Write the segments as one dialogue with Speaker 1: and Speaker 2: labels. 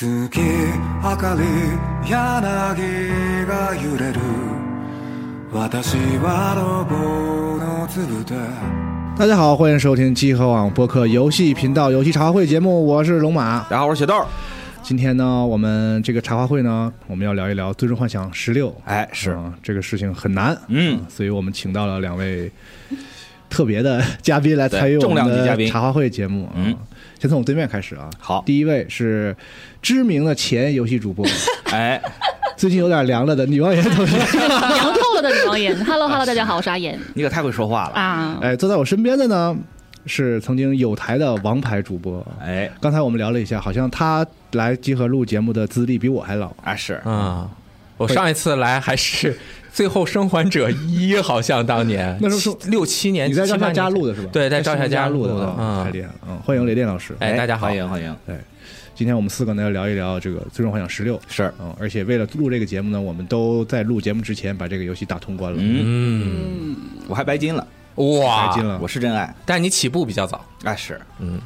Speaker 1: 月明かり柳が揺れる私はロボの粒で
Speaker 2: 大家好，欢迎收听集合网播客游戏频道游戏茶话会节目，我是龙马。
Speaker 3: 大家好，我是雪豆。
Speaker 2: 今天呢，我们这个茶话会呢，我们要聊一聊《最终幻想十六》。
Speaker 3: 哎，是，
Speaker 2: 嗯，这个事情很难，
Speaker 3: 嗯，
Speaker 2: 所以我们请到了两位特别的嘉宾来参与
Speaker 3: 对
Speaker 2: 我们
Speaker 3: 重量级嘉
Speaker 2: 的
Speaker 3: 宾
Speaker 2: 茶话会节目。啊
Speaker 3: 嗯，
Speaker 2: 先从我对面开始啊。
Speaker 3: 好
Speaker 2: 第一位是知名的前游戏主 播，
Speaker 3: 哎，
Speaker 2: 最近有点凉了的女王爷同学。
Speaker 4: 凉透了的女王岩。Hello Hello，大家好，我是阿岩
Speaker 3: 你可太会说话了。
Speaker 4: 啊。
Speaker 2: 哎，坐在我身边的呢是曾经有台的王牌主播。
Speaker 3: 哎，
Speaker 2: 刚才我们聊了一下，好像他来集合录节目的资历比我还老。
Speaker 3: 啊是，
Speaker 5: 啊，我上一次来还是《最后生还者一》，好像当年
Speaker 2: 那时候
Speaker 5: 七六七年，
Speaker 2: 你在
Speaker 5: 七
Speaker 2: 赵
Speaker 5: 八
Speaker 2: 夏
Speaker 5: 年
Speaker 2: 家
Speaker 5: 前
Speaker 2: 录的是吧？
Speaker 5: 对，在赵夏
Speaker 2: 夏
Speaker 5: 家
Speaker 2: 录的，
Speaker 5: 啊，
Speaker 2: 太厉害了！嗯，欢迎雷电老师。
Speaker 5: 哎大家好
Speaker 3: 欢迎欢迎。
Speaker 2: 对，今天我们四个呢要聊一聊这个《最终幻想十六》。
Speaker 3: 是，
Speaker 2: 嗯，而且为了录这个节目呢，我们都在录节目之前把这个游戏打通关了，
Speaker 3: 嗯，
Speaker 5: 嗯，
Speaker 3: 我还白金了，
Speaker 5: 哇
Speaker 2: 开，金了
Speaker 3: 我。是真爱。
Speaker 5: 但你起步比较早，
Speaker 3: 哎嗯是，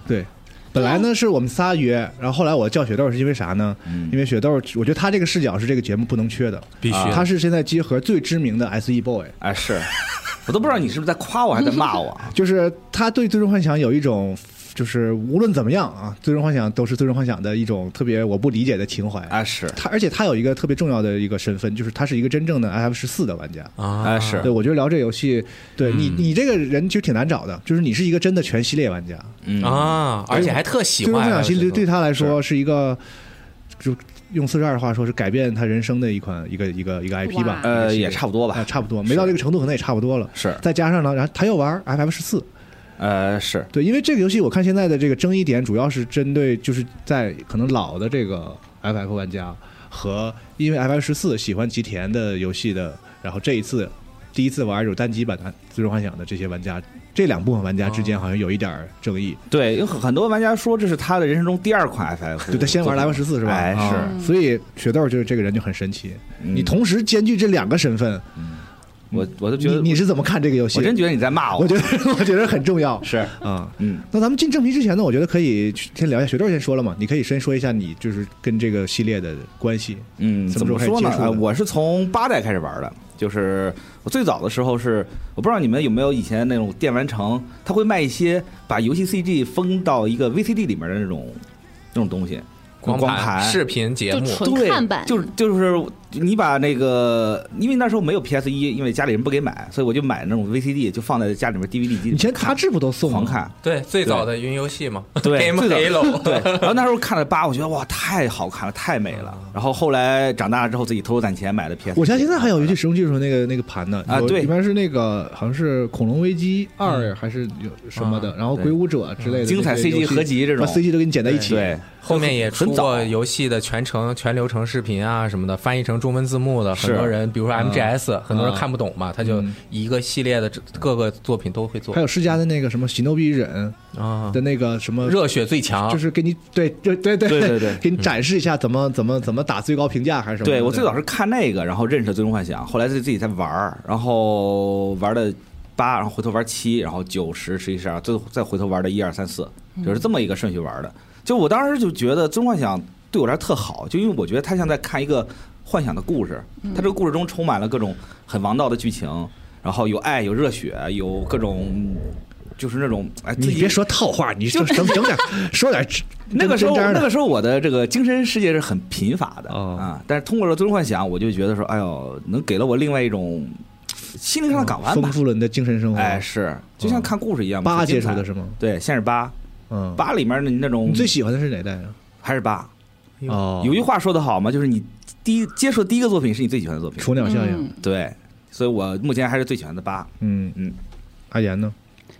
Speaker 2: 对，本来呢是我们仨约，然后后来我叫雪豆是因为啥呢？因为雪豆，我觉得他这个视角是这个节目不能缺的，
Speaker 5: 嗯
Speaker 2: 啊
Speaker 5: 必须的
Speaker 2: 他是现在集合最知名的 SE boy，
Speaker 3: 哎是， 我都不知道你是不是在夸我，还是在骂我。啊
Speaker 2: 就是他对《最终幻想》有一种，就是无论怎么样啊，《最终幻想》都是《最终幻想》的一种特别我不理解的情怀。
Speaker 3: 哎是，
Speaker 2: 他而且他有一个特别重要的一个身份，就是他是一个真正的 F 十四的玩家。
Speaker 5: 啊，
Speaker 3: 哎是
Speaker 2: 对，，我觉得聊这游戏，对
Speaker 3: 嗯
Speaker 2: 你你这个人其实挺难找的，就是你是一个真的全系列玩家。
Speaker 3: 嗯，
Speaker 5: 啊，而且还特喜
Speaker 2: 最终
Speaker 5: 欢
Speaker 2: 幻
Speaker 5: 啊，
Speaker 2: 想其实对
Speaker 5: 对
Speaker 2: 他来说是一个，就用四十二的话说是改变他人生的一款一个一个一个 IP 吧
Speaker 4: 哇，
Speaker 3: 呃也差不多
Speaker 2: 不啊
Speaker 3: 吧。
Speaker 2: 差不多，没到这个程度可能也差不多了。
Speaker 3: 是，
Speaker 2: 再加上呢，然后他又玩 FF 十四，
Speaker 3: 呃是，
Speaker 2: 对，因为这个游戏我看现在的这个争议点主要是针对就是在可能老的这个 FF 玩家和因为 FF 十四喜欢吉田的游戏的，然后这一次第一次玩有单机版的《最终幻想》的这些玩家，这两部分玩家之
Speaker 3: 哦
Speaker 2: 间好像有一点儿争议。
Speaker 3: 对，有很很多玩家说这是他的人生中第二款 FF，
Speaker 2: 对他先玩 FF 十四是吧？
Speaker 3: 哎
Speaker 2: 啊
Speaker 3: 是，
Speaker 2: 所以雪豆就是这个人就很神奇，
Speaker 3: 嗯
Speaker 2: 你同时兼具这两个身份，
Speaker 3: 我我都觉
Speaker 2: 你
Speaker 3: 得
Speaker 2: 你是怎么看这个游戏？
Speaker 3: 我真觉得你在骂
Speaker 2: 我觉得 我觉得很重要。
Speaker 3: 是，
Speaker 2: 啊，
Speaker 3: 嗯，
Speaker 2: 那咱们进正题之前呢，我觉得可以先聊一下，雪豆先说了嘛，你可以先说一下你就是跟这个系列的关系。
Speaker 3: 嗯，
Speaker 2: 什
Speaker 3: 怎
Speaker 2: 么时候
Speaker 3: 么
Speaker 2: 开始
Speaker 3: 说呢？
Speaker 2: 接触的
Speaker 3: 呃我是从八代开始玩的，就是我最早的时候是，我不知道你们有没有以前那种电玩城，它会卖一些把游戏 CG 封到一个 VCD 里面的那种那种东西，
Speaker 5: 光
Speaker 3: 光
Speaker 5: 盘、视频节
Speaker 4: 就
Speaker 5: 目，
Speaker 4: 纯
Speaker 3: 对，
Speaker 4: 看版，
Speaker 3: 就是就是你把那个，因为那时候没有 PS 一，因为家里人不给买，所以我就买那种 VCD，就放在家里面 DVD 机
Speaker 2: 以
Speaker 3: 里
Speaker 2: 前
Speaker 3: 面
Speaker 2: 杂
Speaker 3: 看，
Speaker 2: 志不都送吗
Speaker 3: 狂？看。
Speaker 5: 对，最早的云游戏 嘛，
Speaker 3: 对
Speaker 5: ，Game
Speaker 3: 最早
Speaker 5: Halo，
Speaker 3: 对，然后那时候看了八，我觉得哇，太好看了，太美了。然后后来长大了之后，自己偷偷攒钱买的 PS。
Speaker 2: 我家现在还有游戏使用技术那个那个盘呢，
Speaker 3: 啊
Speaker 2: 有
Speaker 3: 对
Speaker 2: 里面是那个好像是《恐龙危机二》还是有什么的，
Speaker 5: 啊
Speaker 2: 然后《
Speaker 3: 对
Speaker 2: 鬼武者》之类的
Speaker 3: 精彩
Speaker 2: 那些游戏
Speaker 3: CG 合集这种
Speaker 2: 把 CG 都给你剪在一起。
Speaker 3: 对，
Speaker 5: 后面也出
Speaker 3: 很早
Speaker 5: 过游戏的全程、全流程视频啊什么的，翻译成中文字幕的，
Speaker 3: 是
Speaker 5: 很多人，比如说 MGS，、很多人
Speaker 2: 嗯
Speaker 5: 看不懂嘛，他就一个系列的这各个作品都会做
Speaker 2: 还有世嘉的那个什么《喜诺比忍
Speaker 5: 啊》，
Speaker 2: 的那个什么，
Speaker 5: 热血最强，
Speaker 2: 就是给你对对对对
Speaker 3: 啊对对对
Speaker 2: 给你展示一下怎么怎么怎么打最高评价还是什么的。
Speaker 3: 对我最早是看那个，然后认识了《最终幻想》，后来自己在玩儿，然后玩的八，然后回头玩七，然后九十、十一、十二，最后再回头玩的一二三四，就是这么一个顺序玩的。就我当时就觉得《最终幻想》对我来说特好，就因为我觉得它像在看一个幻想的故事，它这个故事中充满了各种很王道的剧情，然后有爱，有热血，有各种。就是那种哎，自
Speaker 2: 你
Speaker 3: 己
Speaker 2: 别说套话，你就整整点 说点真
Speaker 3: 那个时候，
Speaker 2: 真真
Speaker 3: 那
Speaker 2: 的
Speaker 3: 个时候我的这个精神世界是很贫乏的、
Speaker 2: 哦
Speaker 3: 啊，但是通过了《最终幻想》，我就觉得说，哎呦，能给了我另外一种心灵上的港湾吧
Speaker 2: 丰。富了你的精神生活。
Speaker 3: 哎，是，就像看故事一样嘛。
Speaker 2: 八
Speaker 3: 很精
Speaker 2: 接触
Speaker 3: 彩
Speaker 2: 的是吗？
Speaker 3: 对，先是八，
Speaker 2: 嗯，
Speaker 3: 八里面的那种
Speaker 2: 你最喜欢的是哪代啊？
Speaker 3: 还是八。
Speaker 2: 哦，
Speaker 3: 有句话说得好嘛，就是你第一接触的第一个作品是你最喜欢的作品。
Speaker 2: 雏鸟效应。
Speaker 4: 嗯。
Speaker 3: 对，所以我目前还是最喜欢的八。
Speaker 2: 嗯
Speaker 3: 嗯，
Speaker 2: 阿岩呢？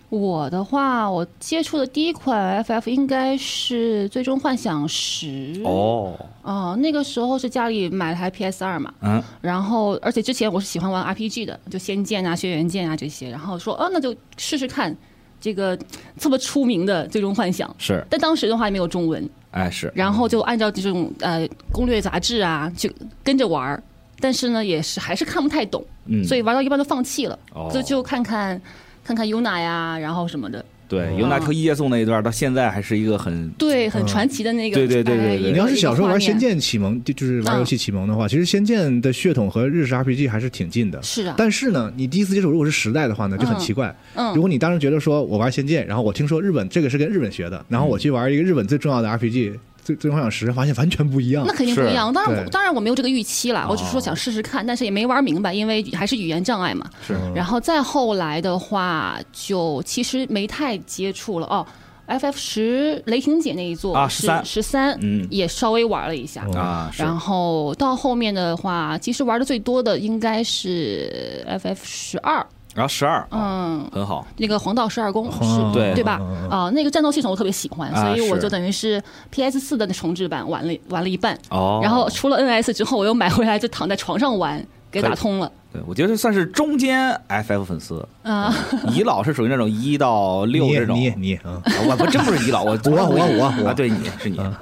Speaker 4: 我的话，我接触的第一款 FF 应该是《最终幻想十》
Speaker 3: 哦，
Speaker 4: 哦，那个时候是家里买了台 PS 二嘛，
Speaker 3: 嗯，
Speaker 4: 然后而且之前我是喜欢玩 RPG 的，就《仙剑》啊、《轩辕剑》啊这些，然后说哦，那就试试看这个这么出名的《最终幻想》。
Speaker 3: 是，
Speaker 4: 但当时的话也没有中文，
Speaker 3: 哎是，
Speaker 4: 然后就按照这种呃攻略杂志啊去跟着玩儿，但是呢也是还是看不太懂，
Speaker 3: 嗯，
Speaker 4: 所以玩到一半就放弃了，
Speaker 3: 哦
Speaker 4: 就就看看看看 UNA 啊呀，然后什么的，
Speaker 3: 对，尤达
Speaker 4: 嗯
Speaker 3: 克一夜颂那一段到现在还是一个很
Speaker 4: 对，很传奇的那个。
Speaker 3: 嗯对对对对
Speaker 4: 哎
Speaker 3: 对
Speaker 4: 一个
Speaker 2: 你要是小时候玩《
Speaker 4: 一个画
Speaker 2: 仙
Speaker 4: 面嗯
Speaker 2: 剑》启蒙，就就是玩游戏启蒙的话，其实《仙剑》的血统和日式 RPG 还是挺近的。
Speaker 4: 是啊，
Speaker 2: 但是呢，你第一次接触如果是时代的话呢，就很奇怪。
Speaker 4: 嗯
Speaker 2: 如果你当时觉得说我玩《仙剑》，然后我听说日本这个是跟日本学的，然后
Speaker 3: 嗯
Speaker 2: 我去玩一个日本最重要的 RPG《最最终幻想十》，发现完全不一样
Speaker 4: 那。肯定不一样。当然我，
Speaker 2: 对
Speaker 4: 当然我没有这个预期
Speaker 3: 哦
Speaker 4: 啦，我只是说想试试看，但是也没玩明白，因为还是语言障碍嘛。
Speaker 3: 是
Speaker 4: 然后再后来的话，就其实没太接触了哦。F F 十雷霆姐那一座
Speaker 3: 啊
Speaker 4: 是
Speaker 3: 13
Speaker 4: 十三
Speaker 3: 嗯，
Speaker 4: 也稍微玩了一下。
Speaker 3: 啊，是
Speaker 4: 然后到后面的话，其实玩的最多的应该是 F F 十二，
Speaker 3: 然后十二
Speaker 4: 嗯，
Speaker 3: 很好，
Speaker 4: 那个黄道十二宫
Speaker 2: 哦
Speaker 4: 是，
Speaker 3: 对
Speaker 4: 对吧
Speaker 2: 嗯嗯？
Speaker 4: 啊，那个战斗系统我特别喜欢，
Speaker 3: 啊
Speaker 4: 所以我
Speaker 3: 是
Speaker 4: 就等于是 PS 四的重置版玩了玩了一半，
Speaker 3: 哦
Speaker 4: 然后出了 NS 之后，我又买回来就躺在床上玩，给打通了
Speaker 3: 对我觉得算是中间 FF 粉丝，
Speaker 4: 啊。
Speaker 3: 遗老是属于那种一到
Speaker 2: 你
Speaker 3: 六这种，
Speaker 2: 你你啊，
Speaker 3: 啊我不真不是遗老，我
Speaker 2: 我我我我
Speaker 3: 啊，对你是你，嗯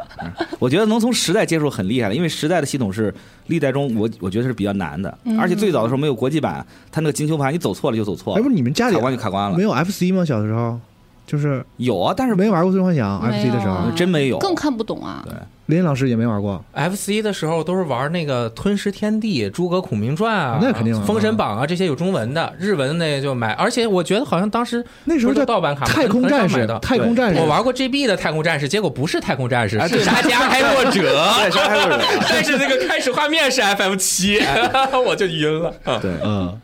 Speaker 3: 我觉得能从时代接触很厉害了，因为时代的系统是历代中我我觉得是比较难的，
Speaker 4: 嗯
Speaker 3: 而且最早的时候没有国际版，它那个金球盘你走错了就走错
Speaker 2: 哎，不
Speaker 3: 了
Speaker 2: 是，你们家里
Speaker 3: 卡关就卡关了
Speaker 2: 没，有 FC 吗？小时候就是
Speaker 3: 有啊，但是没
Speaker 2: 没玩过《最终幻想》
Speaker 4: 没
Speaker 2: FC 的时
Speaker 4: 有
Speaker 2: 候
Speaker 4: 啊，
Speaker 3: 真没有，
Speaker 4: 更看不懂啊
Speaker 3: 对。
Speaker 2: 林老师也没玩过。
Speaker 5: F C 的时候都是玩那个《吞食天地》《诸葛孔明传》啊，
Speaker 2: 那肯定啊
Speaker 5: 封神榜》啊，这些有中文的，日文那就买。而且我觉得好像当时
Speaker 2: 那时候
Speaker 5: 不是
Speaker 2: 叫
Speaker 5: 有盗版卡吗
Speaker 2: 太空战
Speaker 5: 很
Speaker 2: 士
Speaker 5: 少买到，
Speaker 2: 太空战士，
Speaker 5: 我玩过 GB 的《太空战士》，结果不是《太空战士
Speaker 3: 哎》，对
Speaker 5: 是《沙加开拓 者》
Speaker 3: 对，是还有人
Speaker 5: 但是那个开始画面是 F F 七，
Speaker 2: 哎
Speaker 5: 我就晕了。啊
Speaker 3: 对，
Speaker 2: 嗯，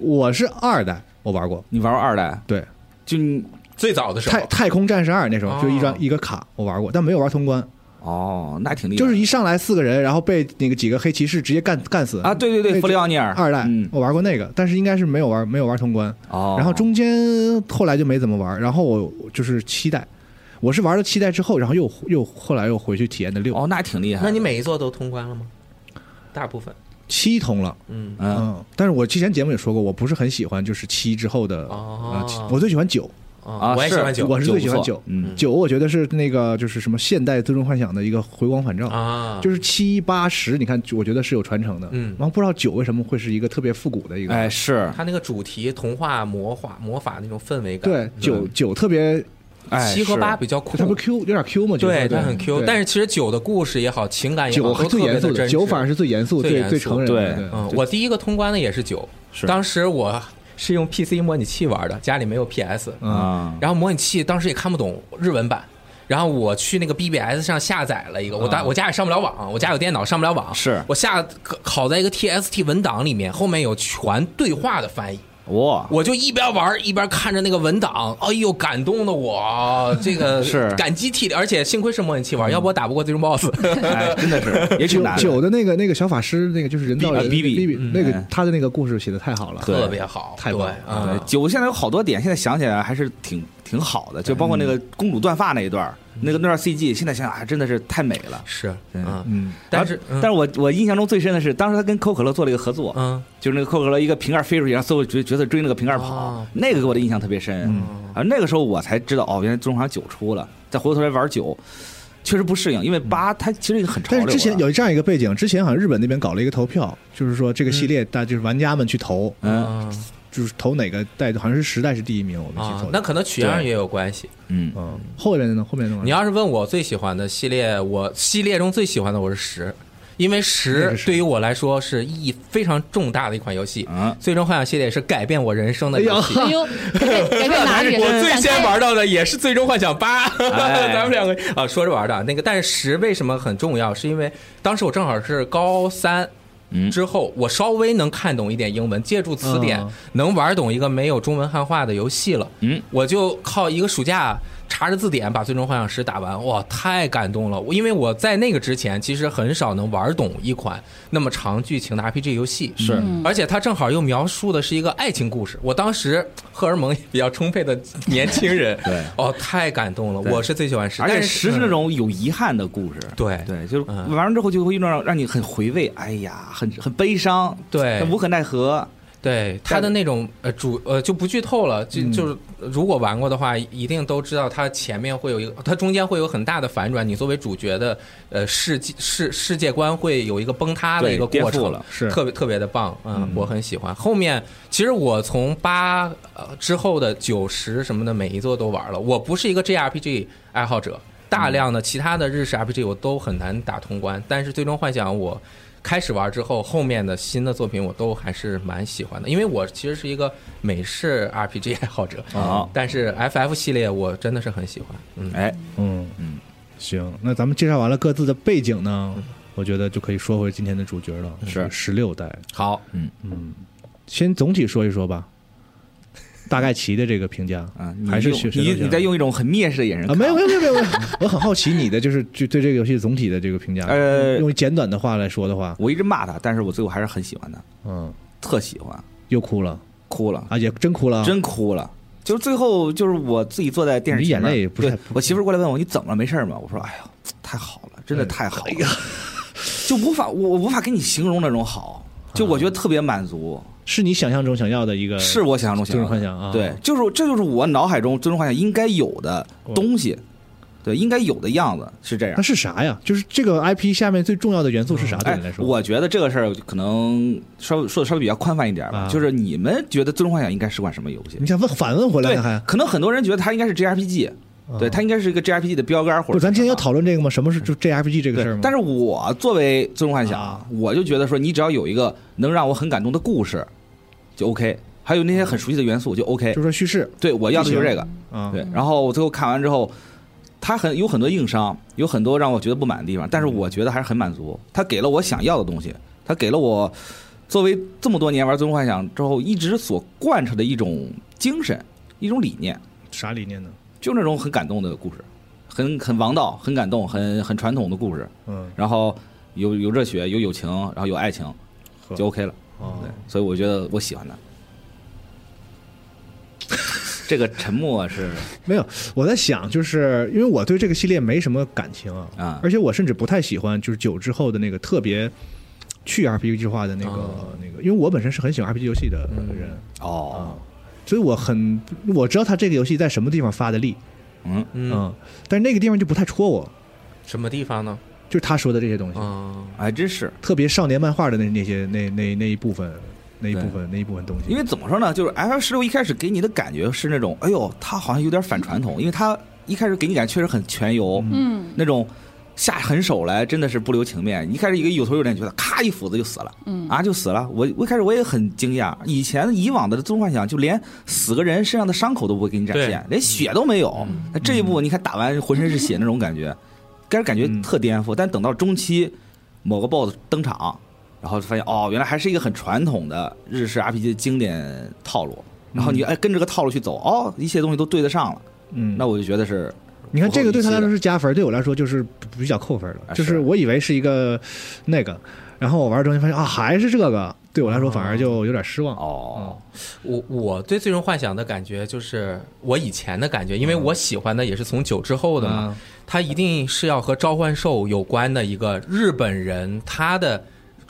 Speaker 2: 我是二代，我玩过，
Speaker 3: 你玩过二代，
Speaker 2: 对，
Speaker 3: 就你
Speaker 5: 最早的时候
Speaker 2: 太，太空战士二那时候就一张、
Speaker 5: 哦
Speaker 2: 一个卡，我玩过，但没有玩通关，
Speaker 3: 哦，那挺厉害，
Speaker 2: 就是一上来四个人，然后被那个几个黑骑士直接干干死
Speaker 3: 啊，对对对，
Speaker 2: 那
Speaker 3: 弗里奥尼尔
Speaker 2: 二代、
Speaker 3: 嗯，
Speaker 2: 我玩过那个，但是应该是没有玩没有玩通关，
Speaker 3: 哦，
Speaker 2: 然后中间后来就没怎么玩，然后我就是七代，我是玩了七代之后，然后又又后来又回去体验的六、
Speaker 3: 哦，那挺厉害，
Speaker 5: 那你每一座都通关了吗？大部分，
Speaker 2: 七通了，
Speaker 5: 嗯，
Speaker 3: 嗯，
Speaker 2: 嗯，但是我之前节目也说过，我不是很喜欢就是七之后的，
Speaker 5: 哦
Speaker 2: 呃我最喜欢九。
Speaker 5: 啊
Speaker 3: 啊
Speaker 5: 我也喜欢
Speaker 3: 是
Speaker 5: 九
Speaker 2: 我是最喜欢
Speaker 3: 九
Speaker 2: 九
Speaker 3: 不错嗯，
Speaker 2: 九我觉得是那个就是什么现代最终幻想的一个回光返照，
Speaker 5: 啊，
Speaker 2: 就是是七八十，你看我觉得是有传承的，
Speaker 5: 嗯
Speaker 2: 然后不知道九为什么会是一个特别复古的一个，
Speaker 3: 哎，是，
Speaker 5: 它那个主题童话、魔法、魔法那种氛围感。
Speaker 2: 对九九特别，
Speaker 3: 哎，
Speaker 5: 七和
Speaker 3: 是
Speaker 5: 八比较嗯酷，
Speaker 2: 它不 Q 有点 Q 嘛，九
Speaker 5: 对，它很 Q。但
Speaker 2: 是
Speaker 5: 是其实九的故事也好，情感也好，
Speaker 2: 九是
Speaker 5: 都特
Speaker 2: 最
Speaker 5: 别
Speaker 2: 严
Speaker 5: 的
Speaker 2: 肃
Speaker 5: 真
Speaker 2: 的，
Speaker 5: 实。
Speaker 2: 九反而是最严肃、
Speaker 5: 最
Speaker 2: 最
Speaker 5: 严肃
Speaker 2: 最成人的，
Speaker 3: 对
Speaker 5: 嗯，我第一个通关的也是九，
Speaker 3: 是
Speaker 5: 当时我是用 PC 模拟器玩的，家里没有 PS，
Speaker 2: 嗯
Speaker 3: 啊，
Speaker 5: 然后模拟器当时也看不懂日文版。然后我去那个 BBS 上下载了一个，我当我家也上不了网，我家有电脑上不了网，
Speaker 3: 嗯是
Speaker 5: 我下拷在一个 TXT 文档里面，后面有全对话的翻译，
Speaker 3: 嗯哇，
Speaker 5: 我就一边玩一边看着那个文档，哎呦，感动的我 这个
Speaker 3: 是
Speaker 5: 感激涕零，而且幸亏是模拟器
Speaker 2: 嗯
Speaker 5: 玩，要不我打不过最终 BOSS。
Speaker 3: 哎，真的是，也挺
Speaker 2: 九
Speaker 3: 难的，
Speaker 2: 九的那个那个小法师，那个就是人造人
Speaker 3: 比比
Speaker 2: 比
Speaker 3: 比
Speaker 2: 比
Speaker 3: 嗯
Speaker 2: 那个
Speaker 3: 哎
Speaker 2: 他的那个故事写的太好了，
Speaker 3: 对
Speaker 5: 特别好，
Speaker 2: 太棒
Speaker 5: 啊对
Speaker 2: 了嗯
Speaker 5: 啊
Speaker 3: 对，九现在有好多点，现在想起来还是挺挺好的，就包括那个
Speaker 5: 嗯
Speaker 3: 公主断发那一段儿，那个那段 CG，现在想想还真的是太美了。
Speaker 5: 是
Speaker 3: 嗯
Speaker 5: 嗯，
Speaker 2: 嗯，
Speaker 5: 但是
Speaker 3: 但是我我印象中最深的是，当时他跟可口可乐做了一个合作，
Speaker 5: 嗯
Speaker 3: 就是那个可口可乐一个瓶盖飞出去，然后所有角角色追那个瓶盖跑
Speaker 5: 哦，嗯
Speaker 3: 那个给我的印象特别深。啊，那个时候我才知道哦，原来《中华九》出了，再回过头来玩九，确实不适应，因为八它其实已经很潮
Speaker 2: 但
Speaker 3: 流啊
Speaker 2: 是
Speaker 3: 了。
Speaker 2: 之前有这样一个背景，之前好像日本那边搞了一个投票，就是说这个系列大就是玩家们去投，
Speaker 3: 嗯
Speaker 5: 嗯
Speaker 2: 就是投哪个代，好像是时代是第一名，我没记
Speaker 5: 啊
Speaker 2: 错，的。
Speaker 5: 那可能取样也有关系。
Speaker 3: 嗯
Speaker 2: 嗯，后面呢？后面呢？
Speaker 5: 你要是问我最喜欢的系列，我系列中最喜欢的我是十，因为
Speaker 2: 那
Speaker 5: 十
Speaker 2: 个是
Speaker 5: 对于我来说是意义非常重大的一款游戏。
Speaker 3: 嗯，
Speaker 5: 最终幻想系列是改变我人生的游戏。
Speaker 4: 哎呦，改变改变哪里？啊
Speaker 5: 我最
Speaker 4: 展
Speaker 5: 先
Speaker 4: 开
Speaker 5: 玩到的也是《最终幻想八》
Speaker 3: 哎
Speaker 5: 咱们两个啊说着玩的那个，但是十为什么很重要？是因为当时我正好是高三
Speaker 3: 嗯
Speaker 5: 之后，我稍微能看懂一点英文，借助词典
Speaker 2: 嗯
Speaker 5: 能玩懂一个没有中文汉化的游戏了。
Speaker 3: 嗯，
Speaker 5: 我就靠一个暑假查着字典把《最终幻想十》打完，哇，太感动了！我因为我在那个之前其实很少能玩懂一款那么长剧情的 RPG 游戏，
Speaker 3: 是
Speaker 5: 而且它正好又描述的是一个爱情故事。我当时荷尔蒙也比较充沛的年轻人，
Speaker 3: 对
Speaker 5: 哦，太感动了！
Speaker 3: 对
Speaker 5: 我是最喜欢十，
Speaker 3: 而且
Speaker 5: 但
Speaker 3: 十是那种有遗憾的故事。
Speaker 5: 对
Speaker 3: 对，就是
Speaker 5: 嗯
Speaker 3: 玩完之后就会让让你很回味，哎呀，很很悲伤，
Speaker 5: 对
Speaker 3: 但无可奈何。
Speaker 5: 嗯
Speaker 3: 嗯
Speaker 5: 对它的那种呃主呃就不剧透了，就就是如果玩过的话，一定都知道它前面会有一个，它中间会有很大的反转，你作为主角的呃世界世世界观会有一个崩塌的一个
Speaker 3: 对
Speaker 5: 过
Speaker 3: 颠覆
Speaker 5: 程
Speaker 3: 了
Speaker 2: 是
Speaker 5: 特别特别的棒，嗯，我很喜欢。后面其实我从八呃之后的九十什么的每一座都玩了，我不是一个 JRPG 爱好者，大量的其他的日式 RPG 我都很难打通关，但是最终幻想我。开始玩之后，后面的新的作品我都还是蛮喜欢的，因为我其实是一个美式 RPG 爱好者，
Speaker 3: 哦
Speaker 5: 但是 FF 系列我真的是很喜欢，嗯，
Speaker 3: 哎，
Speaker 2: 嗯嗯，行，那咱们介绍完了各自的背景呢，我觉得就可以说回今天的主角了，
Speaker 3: 是
Speaker 2: 十六代。
Speaker 5: 好，
Speaker 2: 先总体说一说 吧，大概齐的这个评价
Speaker 3: 啊，你
Speaker 2: 还是
Speaker 3: 用
Speaker 2: 学学
Speaker 3: 你
Speaker 2: 生
Speaker 3: 你在用一种很蔑视的眼神
Speaker 2: 啊？
Speaker 3: 看
Speaker 2: 没有没有没有没有， 没有我很好奇你的就是就对这个游戏总体的这个评价。
Speaker 3: 呃
Speaker 2: 用简短的话来说的话，
Speaker 3: 我一直骂他，但是我最后还是很喜欢他，
Speaker 2: 嗯，
Speaker 3: 特喜欢，
Speaker 2: 又哭了
Speaker 3: 哭了，
Speaker 2: 啊，也真哭了，
Speaker 3: 真哭了。就是最后，就是我自己坐在电视前面，
Speaker 2: 你眼泪也不是
Speaker 3: 对我媳妇儿过来问我你怎么了，没事儿吗？我说哎呀，太好了，
Speaker 2: 哎
Speaker 3: 真的太好了，就无法我我无法跟你形容那种好，
Speaker 2: 啊
Speaker 3: 就我觉得特别满足，
Speaker 2: 是你想象中想要的一个，
Speaker 3: 是我想象中想
Speaker 2: 最终
Speaker 3: 要的
Speaker 2: 呃幻想啊
Speaker 3: 对，就是这就是我脑海中最终幻想应该有的东西，对，应该有的样子是这样
Speaker 2: 那。是啥呀？就是这个 IP 下面最重要的元素是啥？对
Speaker 3: 哎
Speaker 2: 你来，说，
Speaker 3: 我觉得这个事儿可能稍微说的稍微比较宽泛一点吧
Speaker 2: 啊，
Speaker 3: 就是你们觉得《最终幻想》应该是款什么游戏
Speaker 2: 你？想问反问回来
Speaker 3: 对
Speaker 2: 呢还？，嗯
Speaker 3: 可能很多人觉得它应该是 JRPG，对，它应该是一个 JRPG 的标杆儿或
Speaker 2: 不
Speaker 3: 者
Speaker 2: 是，咱今天要
Speaker 3: 什么
Speaker 2: 讨论这个吗？什么是就 JRPG 这个事儿
Speaker 3: 对
Speaker 2: 吗？，
Speaker 3: 但
Speaker 2: 是
Speaker 3: 是我作为《最终幻想》
Speaker 2: 啊
Speaker 3: 我就觉得说，你只要有一个能让我很感动的故事，就 OK，还有那些很熟悉的元素就 OK
Speaker 2: 就。说叙事
Speaker 3: 对，我要的就是这个。
Speaker 2: 啊，
Speaker 3: 对，然后我最后看完之后，它很有很多硬伤，有很多让我觉得不满的地方，但是我觉得还是很满足。它给了我想要的东西，它给了我作为这么多年玩《最终幻想》之后一直所贯彻的一种精神、一种理念，
Speaker 2: 啥理念呢？
Speaker 3: 就那种很感动的故事，很很王道、很感动、很很传统的故事。
Speaker 2: 嗯，
Speaker 3: 然后有有热血，有友情，然后有爱情，
Speaker 2: 呵
Speaker 3: 就 OK 了。
Speaker 2: 哦
Speaker 3: 对，所以我觉得我喜欢他。 这个沉默是
Speaker 2: 没有，我在想，就是因为我对这个系列没什么感情啊，
Speaker 3: 啊
Speaker 2: 而且我甚至不太喜欢就是九之后的那个特别去 RPG 化的那个、
Speaker 3: 啊
Speaker 5: 哦
Speaker 2: 那个，因为我本身是很喜欢 RPG 游戏的
Speaker 3: 嗯
Speaker 2: 人，
Speaker 3: 哦，
Speaker 2: 所以我很我知道他这个游戏在什么地方发的力，
Speaker 3: 嗯，
Speaker 5: 嗯，
Speaker 2: 但是那个地方就不太戳我，
Speaker 5: 什么地方呢？
Speaker 2: 就是他说的这些东西，
Speaker 5: 嗯，
Speaker 3: 还哎真是。
Speaker 2: 特别少年漫画的那那些那那那一部分那一部分那一部分东西，
Speaker 3: 因为怎么说呢，就是 F 十六一开始给你的感觉是那种，哎呦，他好像有点反传统，因为他一开始给你感觉确实很全游，
Speaker 4: 嗯
Speaker 3: 那种下狠手来真的是不留情面。一开始一个有头有脸觉得，咔一斧子就死了，
Speaker 4: 嗯
Speaker 3: 啊就死了。我我一开始我也很惊讶，以前以往的《最终幻想》就连死个人身上的伤口都不会给你展现，连血都没有。那这一步你看打完浑身是血那种感觉，开始感觉特颠覆，但等到中期某个 BOSS 登场。然后就发现哦，原来还是一个很传统的日式 RPG 的经典套路。然后你哎跟着这个套路去走，哦，一切东西都对得上了。
Speaker 2: 嗯，
Speaker 3: 那我就觉得是
Speaker 2: 你看这个对他来
Speaker 3: 不
Speaker 2: 说
Speaker 3: 够预期
Speaker 2: 是加分，对我来说就是比较扣分了。
Speaker 3: 啊
Speaker 2: 就是
Speaker 3: 是
Speaker 2: 我以为是一个那个，然后我玩的东西发现啊还是这个，对我来说反而就有点失
Speaker 3: 的
Speaker 2: 望。
Speaker 3: 哦，
Speaker 5: 我我对最终幻想的感觉就是我以前的感觉，因为我喜欢的也是从九之后的嘛，
Speaker 2: 嗯
Speaker 5: 它一定是要和召唤兽有关的一个日本人他的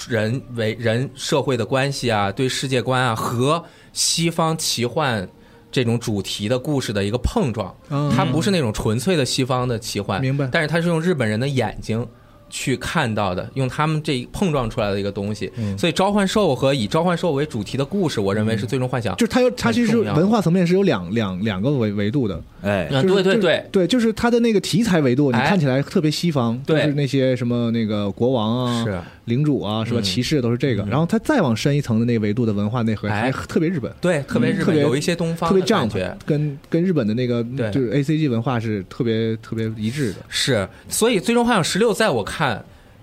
Speaker 5: 人为人社会的关系啊，对世界观啊和西方奇幻。这种主题的故事的一个碰撞，
Speaker 2: 嗯
Speaker 5: 它不是那种纯粹的西方的奇幻，
Speaker 2: 明白
Speaker 5: 但是它是用日本人的眼睛去看到的，用他们这一碰撞出来的一个东西。所以，召唤兽和以召唤兽为主题的故事，我认为是最终幻想
Speaker 2: 就是它有，它其实
Speaker 5: 重要
Speaker 2: 文化层面是有两两两个维维度的，
Speaker 3: 哎，
Speaker 5: 嗯，
Speaker 2: 就是
Speaker 5: 对对
Speaker 2: 就是
Speaker 5: 对，
Speaker 2: 对，就是它的那个题材维度，你
Speaker 5: 哎
Speaker 2: 看起来特别西方，
Speaker 5: 对
Speaker 2: 就是那些什么那个国王啊、
Speaker 5: 是
Speaker 2: 领主啊，是吧？
Speaker 5: 嗯
Speaker 2: 骑士都是这个，然后它再往深一层的那个维度的文化内核，还
Speaker 5: 哎
Speaker 2: 特别日本，
Speaker 5: 对，特别
Speaker 2: 嗯
Speaker 5: 日
Speaker 2: 特
Speaker 5: 本
Speaker 2: 别
Speaker 5: 有一些东
Speaker 2: 特
Speaker 5: 方
Speaker 2: 别
Speaker 5: 的
Speaker 2: j u
Speaker 5: 感觉。
Speaker 2: 跟跟日本的那个
Speaker 5: 对
Speaker 2: 就是 A C G 文化是特别特别一致的。
Speaker 5: 是，所以《最终幻想十六》在我看，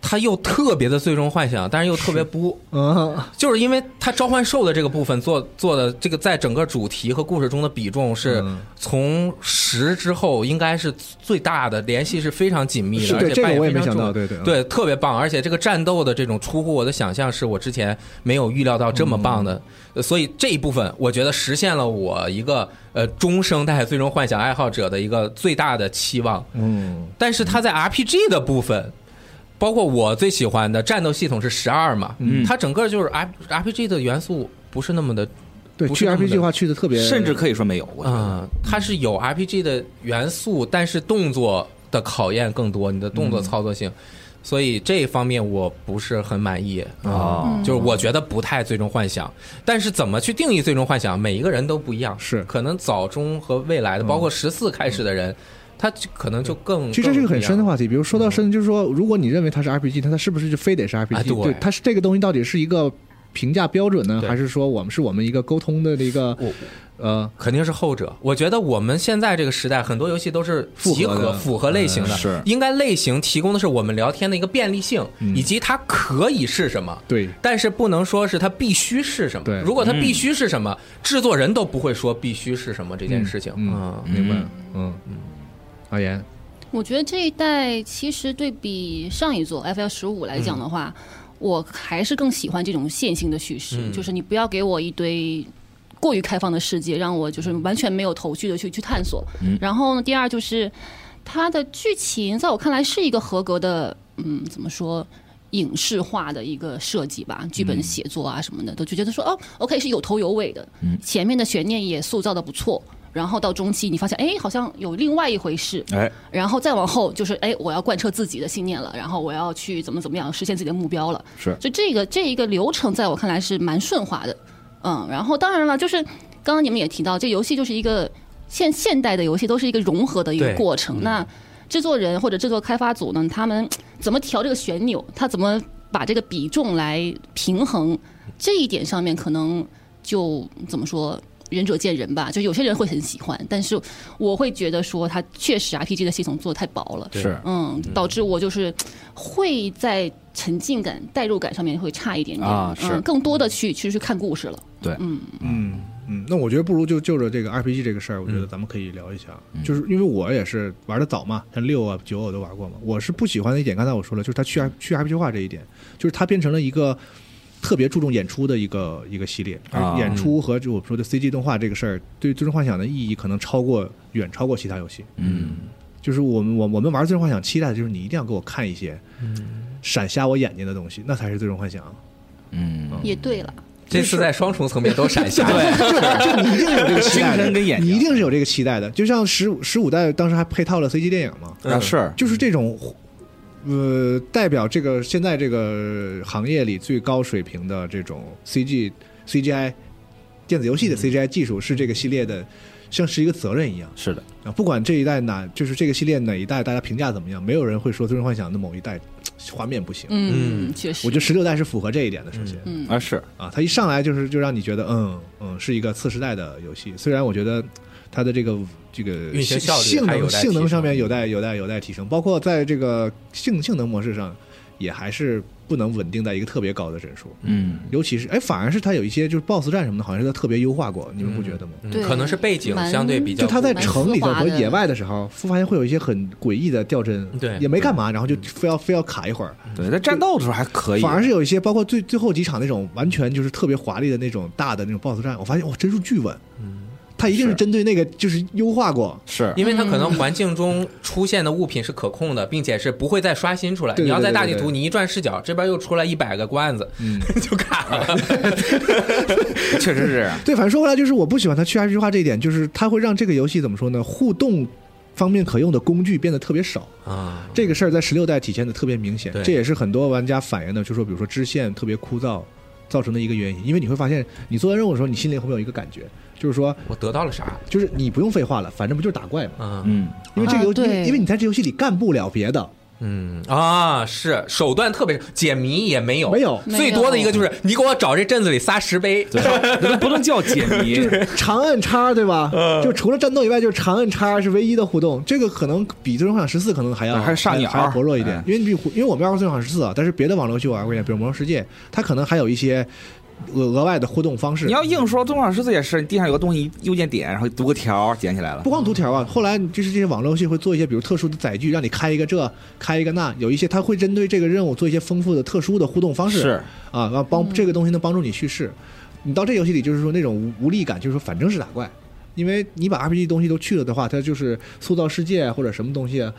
Speaker 5: 它又特别的《最终幻想》，但是又特别不，
Speaker 2: 嗯，
Speaker 5: 就是因为它召唤兽的这个部分做做的这个，在整个主题和故事中的比重是
Speaker 2: 嗯
Speaker 5: 从十之后应该是最大的，联系是非常紧密
Speaker 2: 嗯是
Speaker 5: 的，
Speaker 2: 对
Speaker 5: 而
Speaker 2: 这
Speaker 5: 且
Speaker 2: 个
Speaker 5: 扮演
Speaker 2: 我也
Speaker 5: 非
Speaker 2: 没
Speaker 5: 常
Speaker 2: 想
Speaker 5: 重
Speaker 2: 到
Speaker 5: 要
Speaker 2: 对对嗯
Speaker 5: 对，特别棒，而且这个战斗的这种出乎我的想象，是我之前没有预料到这么棒
Speaker 2: 嗯
Speaker 5: 的，呃所以这一部分我觉得实现了我一个呃中生代最终幻想爱好者的一个最大的期望。
Speaker 2: 嗯，
Speaker 5: 但是它在 RPG 的部分，
Speaker 2: 嗯
Speaker 5: 包括我最喜欢的战斗系统是十二嘛，它整个就是 R RPG 的元素不是那么的，
Speaker 2: 对，
Speaker 5: 不是
Speaker 2: 去
Speaker 5: 那么
Speaker 2: RPG
Speaker 5: 的
Speaker 2: 的话去的特别，
Speaker 3: 甚至可以说没有。我觉得
Speaker 5: 嗯，它是有 RPG 的元素，但是动作的考验更多，你的动作操作性，
Speaker 2: 嗯
Speaker 5: 所以这一方面我不是很满意啊、
Speaker 3: 哦
Speaker 5: 就是我觉得不太最终幻想，但是怎么去定义最终幻想，每一个人都不一样，
Speaker 2: 是嗯
Speaker 5: 可能早中和未来的，包括十四开始的人，他就可能就嗯更
Speaker 2: 其实这是个很深的
Speaker 5: 话，
Speaker 2: 话题，比如
Speaker 5: 嗯
Speaker 2: 说到深，就是说，如果你认为它是 RPG，它它是不是就非得是 RPG？、
Speaker 5: 啊对
Speaker 2: 它是这个东西到底是一个评价标准呢，
Speaker 5: 对
Speaker 2: 还是说我们是我们一个沟通的一个
Speaker 5: 我
Speaker 2: 呃？
Speaker 5: 肯定是后者。我觉得我们现在这个时代，很多游戏都是
Speaker 2: 复
Speaker 5: 集
Speaker 2: 合的
Speaker 5: 合符合类型的，
Speaker 3: 嗯是
Speaker 5: 应该类型提供的是我们聊天的一个便利性，
Speaker 2: 嗯
Speaker 5: 以及它可以是什么。
Speaker 2: 对
Speaker 5: 但是不能说是它必须是什么。
Speaker 2: 对
Speaker 5: 如果它必须是什么，制作人都不会说必须是什么这件事情。
Speaker 2: 嗯
Speaker 5: 嗯
Speaker 2: 明白，嗯嗯，阿岩，
Speaker 4: 我觉得这一代其实对比上一座 F L 十五来讲的话，我还是更喜欢这种线性的叙事，
Speaker 5: 嗯
Speaker 4: 就是你不要给我一堆。过于开放的世界，让我就是完全没有头绪的去去探索。然后呢，第二就是它的剧情，在我看来是一个合格的，嗯，怎么说，影视化的一个设计吧，剧本写作啊什么的，都就觉得说哦，OK 是有头有尾的，前面的悬念也塑造的不错，然后到中期你发现，哎，好像有另外一回事，
Speaker 3: 哎，
Speaker 4: 然后再往后就是，哎，我要贯彻自己的信念了，然后我要去怎么怎么样实现自己的目标了。
Speaker 3: 是
Speaker 4: 就这个这一个流程，在我看来是蛮顺滑的。嗯，然后当然了，就是刚刚你们也提到，这游戏就是一个现现代的游戏，都是一个融合的一个
Speaker 5: 对
Speaker 4: 过程。那制作人或者制作开发组呢，他们怎么调这个旋钮，他怎么把这个比重来平衡，这一点上面可能就怎么说，仁者见仁吧。就有些人会很喜欢，但是我会觉得说，它确实 RPG 的系统做的太薄了，
Speaker 3: 是
Speaker 4: 嗯，导致我就是会在沉浸感、代入感上面会差一点点
Speaker 3: 啊是
Speaker 4: 嗯，更多的去去去看故事了。
Speaker 3: 对，
Speaker 2: 嗯嗯，那我觉得不如就就着这个 RPG 这个事儿，我觉得
Speaker 3: 嗯
Speaker 2: 咱们可以聊一下，就是因为我也是玩的早嘛，像六啊九啊我都玩过嘛，我是不喜欢的一点，刚才我说了，就是它去 R 去 RPG 化这一点，就是它变成了一个。特别注重演出的一个一个系列，
Speaker 3: 啊
Speaker 2: 而演出和就我们说的 CG 动画这个事儿，对《最终幻想》的意义可能超过远超过其他游戏。
Speaker 3: 嗯，
Speaker 2: 就是我们我我们玩《最终幻想》期待的就是你一定要给我看一些闪瞎我眼睛的东西，那才是《最终幻想》。
Speaker 3: 嗯，
Speaker 4: 也对了，
Speaker 5: 这次在双重层面都闪瞎。
Speaker 3: 对，
Speaker 2: 就你一定有 这个期待
Speaker 3: 精
Speaker 2: 的
Speaker 3: 神跟眼睛
Speaker 2: 你一定是有这个期待的。就像十五十五代当时还配套了 CG 电影嘛，
Speaker 3: 啊是，
Speaker 2: 就是这种，呃，代表这个现在这个行业里最高水平的这种 CG CGI 电子游
Speaker 3: 嗯
Speaker 2: 戏的 CGI 技术，是这个系列的像是一个责任一样
Speaker 3: 是的，
Speaker 2: 啊。不管这一代哪，就是这个系列哪一代，大家评价怎么样，没有人会说《最终幻想》的某一代嘖画面不行。
Speaker 4: 嗯，确实，
Speaker 2: 我觉得十六代是符合这一点的，首先。
Speaker 4: 嗯
Speaker 3: 啊是，
Speaker 2: 啊，它一上来就是就让你觉得，嗯嗯，是一个次时代的游戏。虽然我觉得它的这个这个
Speaker 5: 运行效率
Speaker 2: 性
Speaker 5: 还有
Speaker 2: 能
Speaker 5: 待
Speaker 2: 性
Speaker 5: 提
Speaker 2: 能
Speaker 5: 升嗯
Speaker 2: 上面有待有待有待提升，包括在这个性性能模式上，也还是不能稳定在一个特别高的帧数。
Speaker 3: 嗯，
Speaker 2: 尤其是哎，反而是它有一些就是 BOSS 战什么的，好像是它特别优化过，你们不觉得吗？
Speaker 4: 对
Speaker 5: 嗯可能是背景
Speaker 4: 蛮
Speaker 5: 相对比较，
Speaker 2: 就它在
Speaker 4: 蛮
Speaker 2: 城里头
Speaker 4: 丝滑
Speaker 2: 和
Speaker 4: 的
Speaker 2: 野外的时候，发现会有一些很诡异的掉帧，
Speaker 5: 对嗯
Speaker 2: 也没干嘛，然后就非要非要卡一会儿，
Speaker 3: 对，在战斗的时候还可以，
Speaker 2: 反而是有一些，包括最最后几场那种完全就是特别华丽的那种大的那种 BOSS 战，我发现哇，帧数巨稳。嗯，他一定是
Speaker 3: 是
Speaker 2: 针对那个就是优化过。
Speaker 3: 是
Speaker 5: 因为它可能环境中出现的物品是可控的，并且是不会再刷新出来。
Speaker 2: 对对
Speaker 5: 你要在大地
Speaker 2: 对对嗯对
Speaker 5: 图，你一转视角，这边又出来一百个罐子，就卡了。
Speaker 3: 确实是这样，
Speaker 2: 对，反正说回来就是我不喜欢他去 RPG 化这一点，就是它会让这个游戏怎么说呢？互动方面可用的工具变得特别少。
Speaker 5: 啊，
Speaker 2: 这个事儿在十六代体现的特别明显
Speaker 5: 对，
Speaker 2: 这也是很多玩家反映的，就说比如说支线特别枯燥造成的一个原因。因为你会发现，你做完任务的时候，你心里会有一个感觉，就是说，
Speaker 5: 我得到了啥？
Speaker 2: 就是你不用废话了，反正不就是打怪嘛。
Speaker 5: 啊，
Speaker 3: 嗯，
Speaker 2: 因为这个游，
Speaker 4: 啊对
Speaker 2: 因为因为你在这游戏里干不了别的，
Speaker 5: 嗯啊，是手段特别解谜也没有，
Speaker 2: 没有
Speaker 5: 最多的一个就是你给我找这镇子里仨石碑，
Speaker 3: 不能叫解谜，
Speaker 2: 长按叉对吧？
Speaker 3: 嗯
Speaker 2: 就除了战斗以外，就是长按叉是唯一的互动。这个可能比《最终幻想十四》可能还要
Speaker 3: 还是上瘾
Speaker 2: 还要
Speaker 3: 儿
Speaker 2: 薄弱一点
Speaker 3: 哎，
Speaker 2: 因为你比因为我们玩过《最终幻想十四》啊，但是别的网络游戏我玩过一点，比如《魔兽世界》，它可能还有一些额额外的互动方式
Speaker 3: 你。要硬说，中老师这也是，地上有个东西，右键点，然后读个条，捡起来了
Speaker 2: 不。光读条啊，后来就是这些网络游戏会做一些，比如特殊的载具，让你开一个这，开一个那，有一些它会针对这个任务做一些丰富的、特殊的互动方式。
Speaker 3: 是
Speaker 2: 啊，然后帮这个东西能帮助你叙事。你到这游戏里就是说那种无无力感，就是说反正是打怪，因为你把 RPG 东西都去了的话，它就是塑造世界啊或者什么东西啊，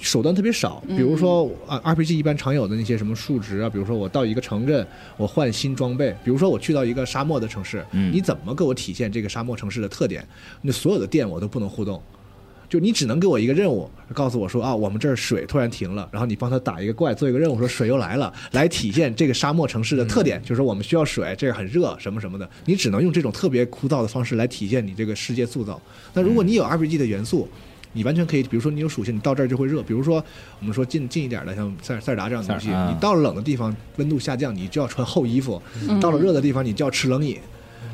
Speaker 2: 手段特别少，比如说啊，RPG 一般常有的那些什么数值啊，比如说我到一个城镇，我换新装备，比如说我去到一个沙漠的城市，
Speaker 3: 嗯
Speaker 2: 你怎么给我体现这个沙漠城市的特点？那所有的店我都不能互动，就你只能给我一个任务，告诉我说啊，我们这儿水突然停了，然后你帮他打一个怪，做一个任务，说水又来了，来体现这个沙漠城市的特
Speaker 3: 嗯
Speaker 2: 点，就是说我们需要水，这个很热，什么什么的。你只能用这种特别枯燥的方式来体现你这个世界塑造。那如果你有 RPG 的元素，你完全可以，比如说你有属性，你到这儿就会热。比如说我们说近近一点的，像塞尔塞尔达这样的游戏，
Speaker 3: 塞尔达啊
Speaker 2: 你到了冷的地方，温度下降，你就要穿厚衣服；
Speaker 4: 嗯
Speaker 2: 到了热的地方，你就要吃冷饮。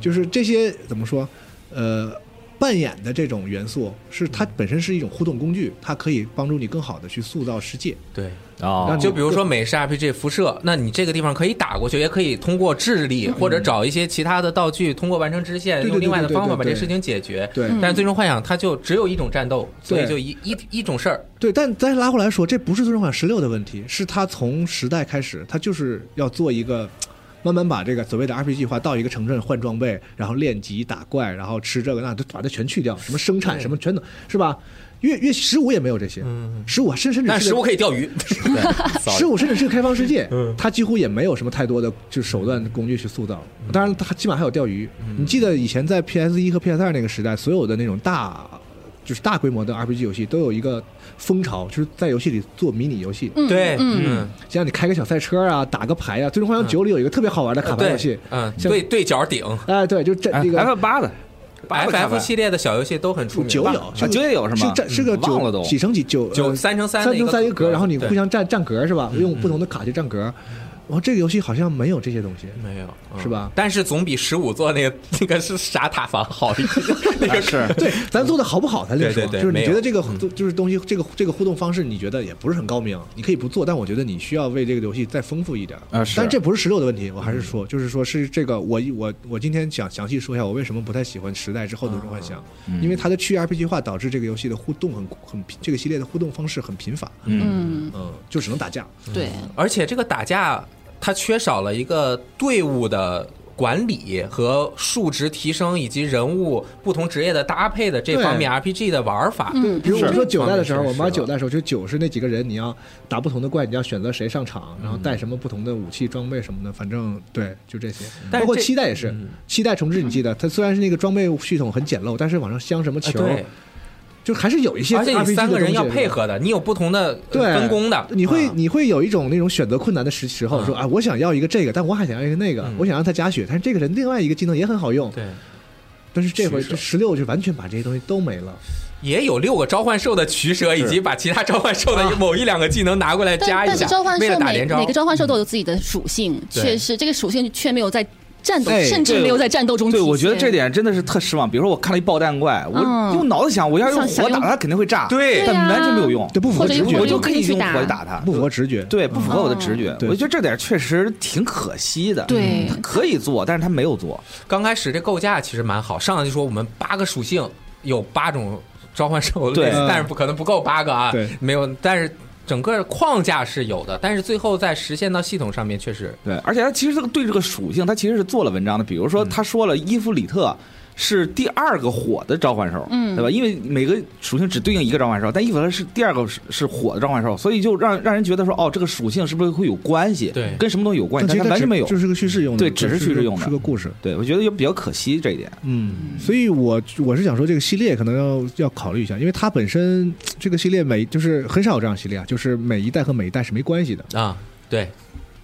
Speaker 2: 就是这些怎么说？呃，扮演的这种元素是它本身是一种互动工具，它可以帮助你更好的去塑造世界。
Speaker 5: 对，
Speaker 3: 哦
Speaker 2: 让你
Speaker 5: 就比如说美式 RPG 辐射，那你这个地方可以打过去，也可以通过智力或者找一些其他的道具，通过完成支线，
Speaker 2: 嗯对对
Speaker 5: 用另外的
Speaker 2: 对对
Speaker 5: 方法把
Speaker 2: 对
Speaker 5: 这
Speaker 2: 对
Speaker 5: 事情解决。
Speaker 2: 对、
Speaker 4: 嗯
Speaker 5: 但是最终幻想它就只有一种战斗，所以
Speaker 2: 对
Speaker 5: 就一一一种事儿。
Speaker 2: 对，但再拉回来说，这不是最终幻想十六的问题，是它从时代开始，它就是要做一个。慢慢把这个所谓的 RPG 化，到一个城镇换装备，然后练级打怪，然后吃这个那，就把它全去掉，什么生产什么全都是吧？月月十五也没有这些，十五啊甚甚至
Speaker 5: 但
Speaker 2: 是
Speaker 5: 食
Speaker 2: 个
Speaker 5: 物可以 钓鱼，
Speaker 2: 十五甚至是个开放世界，它几乎也没有什么太多的就手段工具去塑造。当然，它起码还有钓鱼。你记得以前在 PS 一和 PS 二那个时代，所有的那种大就是大规模的 RPG 游戏都有一个风潮，就是在游戏里做迷你游戏，
Speaker 5: 对，
Speaker 4: 嗯
Speaker 5: 嗯，
Speaker 2: 像你开个小赛车啊，打个牌啊。最终幻想九里有一个特别好玩的卡牌游戏
Speaker 5: 对，，嗯，
Speaker 2: 像
Speaker 5: 对对角顶
Speaker 2: 哎，对，就这
Speaker 3: 哎
Speaker 2: 那个
Speaker 3: ，F 八的八个卡牌
Speaker 5: FF 系列的小游戏都很出名。
Speaker 2: 九有
Speaker 5: 吧
Speaker 2: 是个
Speaker 3: 九也有是吗
Speaker 2: 是战是个
Speaker 3: 嗯忘了
Speaker 2: 九
Speaker 3: 都
Speaker 2: 几乘几九
Speaker 5: 九
Speaker 2: 呃
Speaker 5: 三乘三的
Speaker 2: 三
Speaker 5: 一个
Speaker 2: 乘三一
Speaker 5: 格
Speaker 2: 格，然后你
Speaker 5: 对
Speaker 2: 互相占占格是吧？用不同的卡去占格。然后这个游戏好像没有这些东西，
Speaker 5: 没有嗯
Speaker 2: 是吧
Speaker 5: 但是总比十五座那个那个是啥塔防好 一些，那个
Speaker 3: 是
Speaker 2: 对，咱做的好不好，咱另
Speaker 5: 对
Speaker 2: 说。
Speaker 5: 对对
Speaker 2: 就是
Speaker 5: 没
Speaker 2: 你
Speaker 5: 有嗯
Speaker 2: 觉得这个就就是东西，这个这个互动方式，你觉得也不是很高明，你可以不做，但我觉得你需要为这个游戏再丰富一点。
Speaker 3: 啊是
Speaker 2: 但这不是十六的问题，我
Speaker 5: 嗯
Speaker 2: 还是说，就是说是这个，我我我今天想详细说一下，我为什么不太喜欢时代之后的《最终幻想》
Speaker 5: 啊嗯
Speaker 2: 因为它的去 RPG 化导致这个游戏的互动很很这个系列的互动方式很贫乏，
Speaker 4: 嗯，
Speaker 2: 嗯，就只能打架。
Speaker 4: 对，
Speaker 5: 而且这个打架，它缺少了一个队伍的管理和数值提升，以及人物不同职业的搭配的这
Speaker 2: 对嗯
Speaker 5: 方面 RPG 的玩法。
Speaker 4: 嗯
Speaker 2: 对，比如我们说九代的时候，
Speaker 5: 是
Speaker 2: 我们玩
Speaker 5: 是啊的
Speaker 2: 九代的时候，就九是那几个人，你要打不同的怪，你要选择谁上场，然后
Speaker 5: 嗯
Speaker 2: 带什么不同的武器装备什么的，反正对，就这些。
Speaker 5: 嗯但是
Speaker 2: 包括
Speaker 5: 这嗯
Speaker 2: 七代也是，七代重置你记得，它虽然是那个装备系统很简陋，但是往上镶什么
Speaker 5: 哎
Speaker 2: 球，
Speaker 5: 对，
Speaker 2: 就还是有一些
Speaker 5: 而且你
Speaker 2: RPG
Speaker 5: 三个人要
Speaker 2: 的东西
Speaker 5: 配。合的，你有不同的呃
Speaker 2: 对，
Speaker 5: 分工的，
Speaker 2: 你会
Speaker 5: 啊
Speaker 2: 你会有一种那种选择困难的时时候，
Speaker 5: 嗯
Speaker 2: 说啊，我想要一个这个，但我还想要一个那个
Speaker 5: 嗯，
Speaker 2: 我想让他加血，但是这个人另外一个技能也很好用，
Speaker 5: 对，
Speaker 2: 但是这回
Speaker 5: 取舍
Speaker 2: 这十六就完全把这些东西都没了。
Speaker 5: 也有六个召唤兽的取舍，以及把其他召唤兽
Speaker 2: 啊
Speaker 5: 的某一两个技能拿过来
Speaker 4: 但
Speaker 5: 加一
Speaker 4: 但是
Speaker 5: 下
Speaker 4: 召，唤
Speaker 5: 为了
Speaker 4: 兽
Speaker 5: 打
Speaker 4: 每
Speaker 5: 连招
Speaker 4: 每个。召唤兽都有自己的属性，
Speaker 5: 对
Speaker 4: 确实这个属性却没有在战斗，
Speaker 2: 哎
Speaker 4: 甚至
Speaker 3: 对
Speaker 4: 没有在战斗中体
Speaker 3: 对，
Speaker 4: 现。
Speaker 3: 我觉得这点真的是特失望。比如说，我看了一爆弹怪，我
Speaker 4: 嗯
Speaker 3: 用脑子想，我要用火
Speaker 4: 想想
Speaker 3: 打
Speaker 4: 用
Speaker 3: 它，肯定会炸，
Speaker 5: 对
Speaker 3: 但完全没有用，
Speaker 2: 啊对不符合
Speaker 4: 或者
Speaker 2: 直
Speaker 4: 用
Speaker 2: 觉
Speaker 3: 我就可以
Speaker 4: 去
Speaker 3: 用
Speaker 4: 打
Speaker 3: 火去打它，
Speaker 2: 不符合直觉。
Speaker 3: 对，不符合我的直觉。
Speaker 2: 对
Speaker 3: 我觉得这点确实挺可惜的。
Speaker 4: 对
Speaker 3: 他可以做，但是他没有做。
Speaker 5: 刚开始这构架其实蛮好，上来就说我们八个属性有八种召唤兽类，
Speaker 3: 对
Speaker 5: 但是不可能不够八个啊，
Speaker 2: 对
Speaker 5: 没有，但是整个框架是有的，但是最后在实现到系统上面确实
Speaker 3: 对，而且他其实这个对这个属性，他其实是做了文章的。比如说，他说了伊芙里特是第二个火的召唤兽，
Speaker 4: 嗯
Speaker 3: 对吧？因为每个属性只对应一个召唤兽，但伊芙里特是第二个是是火的召唤兽，所以就让让人觉得说，哦，这个属性是不是会有关系？
Speaker 5: 对
Speaker 3: 跟什么东西有关系？
Speaker 2: 但
Speaker 3: 但
Speaker 2: 其
Speaker 3: 它
Speaker 2: 实它只
Speaker 3: 完全没有。
Speaker 2: 就是个叙事用的，
Speaker 3: 对只是叙事用的
Speaker 2: 是个故事。
Speaker 3: 对，我觉得也比较可惜这一点。
Speaker 2: 嗯，所以我我是想说，这个系列可能要要考虑一下，因为它本身这个系列每就是很少有这样的系列啊，就是每一代和每一代是没关系的，
Speaker 5: 啊，对，
Speaker 2: 对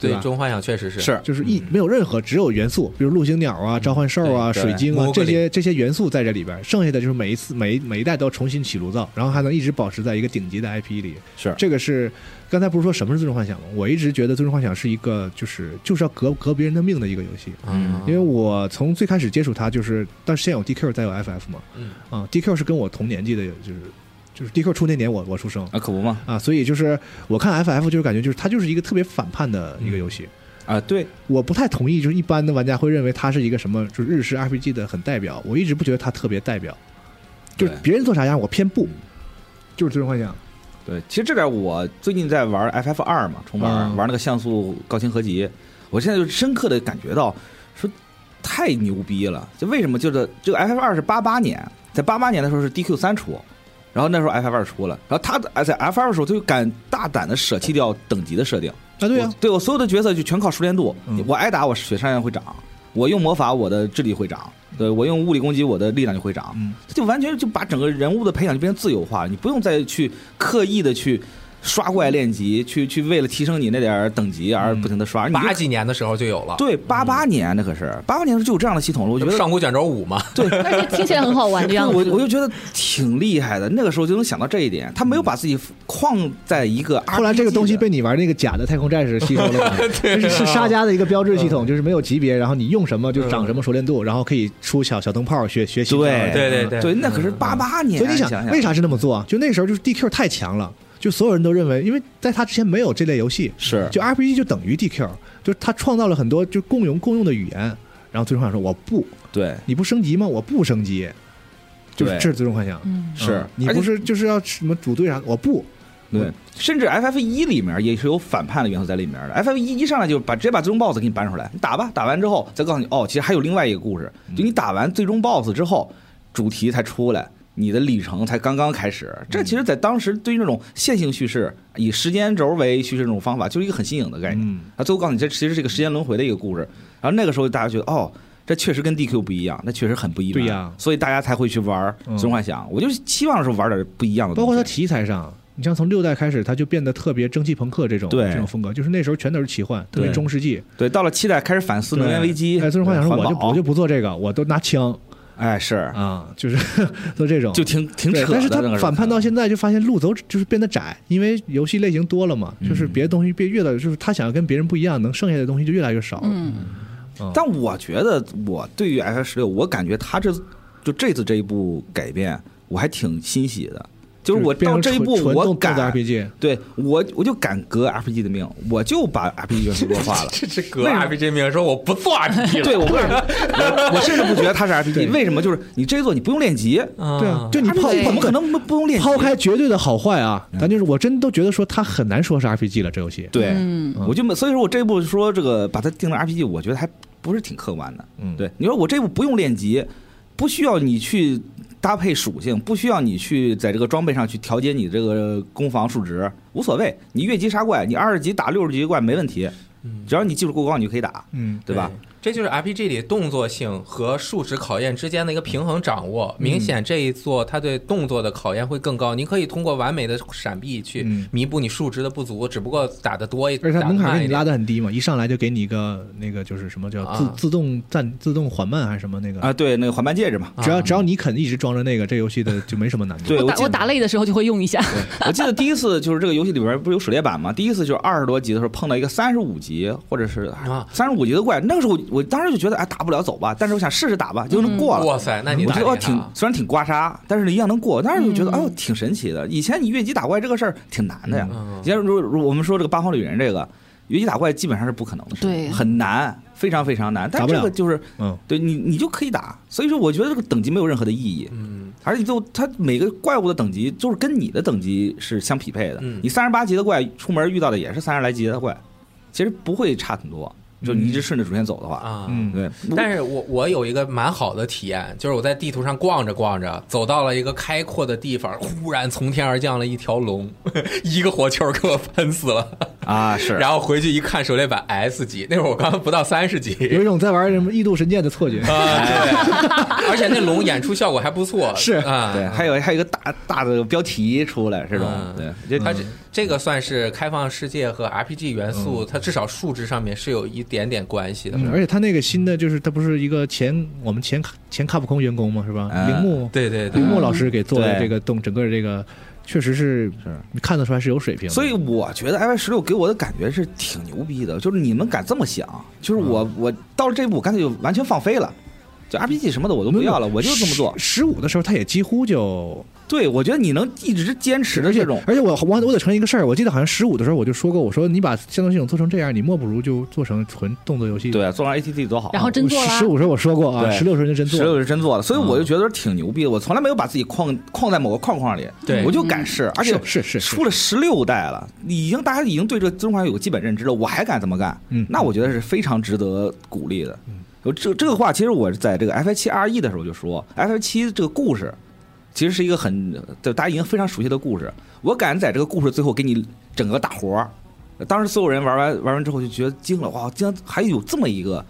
Speaker 5: 最
Speaker 2: 吧
Speaker 5: 终幻想确实是
Speaker 3: 是嗯
Speaker 2: 就是一没有任何，只有元素，比如陆行鸟啊、召唤兽啊、
Speaker 3: 对
Speaker 2: 水晶啊
Speaker 5: 蘑菇
Speaker 2: 这
Speaker 5: 里
Speaker 2: 些这些元素在这里边，剩下的就是每一次每一每一代都要重新起炉灶，然后还能一直保持在一个顶级的 IP 里。
Speaker 3: 是
Speaker 2: 这个是刚才不是说什么是最终幻想吗？我一直觉得最终幻想是一个就是就是要革革别人的命的一个游戏。
Speaker 5: 嗯，
Speaker 2: 因为我从最开始接触它就是，但是先有 DQ 再有 FF 嘛，
Speaker 5: 嗯
Speaker 2: 啊，DQ 是跟我同年纪的，就是就是 DQ 出那年我我出生
Speaker 3: 啊，可不嘛
Speaker 2: 啊，所以就是我看 FF 就是感觉就是它就是一个特别反叛的一个游戏，
Speaker 3: 啊，对，
Speaker 2: 我不太同意，就是一般的玩家会认为它是一个什么，就是日式 RPG 的很代表，我一直不觉得它特别代表，就是
Speaker 3: 对
Speaker 2: 别人做啥样我偏不，就是最终幻想，
Speaker 3: 对，其实这点我最近在玩 FF 二嘛，重玩、
Speaker 2: 嗯
Speaker 3: 玩那个像素高清合集，我现在就深刻的感觉到，说太牛逼了。就为什么就是这个 FF 二是八八年，在八八年的时候是 DQ 三出，然后那时候 F 二出了，然后他的在 F 二时候，他就敢大胆的舍弃掉等级的设定。
Speaker 2: 啊，对
Speaker 3: 我
Speaker 2: 啊，
Speaker 3: 对我所有的角色就全靠熟练度。
Speaker 2: 嗯
Speaker 3: 我挨打，我血伤量会涨；我用魔法，我的智力会涨；对我用物理攻击，我的力量就会涨。
Speaker 2: 嗯
Speaker 3: 他就完全就把整个人物的培养就变成自由化，你不用再去刻意的去刷
Speaker 2: 嗯
Speaker 3: 怪练级，去去为了提升你那点儿等级而不停的刷。你就
Speaker 5: 八几年的时候就有
Speaker 2: 啊
Speaker 5: 了，
Speaker 3: 对八八
Speaker 2: 嗯
Speaker 3: 年那可是八八年的时候就有这样的系统了，我觉得
Speaker 5: 上古卷轴五嘛，
Speaker 4: 而且听起来很好玩的样
Speaker 3: 我
Speaker 4: 子。
Speaker 3: 我就觉得挺厉害的，那个时候就能想到这一点，他没有把自己框在一个 RPG 的。
Speaker 2: 嗯后来这个东西被你玩那个假的太空战士吸收了嘛，这是是沙加的一个标志系统，就是没有级别，然后你用什么就长什么熟练度，然后可以出小小灯泡学学习。嗯
Speaker 3: 对
Speaker 5: 对对对
Speaker 3: 对，那可是八八年，
Speaker 2: 所以你
Speaker 3: 想
Speaker 2: 想为啥是那么做啊？就那时候就是 DQ 太强了，就所有人都认为，因为在他之前没有这类游戏，
Speaker 3: 是
Speaker 2: 就 RPG 就等于 DQ，就是他创造了很多就共用共用的语言，然后最终幻想说我不，
Speaker 3: 对
Speaker 2: 你不升级吗？我不升级，就是
Speaker 3: 对
Speaker 2: 这是最终幻想。
Speaker 4: 嗯，
Speaker 3: 是
Speaker 2: 嗯，你
Speaker 3: 而且
Speaker 2: 不是就是要什么组队啥？我不，
Speaker 3: 对，甚至 FF 一里面也是有反叛的元素在里面的。FF 一一上来就把直接把最终 BOSS 给你搬出来，你打吧，打完之后再告诉你哦，其实还有另外一个故事，
Speaker 2: 嗯
Speaker 3: 就你打完最终 BOSS 之后，主题才出来。你的里程才刚刚开始，
Speaker 2: 嗯
Speaker 3: 这其实，在当时对于那种线性叙事、以时间轴为叙事这种方法，就是一个很新颖的概念。
Speaker 2: 嗯
Speaker 3: 啊，最后告诉你，这其实是一个时间轮回的一个故事。然后那个时候大家觉得，哦，这确实跟 DQ 不一样，那确实很不一样。
Speaker 2: 对呀
Speaker 3: 所以大家才会去玩
Speaker 2: 嗯
Speaker 3: 《最终幻想》我就是期望的时候玩点不一样的东
Speaker 2: 包
Speaker 3: 西。
Speaker 2: 括它题材上，你像从六代开始，它就变得特别蒸汽朋克这种
Speaker 3: 对
Speaker 2: 这种风格，就是那时候全都是奇幻，特别
Speaker 3: 对
Speaker 2: 中世纪。
Speaker 3: 对，到了七代开始反思能源危机，
Speaker 2: 哎，最终幻想说
Speaker 3: 环
Speaker 2: 我就
Speaker 3: 保
Speaker 2: 我就不做这个，我都拿枪
Speaker 3: 哎是，
Speaker 2: 啊，就是 做这种。
Speaker 3: 就挺挺
Speaker 2: 对
Speaker 3: 扯的。
Speaker 2: 但是
Speaker 3: 那个时
Speaker 2: 他
Speaker 3: 候嗯
Speaker 2: 反叛到现在，就发现路走就是变得窄，因为游戏类型多了嘛，就是
Speaker 3: 嗯
Speaker 2: 别的东西变越来，就是他想要跟别人不一样，能剩下的东西就越来越少。
Speaker 4: 嗯，
Speaker 3: 但我觉得我对于 F 十六，我感觉他这就这次这一步改变，我还挺欣喜的。就是我
Speaker 2: 变
Speaker 3: 到
Speaker 2: 成
Speaker 3: 这一
Speaker 2: 纯
Speaker 3: 步，
Speaker 2: 纯
Speaker 3: 我
Speaker 2: 动动作
Speaker 3: 敢
Speaker 2: RPG，
Speaker 3: 对我我就敢革 RPG 的命，我就把 RPG 元素弱化了。
Speaker 5: 这是隔 RPG 名说我不做 RPG 了，
Speaker 3: 对我为什么我我甚至不觉得它是 RPG？为什么？就是你这一座你不用练级，
Speaker 5: 啊
Speaker 2: 对啊，就你
Speaker 3: RPG
Speaker 2: 抛
Speaker 3: 怎么可能不用练级？
Speaker 2: 抛开绝对的好坏啊，咱就是我真都觉得说他很难说是 RPG 了，这游戏。
Speaker 3: 嗯对，
Speaker 4: 嗯
Speaker 3: 我就没所以说我这一步说这个把它定成 RPG，我觉得还不是挺客观的。
Speaker 2: 嗯
Speaker 3: 对，你说我这一步不用练级，不需要你去搭配属性，不需要你去在这个装备上去调节你这个攻防数值，无所谓。你越级杀怪，你二十级打六十级怪没问题，只要你技术够高，你就可以打，
Speaker 2: 嗯，
Speaker 3: 对吧？？
Speaker 5: 这就是 RPG 里动作性和数值考验之间的一个平衡掌握。明显这一座它对动作的考验会更高，你可以通过完美的闪避去
Speaker 2: 嗯
Speaker 5: 弥补你数值的不足，只不过打得多一，
Speaker 2: 而且它门槛
Speaker 5: 打得慢
Speaker 2: 给
Speaker 5: 一
Speaker 2: 你
Speaker 5: 点
Speaker 2: 拉得很低嘛，一上来就给你一个那个就是什么叫自、
Speaker 5: 啊
Speaker 2: 自动暂自动缓慢还是什么那个，
Speaker 3: 啊，对，那个环半戒指嘛，
Speaker 2: 只要只要你肯一直装着那个，这游戏的就没什么难度。
Speaker 3: 对
Speaker 4: 我
Speaker 3: 我
Speaker 4: 打
Speaker 3: 记
Speaker 4: 我
Speaker 3: 得
Speaker 4: 打累的时候就会用一下。
Speaker 3: 我记得第一次就是这个游戏里边不是有狩猎版吗？第一次就是二十多级的时候碰到一个三十五级或者是
Speaker 5: 啊
Speaker 3: 三十五级的怪，那个时候我我当时就觉得哎打不了走吧，但是我想试试打吧，就能过了。
Speaker 5: 哇塞，那你
Speaker 3: 我
Speaker 5: 打
Speaker 3: 觉得哦
Speaker 5: 得
Speaker 3: 挺虽然挺刮痧，但是一样能过。当时就觉得
Speaker 4: 嗯
Speaker 3: 哦挺神奇的。以前你越级打怪这个事儿挺难的呀。
Speaker 5: 嗯
Speaker 3: 以前如如我们说这个八荒旅人这个越级打怪基本上是不可能的事，
Speaker 4: 对
Speaker 3: 很难，非常非常难。但
Speaker 2: 打不
Speaker 3: 这
Speaker 2: 了
Speaker 3: 个就是
Speaker 2: 嗯，
Speaker 3: 对你你就可以打，所以说我觉得这个等级没有任何的意义。
Speaker 5: 嗯
Speaker 3: 而且就它每个怪物的等级就是跟你的等级是相匹配的。
Speaker 5: 嗯
Speaker 3: 你三十八级的怪出门遇到的也是三十来级的怪，其实不会差很多。就你一直顺着主线走的话，
Speaker 5: 嗯啊
Speaker 2: 嗯
Speaker 3: 对。
Speaker 5: 但是我我有一个蛮好的体验，就是我在地图上逛着逛着，走到了一个开阔的地方，忽然从天而降了一条龙， 一个火球给我喷死了。
Speaker 3: 啊是，
Speaker 5: 然后回去一看狩猎版 S 级，那会儿我刚刚不到三十级，
Speaker 2: 有一种在玩什么《异度神剑》的错觉。
Speaker 5: 啊，对，而 且那龙演出效果还不错，
Speaker 2: 是
Speaker 5: 啊，
Speaker 3: 对，还有还有一个大大的标题出来，这种
Speaker 5: 嗯
Speaker 3: 对，就
Speaker 5: 它这这个算是开放世界和 RPG 元素，它至少数值上面是有一点点关系的。
Speaker 2: 嗯，而且他那个新的就是他不是一个前我们前前卡普空员工嘛，是吧？
Speaker 3: 嗯
Speaker 2: 铃木
Speaker 5: 对对对
Speaker 2: 铃，木老师给做的
Speaker 3: 对
Speaker 2: 这个动整个这个，确实是你看得出来是有水平的。
Speaker 3: 所以我觉得 i y 十六给我的感觉是挺牛逼的，就是你们敢这么想，就是我、
Speaker 5: 嗯
Speaker 3: 我到了这一步，我干脆就完全放飞了，就 RPG 什么的我都不要了，我就这么做。
Speaker 2: 十五的时候，他也几乎就
Speaker 3: 对，我觉得你能一直坚持的
Speaker 2: 而且
Speaker 3: 这种，
Speaker 2: 而且我我我得承认一个事儿，我记得好像十五的时候我就说过，我说你把战斗系统做成这样，你莫不如就做成纯动作游戏。
Speaker 3: 对，啊，做上 ATT 多好啊。
Speaker 4: 然哦后真做啦
Speaker 2: 十五时候我说过啊，
Speaker 3: 对
Speaker 2: 十六时候就真
Speaker 3: 十六
Speaker 2: 做。
Speaker 3: 是真做的，所以我就觉得挺牛逼的。我从来没有把自己框框在某个框框里，
Speaker 5: 对
Speaker 3: 我就敢试，而且
Speaker 2: 嗯是是是
Speaker 3: 出了十六代了，已经大家已经对这个《尊皇有个基本认知了，我还敢这么干，
Speaker 2: 嗯
Speaker 3: 那我觉得是非常值得鼓励的。我这这个话，其实我在这个 F 七 R E 的时候就说，F 七这个故事其实是一个很就大家已经非常熟悉的故事。我敢在这个故事最后给你整个大活儿。当时所有人玩完玩完之后就觉得惊了，哇，竟然还有这么一个，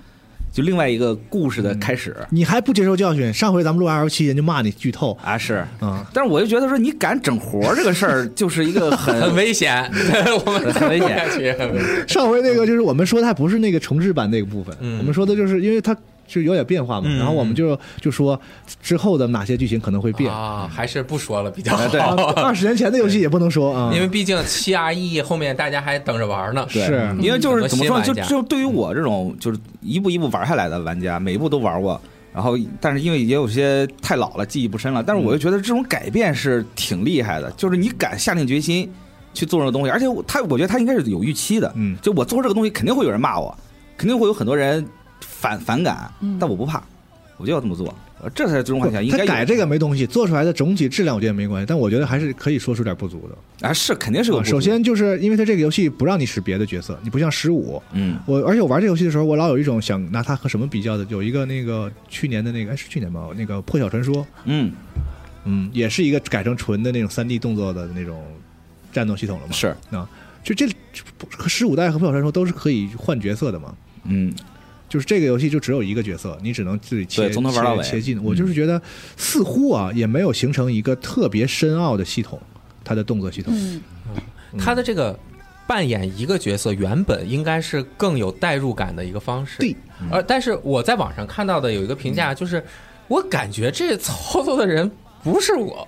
Speaker 3: 就另外一个故事的开始、
Speaker 6: 你还不接受教训？上回咱们录 L 七，人就骂你剧透
Speaker 3: 啊！是，
Speaker 5: 嗯
Speaker 6: 啊，
Speaker 3: 但是我就觉得说你敢整活儿这个事儿，就是一 个很
Speaker 5: 很危险， 我们
Speaker 3: 很危险
Speaker 5: 感觉很危险。
Speaker 2: 上回那个就是我们说的还不是那个重置版那个部分，
Speaker 5: 嗯
Speaker 2: 我们说的就是因为它就有点变化嘛，
Speaker 5: 嗯
Speaker 2: 然后我们就就说之后的哪些剧情可能会变。
Speaker 5: 啊，还是不说了比较
Speaker 2: 哎
Speaker 3: 啊 对
Speaker 5: 好，
Speaker 2: 二十年前的游戏也不能说啊，
Speaker 5: 因为毕竟七 R E 后面大家还等着玩呢。
Speaker 3: 对
Speaker 2: 是
Speaker 3: 因为就是
Speaker 5: 嗯
Speaker 3: 怎么说呢，
Speaker 5: 很多新玩嗯
Speaker 3: 就
Speaker 5: 家
Speaker 3: 就对于我这种就是一步一步玩下来的玩家，每一步都玩过，然后但是因为也有些太老了，记忆不深了。但是我就觉得这种改变是挺厉害的，就是你敢下定决心去做这个东西，而且我他我觉得他应该是有预期的，
Speaker 2: 嗯，
Speaker 3: 就我做这个东西肯定会有人骂我，肯定会有很多人反反感
Speaker 4: 嗯，
Speaker 3: 但我不怕，我就要这么做，这才是最终
Speaker 5: 嗯
Speaker 3: 幻想。应该
Speaker 2: 他
Speaker 3: 有
Speaker 2: 改这个没东西，做出来的总体质量我觉得没关系，但我觉得还是可以说出点不足的。
Speaker 3: 啊，是肯定是
Speaker 5: 嗯
Speaker 3: 有
Speaker 2: 啊
Speaker 3: 不足
Speaker 2: 首，先就是因为它这个游戏不让你使别的角色，你不像十五。
Speaker 3: 嗯
Speaker 2: 我而且我玩这游戏的时候，我老有一种想拿它和什么比较的，有一个那个去年的那个哎是去年吧，那个《破晓传说》，
Speaker 3: 嗯
Speaker 2: 嗯，也是一个改成纯的那种三 D 动作的那种战斗系统了嘛。啊就
Speaker 3: 是
Speaker 2: 这十五代和《破晓传说》都是可以换角色的嘛。
Speaker 3: 嗯
Speaker 2: 就是这个游戏就只有一个角色，你只能自己切
Speaker 3: 对从头玩到尾嗯
Speaker 2: 切切近。我就是觉得似乎啊，也没有形成一个特别深奥的系统，它的动作系统。
Speaker 4: 嗯，
Speaker 5: 他的这个扮演一个角色，原本应该是更有代入感的一个方式
Speaker 2: 对。
Speaker 5: 而但是我在网上看到的有一个
Speaker 3: 嗯
Speaker 5: 评价，就是我感觉这操作的人不是我。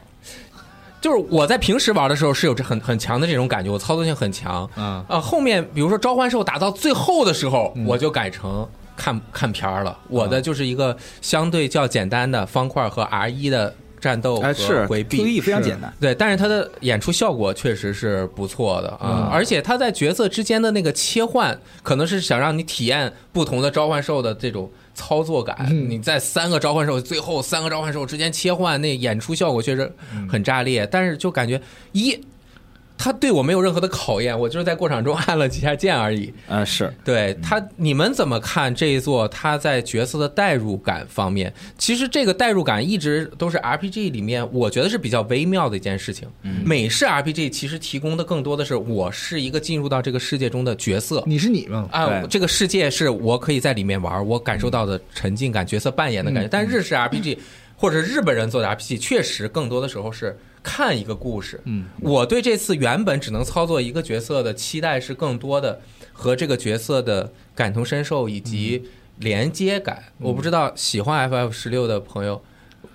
Speaker 5: 就是我在平时玩的时候是有这很很强的这种感觉，我操作性很强
Speaker 3: 嗯
Speaker 2: 啊
Speaker 5: 呃，后面比如说召唤兽打到最后的时候，
Speaker 3: 嗯
Speaker 5: 我就改成看看片儿了。我的就是一个相对较简单的方块和 R 一的战斗
Speaker 3: 哎
Speaker 5: 和
Speaker 3: 是
Speaker 5: 哦回避，
Speaker 3: PVE 非常
Speaker 2: 是
Speaker 3: 简单，
Speaker 5: 对，但是他的演出效果确实是不错的啊、而且他在角色之间的那个切换，可能是想让你体验不同的召唤兽的这种操作感。你在三个召唤兽最后三个召唤兽之间切换，那演出效果确实很炸裂。但是就感觉一，他对我没有任何的考验，我就是在过场中按了几下键而已。
Speaker 3: 啊是
Speaker 5: 对他，你们怎么看这一座他在角色的代入感方面？其实这个代入感一直都是 RPG 里面我觉得是比较微妙的一件事情。美式 RPG 其实提供的更多的是我是一个进入到这个世界中的角色。
Speaker 2: 你是你嘛？
Speaker 5: 啊，
Speaker 3: 对
Speaker 5: 这个世界是我可以在里面玩，我感受到的沉浸感、角色扮演的感觉。但日式 RPG 或者日本人做的 RPG，确实更多的时候是看一个故事。嗯，我对这次原本只能操作一个角色的期待是更多的和这个角色的感同身受以及连接感。我不知道喜欢 FF 十六的朋友。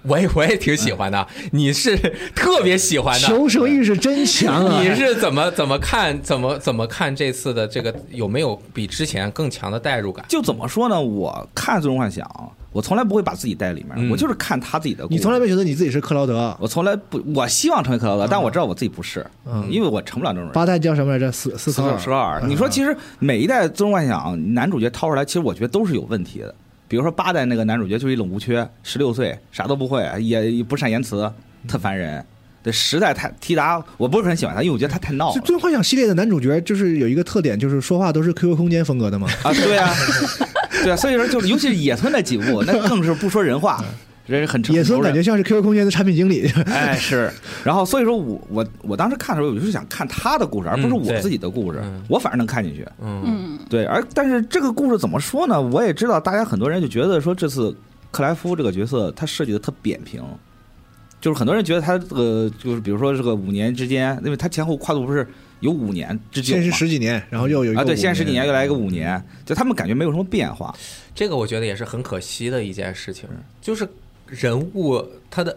Speaker 5: 我也我 也挺喜欢的，你是特别喜
Speaker 3: 哎
Speaker 5: 欢的，
Speaker 2: 求生意识真强 啊！
Speaker 5: 你是怎么怎么看怎么怎么看这次的这个有没有比之前更强的代入感？
Speaker 3: 就怎么说呢？我看《最终幻想》，我从来不会把自己带里面，
Speaker 5: 嗯
Speaker 3: 我就是看他自己的故事。
Speaker 2: 你从来没觉得你自己是克劳德？
Speaker 3: 我从来不，我希望成为克劳德，但我知道我自己不是，
Speaker 2: 嗯
Speaker 3: 因为我成不了这种人。
Speaker 2: 八代叫什么来着？斯斯
Speaker 3: 斯
Speaker 2: 科尔。嗯
Speaker 3: 十二，你说其实每一代《最终幻想》男主角掏出来，其实我觉得都是有问题的。比如说八代那个男主角就是一冷无缺，十六岁啥都不会，也也不善言辞，特烦人。对十代太提达，我不是很喜欢他，因为我觉得他太闹
Speaker 2: 就《
Speaker 3: 了
Speaker 2: 最终幻想》系列的男主角就是有一个特点，就是说话都是 QQ 空间风格的 嘛。
Speaker 3: 啊。对啊，对啊，所以说就是，尤其是野村那几部，那更是不说人话，人是很成
Speaker 2: 嗯野
Speaker 3: 熟
Speaker 2: 村
Speaker 3: 人
Speaker 2: 感觉像是 QQ 空间的产品经理。
Speaker 3: 哎，是。然后所以说我我我当时看的时候，我就是想看他的故事，而不是
Speaker 5: 嗯
Speaker 3: 我
Speaker 5: 对
Speaker 3: 自己的故事。
Speaker 5: 嗯
Speaker 3: 我反而能看进去。
Speaker 5: 嗯
Speaker 3: 对，而但是这个故事怎么说呢？我也知道，大家很多人就觉得说这次克莱夫这个角色他设计的特扁平。就是很多人觉得他这个就是，比如说这个五年之间，因为他前后跨度不是有五年之 久
Speaker 2: 先是
Speaker 3: 嘛，
Speaker 2: 十几年，然后又有一个
Speaker 3: 啊，对，
Speaker 2: 五嗯
Speaker 3: 现在十几年，又来一个五年，就他们感觉没有什么变化。
Speaker 5: 这个我觉得也是很可惜的一件事情，
Speaker 2: 嗯
Speaker 5: 就是人物他的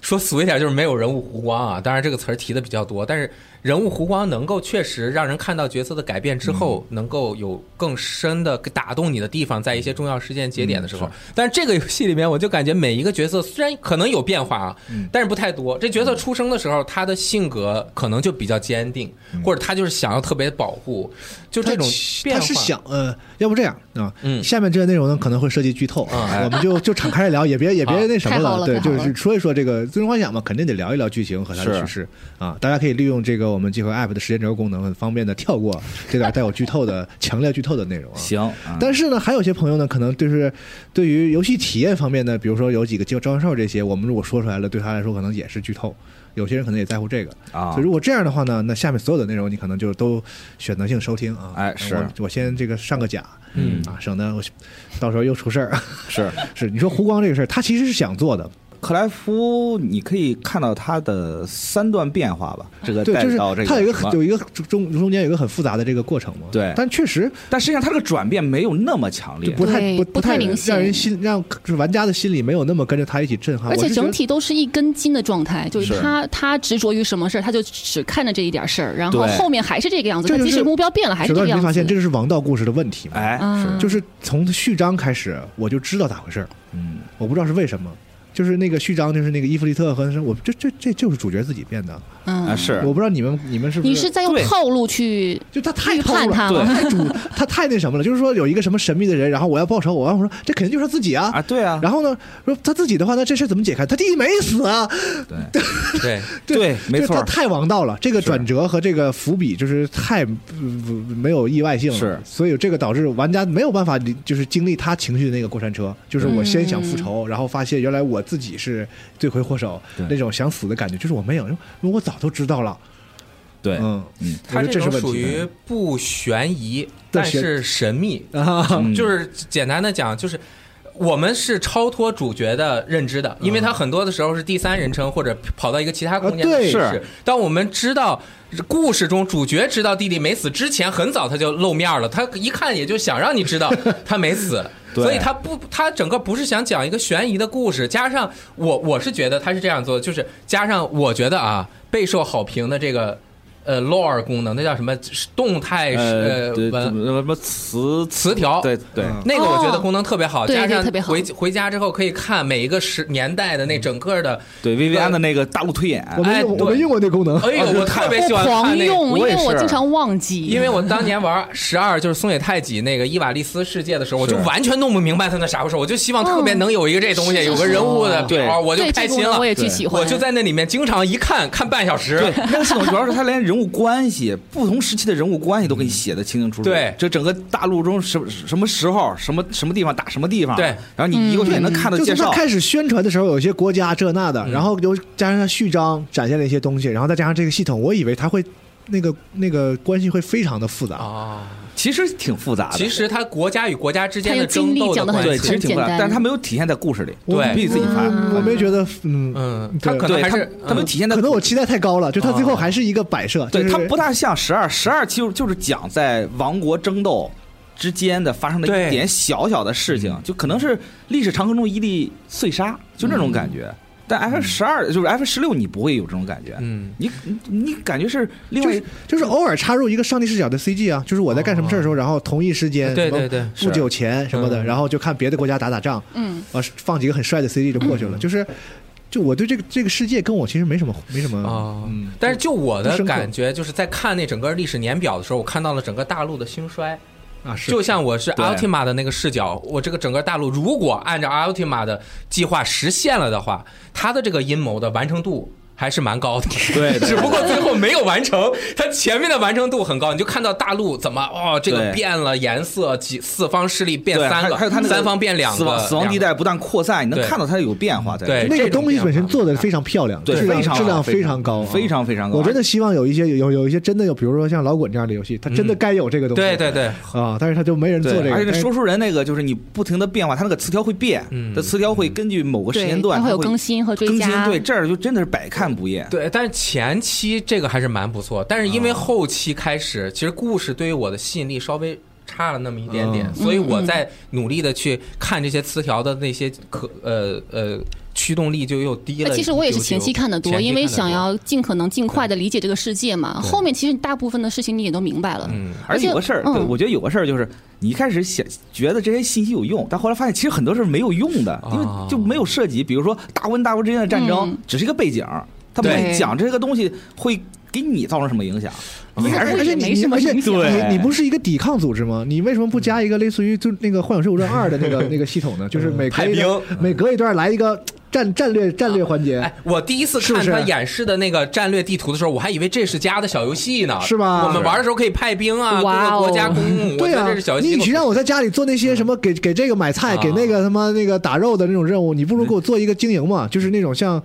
Speaker 5: 说俗一点就是没有人物弧光啊。当然这个词儿提的比较多，但是人物弧光能够确实让人看到角色的改变之后，
Speaker 2: 嗯
Speaker 5: 能够有更深的打动你的地方，在一些重要事件节点的时
Speaker 2: 嗯
Speaker 5: 候。但是这个游戏里面，我就感觉每一个角色虽然可能有变化啊，
Speaker 2: 嗯
Speaker 5: 但是不太多。这角色出生的时候，他的性格可能就比较坚定，或者他就是想要特别保护，就这种
Speaker 2: 嗯
Speaker 5: 变
Speaker 2: 他
Speaker 5: 化
Speaker 2: 是想呃，要不这样啊，
Speaker 5: 嗯啊哎
Speaker 2: 下面这个内容呢可能会涉及剧透，啊我们就就敞开来聊，也别也别
Speaker 5: 好
Speaker 2: 那什么
Speaker 4: 太好了
Speaker 2: 对，
Speaker 4: 太好
Speaker 2: 就
Speaker 4: 了
Speaker 2: 是说一说这个《最终幻想》嘛，肯定得聊一聊剧情和它的
Speaker 3: 是
Speaker 2: 叙事啊，大家可以利用这个有我们集合 App 的时间轴功能，很方便的跳过这段带有剧透的强烈剧透的内容啊。
Speaker 3: 行，嗯
Speaker 2: 但是呢，还有些朋友呢，可能就是对于游戏体验方面呢，比如说有几个召召唤兽这些，我们如果说出来了，对他来说可能也是剧透。有些人可能也在乎这个，
Speaker 3: 啊
Speaker 2: 所以，如果这样的话呢，那下面所有的内容你可能就都选择性收听啊。
Speaker 3: 哎是
Speaker 2: 我我先这个上个甲，
Speaker 5: 嗯
Speaker 2: 啊，省得我到时候又出事儿。
Speaker 3: 是
Speaker 2: 是你说湖光这个事儿，他其实是想做的，
Speaker 3: 克莱夫，你可以看到他的三段变化吧？这个
Speaker 2: 啊对，
Speaker 3: 呃带
Speaker 2: 就是
Speaker 3: 到这个
Speaker 2: 他有一
Speaker 3: 什么
Speaker 2: 个有一个中中间有一个很复杂的这个过程嘛。
Speaker 3: 对
Speaker 2: 但确实
Speaker 3: 但实际上他这个转变没有那么强
Speaker 2: 就
Speaker 3: 烈。
Speaker 2: 不太
Speaker 4: 对
Speaker 2: 不
Speaker 4: 不太
Speaker 2: 让
Speaker 4: 明显
Speaker 2: 让人心让就是玩家的心里没有那么跟着他一起震撼。
Speaker 4: 而
Speaker 2: 啊我
Speaker 4: 且
Speaker 2: 是觉得
Speaker 4: 整体都是一根筋的状态，就是是他他执着于什么事儿，他就只看着这一点事儿，然后
Speaker 3: 对
Speaker 4: 后面还是这个样子。
Speaker 2: 这
Speaker 4: 他
Speaker 2: 就是
Speaker 4: 即使目标变了，还
Speaker 2: 小
Speaker 4: 是这
Speaker 2: 段，
Speaker 4: 个
Speaker 2: 你
Speaker 4: 样
Speaker 2: 没
Speaker 4: 子。
Speaker 2: 发现这就是王道故事的问题吗？
Speaker 3: 哎，
Speaker 5: 嗯
Speaker 4: 啊，
Speaker 2: 就是从序章开始，我就知道咋回事儿，
Speaker 3: 嗯，
Speaker 2: 我不知道是为什么。就是那个序章，就是那个伊芙利特和我这这这就是主角自己变的，
Speaker 3: 啊
Speaker 4: 嗯，
Speaker 3: 是
Speaker 2: 我不知道你们你们是不
Speaker 4: 你是在用
Speaker 3: 对
Speaker 4: 套路去
Speaker 2: 就他太
Speaker 4: 预
Speaker 2: 透
Speaker 4: 判
Speaker 2: 了，
Speaker 4: 他
Speaker 3: 对
Speaker 4: 吗？
Speaker 2: 太主他太那什么了，就是说有一个什么神秘的人，然后我要报仇，我要说这肯定就是他自己啊。
Speaker 3: 啊，对啊，
Speaker 2: 然后呢，说他自己的话，那这事怎么解开？他弟弟没死啊，
Speaker 3: 对
Speaker 5: 对，
Speaker 3: 对，没
Speaker 2: 就是
Speaker 3: 错
Speaker 2: 他，太王道了。这个转折和这个伏笔就是太、呃没有意外性了，
Speaker 3: 是
Speaker 2: 所以这个导致玩家没有办法理就是经历他情绪的那个过山车，就是
Speaker 5: 嗯
Speaker 2: 我先想复仇，然后发现原来我自己是罪魁祸首
Speaker 3: 对，
Speaker 2: 那种想死的感觉，就是我没有，因为我早都知道了。
Speaker 3: 对，
Speaker 2: 嗯，
Speaker 3: 嗯，
Speaker 5: 它
Speaker 2: 我觉得这是
Speaker 5: 种
Speaker 2: 问
Speaker 5: 属
Speaker 2: 题
Speaker 5: 于不悬疑，
Speaker 2: 但
Speaker 5: 但
Speaker 2: 悬
Speaker 5: 是神秘，
Speaker 2: 啊，
Speaker 3: 嗯
Speaker 5: 就是简单的讲，就是我们是超脱主角的认知的，因为他很多的时候是第三人称或者跑到一个其他空间
Speaker 2: 啊对
Speaker 5: 去试
Speaker 3: 是
Speaker 5: 试。当我们知道故事中主角知道弟弟没死之前，很早他就露面了，他一看也就想让你 知道他没死。
Speaker 3: 对
Speaker 5: 所以他不，他整个不是想讲一个悬疑的故事，加上我，我是觉得他是这样做的，就是加上我觉得啊，备受好评的这个呃 lore 功能，那叫什么动态
Speaker 3: 呃，对
Speaker 5: 哎文
Speaker 3: 怎么什么词
Speaker 5: 词条，
Speaker 3: 对对，
Speaker 2: 嗯
Speaker 5: 那个我觉得
Speaker 4: 哦
Speaker 5: 功能特别好，
Speaker 4: 对
Speaker 5: 加
Speaker 4: 这
Speaker 5: 上
Speaker 4: 个特别好
Speaker 5: 回回家之后可以看每一个时年代的那整个的，
Speaker 3: 嗯对啊薇薇安的那个大陆推演，
Speaker 2: 我没用，
Speaker 5: 哎
Speaker 2: 我没用过那功能。
Speaker 5: 哎呦，我特 别喜
Speaker 4: 我
Speaker 5: 欢
Speaker 4: 狂
Speaker 5: 看那个。
Speaker 4: 用，因
Speaker 3: 我也
Speaker 4: 为我
Speaker 3: 是
Speaker 4: 经常忘记，
Speaker 5: 因为我当年玩十二就是松野太己那个伊瓦利斯世界的时候，我
Speaker 3: 是
Speaker 5: 就完全弄不明白他那啥回事，我就希望特别能有一个这东西，
Speaker 4: 嗯是是
Speaker 5: 有个人物的
Speaker 3: 对
Speaker 5: 表，我就
Speaker 4: 对
Speaker 5: 开
Speaker 4: 这个功
Speaker 5: 心
Speaker 4: 能
Speaker 5: 了。
Speaker 4: 我也
Speaker 3: 对
Speaker 4: 巨喜欢，
Speaker 5: 我就在那里面经常一看看半小时，
Speaker 3: 对，那个系统主要是它连人物关系，不同时期的人物关系都给你写的清清楚楚。
Speaker 5: 对
Speaker 3: 这整个大陆中什么什么时候、什么什么地方打什么地方，
Speaker 5: 对嗯
Speaker 3: 然后你一过去也能看
Speaker 2: 嗯
Speaker 3: 到
Speaker 2: 就
Speaker 3: 介
Speaker 2: 从他
Speaker 3: 绍。
Speaker 2: 开始宣传的时候，有些国家这那的，
Speaker 5: 嗯
Speaker 2: 然后又加上他序章展现了一些东西，然后再加上这个系统，我以为他会那个那个关系会非常的复杂。
Speaker 5: 啊，
Speaker 3: 其实挺复杂的，
Speaker 5: 其实它国家与国家之间
Speaker 4: 它
Speaker 5: 的
Speaker 4: 有经
Speaker 5: 争
Speaker 4: 历
Speaker 5: 斗
Speaker 4: 讲
Speaker 5: 的
Speaker 4: 得
Speaker 5: 关
Speaker 4: 很
Speaker 3: 对，
Speaker 5: 系
Speaker 3: 其，实挺复杂，
Speaker 4: 很简单
Speaker 3: 但是它没有体现在故事里，
Speaker 2: 我
Speaker 5: 对
Speaker 3: 你必须自己翻。
Speaker 2: 嗯我没觉得，嗯
Speaker 5: 嗯，它
Speaker 2: 对
Speaker 5: 可能
Speaker 3: 对，
Speaker 5: 还
Speaker 3: 它
Speaker 5: 是
Speaker 3: 它没有
Speaker 5: 嗯
Speaker 3: 体现在
Speaker 2: 可
Speaker 3: 故
Speaker 2: 能我期待太高了，就他最后还是一个摆设，就
Speaker 3: 对
Speaker 2: 是
Speaker 3: 它不大像十二，十二其实就是讲在王国争斗之间的发生的一
Speaker 5: 对嗯
Speaker 3: 点小小的事情，就可能是历史长河中一粒碎沙，就那
Speaker 5: 嗯
Speaker 3: 种感觉。但 F 十二就是 F 十六，你不会有这种感觉，
Speaker 5: 嗯
Speaker 3: 你你你感觉是另
Speaker 2: 就
Speaker 3: 外一
Speaker 2: 是就是偶尔插入一个上帝视角的 CG 啊，就是我在干什么事
Speaker 3: 哦
Speaker 2: 儿的时候，然后同一时间，
Speaker 5: 对
Speaker 2: 什么
Speaker 5: 对对
Speaker 2: 不久前什么的，
Speaker 5: 嗯
Speaker 2: 然后就看别的国家打打仗，
Speaker 4: 嗯，
Speaker 2: 啊，放几个很帅的 CG 就过去
Speaker 3: 嗯
Speaker 2: 了，就是就我对这个这个世界跟我其实没什么没什么
Speaker 5: 哦，
Speaker 2: 嗯，
Speaker 5: 但是就我
Speaker 2: 不
Speaker 5: 的
Speaker 2: 深刻
Speaker 5: 感觉，就是在看那整个历史年表的时候，我看到了整个大陆的兴衰。
Speaker 2: 啊是
Speaker 5: 就像我是
Speaker 3: 对
Speaker 5: Ultima 的那个视角，我这个整个大陆如果按照 Ultima 的计划实现了的话，它的这个阴谋的完成度。还是蛮高的，
Speaker 3: 对对
Speaker 5: 只不过最后没有完成，它前面的完成度很高，你就看到大陆怎么哦，这
Speaker 3: 对
Speaker 5: 个变了颜色，几四方势力变
Speaker 3: 对
Speaker 5: 三
Speaker 3: 还有
Speaker 5: 个，
Speaker 3: 还有它那个
Speaker 5: 三方变两
Speaker 3: 死亡
Speaker 5: 个，
Speaker 3: 死亡地
Speaker 5: 两
Speaker 3: 带不但扩散，你能
Speaker 5: 对
Speaker 3: 看到它有变化在里
Speaker 5: 对
Speaker 3: 面。
Speaker 2: 那个
Speaker 5: 这种
Speaker 2: 东西本身
Speaker 5: 变化
Speaker 2: 做的非常漂亮，
Speaker 3: 啊对
Speaker 2: 质量
Speaker 3: 非常好
Speaker 2: 质量非常
Speaker 3: 非常
Speaker 2: 高啊，
Speaker 3: 非常非常高
Speaker 2: 我真的希望有一些有有一些真的有，比如说像老滚这样的游戏，它真的
Speaker 5: 嗯
Speaker 2: 该有这个
Speaker 5: 个
Speaker 2: 东西。
Speaker 5: 对对对，
Speaker 2: 啊，但是他就没人做这
Speaker 3: 对，
Speaker 2: 个。哎
Speaker 3: 而且那
Speaker 2: 但是
Speaker 3: 说书人那个就是你不停的变化，它那个词条会变，
Speaker 5: 嗯
Speaker 3: 它词条会根据某个时
Speaker 4: 对，
Speaker 3: 间段
Speaker 4: 它会有
Speaker 3: 它
Speaker 4: 更新和追
Speaker 3: 更新
Speaker 4: 加，
Speaker 3: 对，这儿就真的是百看不厌。
Speaker 5: 对，但是前期这个还是蛮不错，但是因
Speaker 2: 嗯
Speaker 5: 为后期开始，其实故事对于我的吸引力稍微差了那么一
Speaker 2: 嗯
Speaker 5: 点点，所以我在努力的去看这些词条的那些可呃呃驱动力就又低了
Speaker 4: 那
Speaker 5: 一丢丢。
Speaker 4: 哎其实我也是前期看的多，
Speaker 5: 前期
Speaker 4: 因为
Speaker 5: 看得
Speaker 4: 想
Speaker 5: 多
Speaker 4: 要尽可能尽快的理解这个世界嘛。
Speaker 5: 对
Speaker 4: 后面其实大部分的事情你也都明白了，
Speaker 5: 嗯
Speaker 3: 而且有个事儿，对
Speaker 4: 嗯
Speaker 3: 我觉得有个事儿就是，你一开始想觉得这些信息有用，但后来发现其实很多是没有用的，因为
Speaker 5: 哦
Speaker 3: 就没有涉及，比如说大温大国之间的战争
Speaker 4: 嗯
Speaker 3: 只是一个背景，它
Speaker 5: 对
Speaker 3: 每讲这个东西会给你造成什么影响？
Speaker 4: 似
Speaker 3: 你还是
Speaker 4: 乎也
Speaker 2: 而且你
Speaker 4: 没什么
Speaker 2: 而且
Speaker 4: 影响
Speaker 3: 对
Speaker 5: 啊
Speaker 2: 你你不是一个抵抗组织吗？你为什么不加一个类似于就那个《幻想水浒传二》的 那个那个系统呢？
Speaker 5: 嗯
Speaker 2: 就是每隔一段每隔一段来一个战战略战略环节
Speaker 5: 哎，，我第一次
Speaker 2: 是不
Speaker 5: 看
Speaker 2: 是
Speaker 5: 他演示的那个战略地图的时候，我还以为这是家的小游戏呢，
Speaker 2: 是吧
Speaker 5: 我们玩的时候可以派兵啊，
Speaker 4: 哇哦
Speaker 5: 各个国家公务，我
Speaker 2: 对
Speaker 5: 觉
Speaker 2: 啊
Speaker 5: 得这是小游，戏。
Speaker 2: 你与其让我在家里做那些什么给给这个买菜、
Speaker 5: 嗯啊
Speaker 2: 给那个他妈那个打肉的那种任务，你不如给我做一个经营嘛，就是那种像。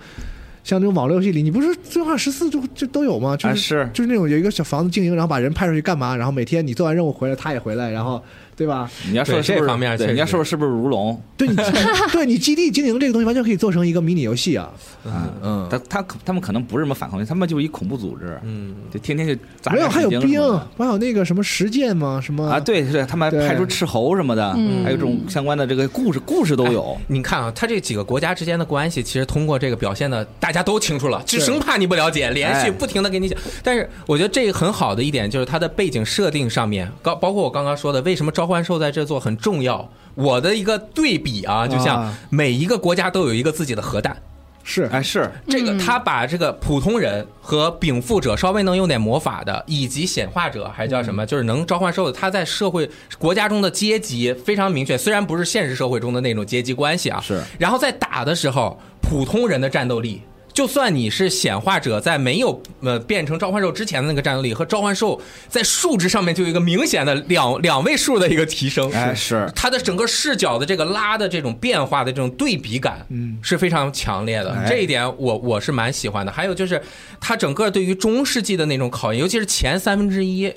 Speaker 2: 像那种网络游戏里，你不是《最后十四》就就都有吗？就是、
Speaker 3: 啊是
Speaker 2: 就是那种有一个小房子经营，然后把人派出去干嘛？然后每天你做完任务回来，他也回来，然后对吧？
Speaker 3: 你要说的是不是
Speaker 5: 对这方面确
Speaker 3: 对，
Speaker 5: 实
Speaker 3: 你要说的是不是如龙？
Speaker 2: 对你 对你基地经营这个东西完全可以做成一个迷你游戏啊！
Speaker 3: 嗯，他他可他们可能不是什么反抗军，他们就是一恐怖组织，
Speaker 5: 嗯，
Speaker 3: 就天天就砸
Speaker 2: 没有
Speaker 3: 人
Speaker 2: 还有
Speaker 3: 神经
Speaker 2: 兵
Speaker 3: 什么的，
Speaker 2: 还有那个什么实践吗？什么
Speaker 3: 啊，对对，他们
Speaker 2: 嗯
Speaker 3: 还
Speaker 2: 对
Speaker 3: 派出斥候什么的，
Speaker 4: 嗯
Speaker 3: 还有这种相关的这个故事故事都有。
Speaker 5: 你看啊，他这几个国家之间的关系，其实通过这个表现的，大家都清楚了，就生怕你不了解，连续
Speaker 3: 哎
Speaker 5: 不停的给你讲。但是我觉得这个很好的一点就是它的背景设定上面，高包括我刚刚说的，为什么召唤兽在这做很重要。我的一个对比啊，就像
Speaker 2: 啊
Speaker 5: 每一个国家都有一个自己的核弹，
Speaker 2: 是
Speaker 3: 哎，是
Speaker 5: 这个他把这个普通人和禀赋者稍微能用点魔法的，以及显化者还叫
Speaker 3: 嗯
Speaker 5: 什么，就是能召唤兽的，他在社会国家中的阶级非常明确，虽然不是现实社会中的那种阶级关系啊，
Speaker 3: 是
Speaker 5: 然后在打的时候，普通人的战斗力。就算你是显化者，在没有呃变成召唤兽之前的那个战斗力和召唤兽在数值上面就有一个明显的两两位数的一个提升，
Speaker 3: 哎是
Speaker 5: 它的整个视角的这个拉的这种变化的这种对比感，嗯，是非常强烈的。
Speaker 3: 哎
Speaker 5: 这一点我我是蛮喜欢的。还有就是它整个对于中世纪的那种考验，尤其是前三分之一，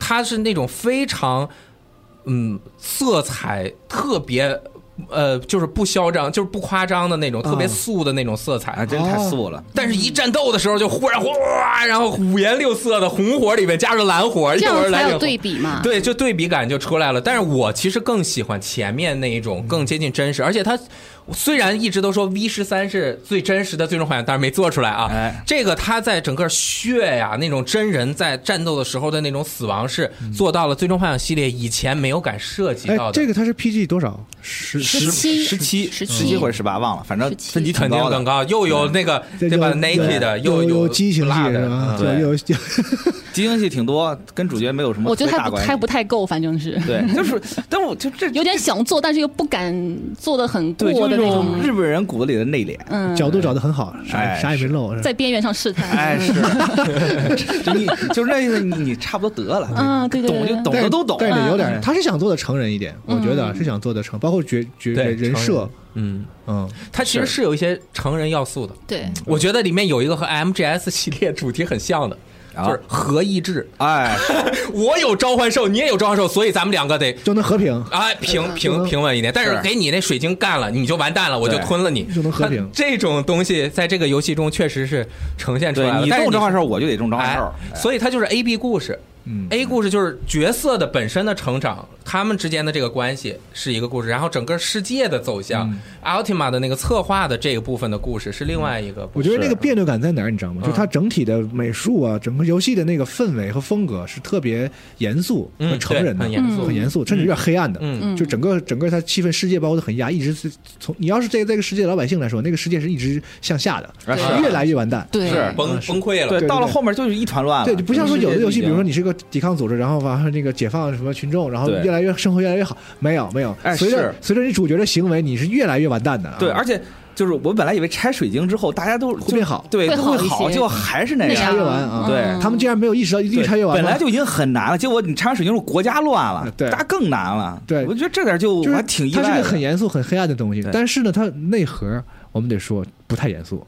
Speaker 5: 它是那种非常嗯色彩特别。呃，就是不嚣张，就是不夸张的那种，特别素的那种色彩。
Speaker 3: 嗯啊，真太
Speaker 2: 哦
Speaker 3: 素了。
Speaker 5: 但是，一战斗的时候就忽然哗，然后五颜六色的红火里面加入蓝火，
Speaker 4: 这
Speaker 5: 一会儿
Speaker 4: 样
Speaker 5: 来
Speaker 4: 才有
Speaker 5: 点红
Speaker 4: 对比
Speaker 2: 啊
Speaker 4: 嘛。
Speaker 5: 对，就对比感就出来了。但是我其实更喜欢前面那一种，
Speaker 2: 嗯
Speaker 5: 更接近真实。而且它虽然一直都说 V 十三是最真实的最终幻想，但是没做出来啊。
Speaker 3: 哎
Speaker 5: 这个它在整个血呀、那种真人在战斗的时候的那种死亡是做到了最终幻想系列以前没有敢涉及
Speaker 2: 嗯哎
Speaker 5: 到的。，
Speaker 2: 这个它是 PG 多少？十
Speaker 4: 十七
Speaker 3: 十七，
Speaker 4: 十
Speaker 3: 十七或者十八忘了，反正
Speaker 4: 十七
Speaker 3: 分级挺
Speaker 5: 肯定
Speaker 3: 高
Speaker 5: 更
Speaker 3: 的。
Speaker 5: 高，又有那个对吧
Speaker 2: 有
Speaker 5: ？Nike 的，
Speaker 2: 有
Speaker 5: 又
Speaker 2: 有激情系
Speaker 5: Blood
Speaker 2: 是
Speaker 5: 的，
Speaker 2: 吧？
Speaker 5: 嗯
Speaker 2: 对，又有有
Speaker 3: 激情戏挺多，跟主角没有什么
Speaker 4: 我觉得
Speaker 3: 特别
Speaker 4: 还
Speaker 3: 大
Speaker 4: 不
Speaker 3: 关系
Speaker 4: 还不太够，反正是
Speaker 3: 对，就是，但我就这
Speaker 4: 有点想做，但是又不敢做的很
Speaker 3: 对，就
Speaker 4: 过
Speaker 3: 是
Speaker 4: 的
Speaker 3: 那
Speaker 4: 那
Speaker 3: 种
Speaker 4: 种，
Speaker 3: 日本人骨子里的内 敛。
Speaker 4: 嗯，
Speaker 2: 角度找的很好，啥也
Speaker 3: 哎
Speaker 2: 啥也没漏。是吧
Speaker 4: 在边缘上试探。
Speaker 3: 哎，
Speaker 4: 嗯
Speaker 3: 是，就你就是那意思，你你差不多得了，
Speaker 4: 嗯对对
Speaker 3: 懂
Speaker 4: 对
Speaker 3: 就懂的都懂。
Speaker 2: 但是得有点，
Speaker 4: 嗯
Speaker 2: 他是想做的成人一点，我觉得是想做的成，包括角角
Speaker 5: 对
Speaker 2: 人
Speaker 5: 成
Speaker 2: 设
Speaker 5: 人，嗯，
Speaker 2: 嗯，
Speaker 5: 它其实是有一些成人要素的。
Speaker 4: 对，
Speaker 5: 我觉得里面有一个和 MGS 系列主题很像的，
Speaker 3: 啊
Speaker 5: 就是合意志。
Speaker 3: 哎，
Speaker 5: 我有召唤兽，你也有召唤兽，所以咱们两个得
Speaker 2: 就能和平。
Speaker 5: 哎平平平稳一点。但是
Speaker 3: 是
Speaker 5: 给你那水晶干了，你就完蛋了，我就
Speaker 3: 对
Speaker 5: 吞了你，
Speaker 2: 就能和平
Speaker 5: 它这种东西在这个游戏中确实是呈现出来
Speaker 3: 对
Speaker 5: 了。
Speaker 3: 你
Speaker 5: 但是
Speaker 3: 中召唤兽，我就得中召唤
Speaker 5: 哎
Speaker 3: 兽。哎
Speaker 5: 所以它就是 A B 故事。A 故事就是角色的本身的成长，他们之间的这个关系是一个故事，然后整个世界的走向、Ultima 的那个策划的这个部分的故事是另外一个故
Speaker 2: 我
Speaker 5: 事。
Speaker 2: 觉得那个别扭感在哪儿，你知
Speaker 3: 嗯
Speaker 2: 道吗？就它整体的美术啊，整个游戏的那个氛围和风格是特别严肃
Speaker 5: 嗯
Speaker 2: 和成人的，
Speaker 5: 对很严肃
Speaker 2: 很严肃，甚至有点黑暗的。
Speaker 5: 嗯
Speaker 2: 就整个整个它气氛世界包括的很压，一直是从你要是这这个世界的老百姓来说，那个世界是一直向下的，
Speaker 3: 啊
Speaker 4: 对
Speaker 3: 是
Speaker 2: 越来越完蛋。
Speaker 4: 对，
Speaker 3: 是
Speaker 5: 崩崩溃了，
Speaker 3: 对，
Speaker 2: 对
Speaker 3: 到了
Speaker 2: 对
Speaker 3: 后面就是一团乱了。
Speaker 2: 对，就不像说有的游戏，比如说
Speaker 3: 你
Speaker 2: 你是个抵抗组织，然后完了那个解放什么群众，然后
Speaker 3: 对
Speaker 2: 越来越生活越来越好。没有没有
Speaker 3: 哎，
Speaker 2: 随着
Speaker 3: 是
Speaker 2: 随着你主角的行为，你是越来越完蛋的啊。
Speaker 3: 对，而且就是我本来以为拆水晶之后大家都
Speaker 2: 会变好嗯
Speaker 3: 对，
Speaker 4: 会
Speaker 3: 都
Speaker 4: 好
Speaker 3: 会
Speaker 4: 一
Speaker 3: 好，
Speaker 4: 些
Speaker 3: 结果还是那
Speaker 4: 那
Speaker 3: 样
Speaker 4: 样。
Speaker 2: 越完啊
Speaker 4: 嗯
Speaker 3: 对
Speaker 2: 他们竟然没有意识到
Speaker 3: 对
Speaker 2: 越拆越完
Speaker 3: 本
Speaker 2: 吗，
Speaker 3: 来就已经很难了，结果你拆完水晶之后，国家乱了，
Speaker 2: 对
Speaker 3: 大家更难了。
Speaker 2: 对
Speaker 3: 我觉得这点就
Speaker 2: 就
Speaker 3: 我
Speaker 2: 是
Speaker 3: 还挺意
Speaker 2: 它是
Speaker 3: 外
Speaker 2: 个
Speaker 3: 的。
Speaker 2: 很严肃、很黑暗的东西
Speaker 3: 对，
Speaker 2: 但是呢，它内核我们得说不太严肃，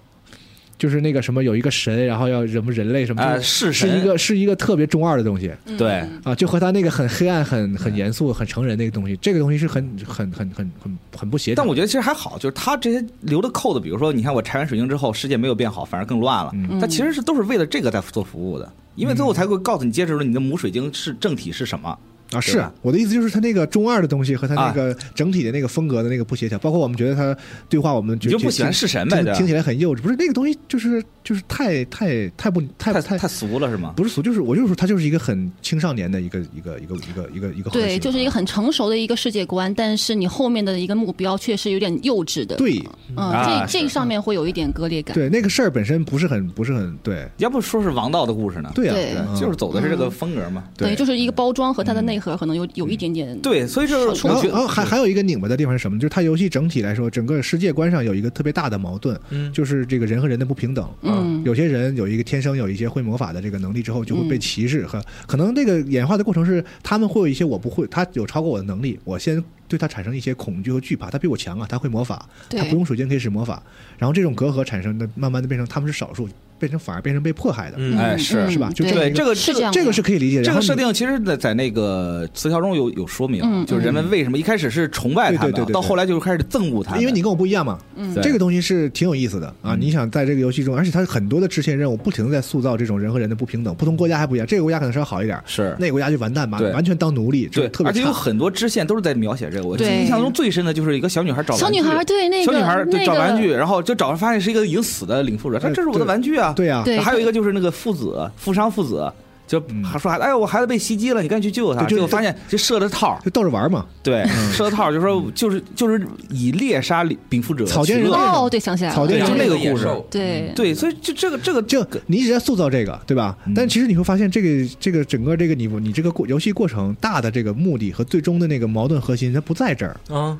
Speaker 2: 就是那个什么有一个神，然后要什么人类什么，
Speaker 3: 啊，
Speaker 2: 就是是
Speaker 3: 神
Speaker 2: 一个是一个特别中二的东西
Speaker 4: 嗯
Speaker 3: 对，
Speaker 2: 啊，就和他那个很黑暗、很很严肃、很成人那个东西，这个东西是很很很很很很不协调。
Speaker 3: 但我觉得其实还好，就是他这些留的扣子，比如说，你看我拆完水晶之后，世界没有变好，反而更乱了。
Speaker 2: 嗯
Speaker 3: 但其
Speaker 2: 嗯
Speaker 3: 实是都是为了这个在做服务的，因为最后才会告诉你，揭示出你的母水晶是正体是什么。
Speaker 2: 啊，
Speaker 3: 对
Speaker 2: 是
Speaker 3: 吧
Speaker 2: 我的意思就是他那个中二的东西和他那
Speaker 3: 啊
Speaker 2: 个整体的那个风格的那个不协调，包括我们觉得他对话我们
Speaker 3: 你
Speaker 2: 觉
Speaker 3: 就
Speaker 2: 得
Speaker 3: 不喜欢
Speaker 2: 听
Speaker 3: 弑神呗，
Speaker 2: 听
Speaker 3: 对
Speaker 2: 听
Speaker 3: 吧？
Speaker 2: 起来很幼稚，不是那个东西就是就是太太太不太
Speaker 3: 太
Speaker 2: 太
Speaker 3: 太俗了是吗？
Speaker 2: 不是俗，就是我就是说他就是一个很青少年的一个一个一个一个一个一个核
Speaker 4: 对，
Speaker 2: 心
Speaker 4: 就是一个很成熟的一个世界观，但是你后面的一个目标却是有点幼稚的。，
Speaker 2: 对
Speaker 4: 嗯，
Speaker 3: 啊
Speaker 4: 这
Speaker 3: 是
Speaker 4: 这上面会有一点割裂感。
Speaker 2: 对那个事儿本身不是很不是很对
Speaker 3: 要不说是王道的故事呢？
Speaker 2: 对啊，
Speaker 4: 对
Speaker 2: 嗯
Speaker 3: 就是走的是这个风格嘛。
Speaker 4: 等于就是一个包装和它的内核可能有有一点点。
Speaker 3: 嗯对，所以就是
Speaker 2: 然
Speaker 3: 我
Speaker 2: 后，
Speaker 3: 觉
Speaker 2: 然后
Speaker 3: 得
Speaker 2: 还还有一个拧巴的地方是什么？就是它游戏整体来说，整个世界观上有一个特别大的矛盾，
Speaker 5: 嗯
Speaker 2: 就是这个人和人的不平等。
Speaker 4: 嗯
Speaker 2: 有些人有一个天生有一些会魔法的这个能力之后，就会被歧视和、可能这个演化的过程是他们会有一些我不会，他有超过我的能力，我先对他产生一些恐惧和惧怕。他比我强啊，他会魔法，
Speaker 4: 对
Speaker 2: 他不用水晶可以使魔法。然后这种隔阂产生的，慢慢的变成他们是少数，变成反而变成被迫害的。
Speaker 5: 嗯
Speaker 4: 嗯，
Speaker 3: 哎
Speaker 4: 嗯
Speaker 3: 是
Speaker 4: 嗯
Speaker 2: 是吧就
Speaker 4: 对
Speaker 2: 这么一
Speaker 3: 对
Speaker 2: 个
Speaker 3: 这个
Speaker 4: 是这样的，
Speaker 2: 这个是可以理解。
Speaker 3: 这
Speaker 2: 然
Speaker 3: 个
Speaker 2: 后
Speaker 3: 设定其实在在那个词条中有有说明，
Speaker 4: 嗯
Speaker 3: 就是人们为什么一开始是崇拜他
Speaker 2: 对对对
Speaker 3: 们，啊
Speaker 2: 对对
Speaker 3: 到后来就开始憎恶他们，
Speaker 2: 因为你跟我不一样嘛，
Speaker 3: 对
Speaker 2: 这个东西是挺有意思的啊！
Speaker 3: 嗯
Speaker 2: 你想在这个游戏中，而且它很多的支线任务不停的在塑造这种人和人的不平等，不同国家还不一样，这个国家可能稍微好一点，
Speaker 3: 是
Speaker 2: 那个国家就完蛋嘛，
Speaker 3: 对
Speaker 2: 完全当奴隶，就
Speaker 3: 对
Speaker 2: 是特，别
Speaker 3: 而且有
Speaker 2: 差。
Speaker 3: 很多支线都是在描写这个。我
Speaker 4: 对
Speaker 3: 印象中最深的就是一个小女孩找玩具
Speaker 4: 小女孩对那
Speaker 3: 小
Speaker 4: 个
Speaker 3: 女孩对
Speaker 4: 那
Speaker 3: 找
Speaker 4: 个
Speaker 3: 玩具，然后就找发现是一个已经死的领副者，她说
Speaker 2: 哎
Speaker 3: 这是我的
Speaker 2: 对
Speaker 3: 玩具啊，
Speaker 2: 对呀、
Speaker 4: 对
Speaker 3: 还有一个就是那个父子富商父子，就还说哎我孩子被袭击了，你赶紧去救他，
Speaker 2: 嗯对就嗯
Speaker 3: 结果发现就设了套儿，
Speaker 2: 就逗着玩嘛。
Speaker 3: 对，设了套儿就说就是就是以猎杀禀赋者
Speaker 2: 草菅人
Speaker 3: 取乐
Speaker 2: 命
Speaker 4: 哦，对，想起来
Speaker 2: 草
Speaker 4: 了，
Speaker 2: 甸
Speaker 5: 对
Speaker 2: 人
Speaker 3: 就那个
Speaker 5: 野
Speaker 3: 故事
Speaker 5: 兽
Speaker 4: 对
Speaker 3: 对，所以就这个这个
Speaker 2: 就你一直在塑造这个，对吧？
Speaker 3: 嗯
Speaker 2: 但其实你会发现，这个这个整个这个你你这个过游戏过程大的这个目的和最终的那个矛盾核心，它不在这儿，
Speaker 5: 嗯，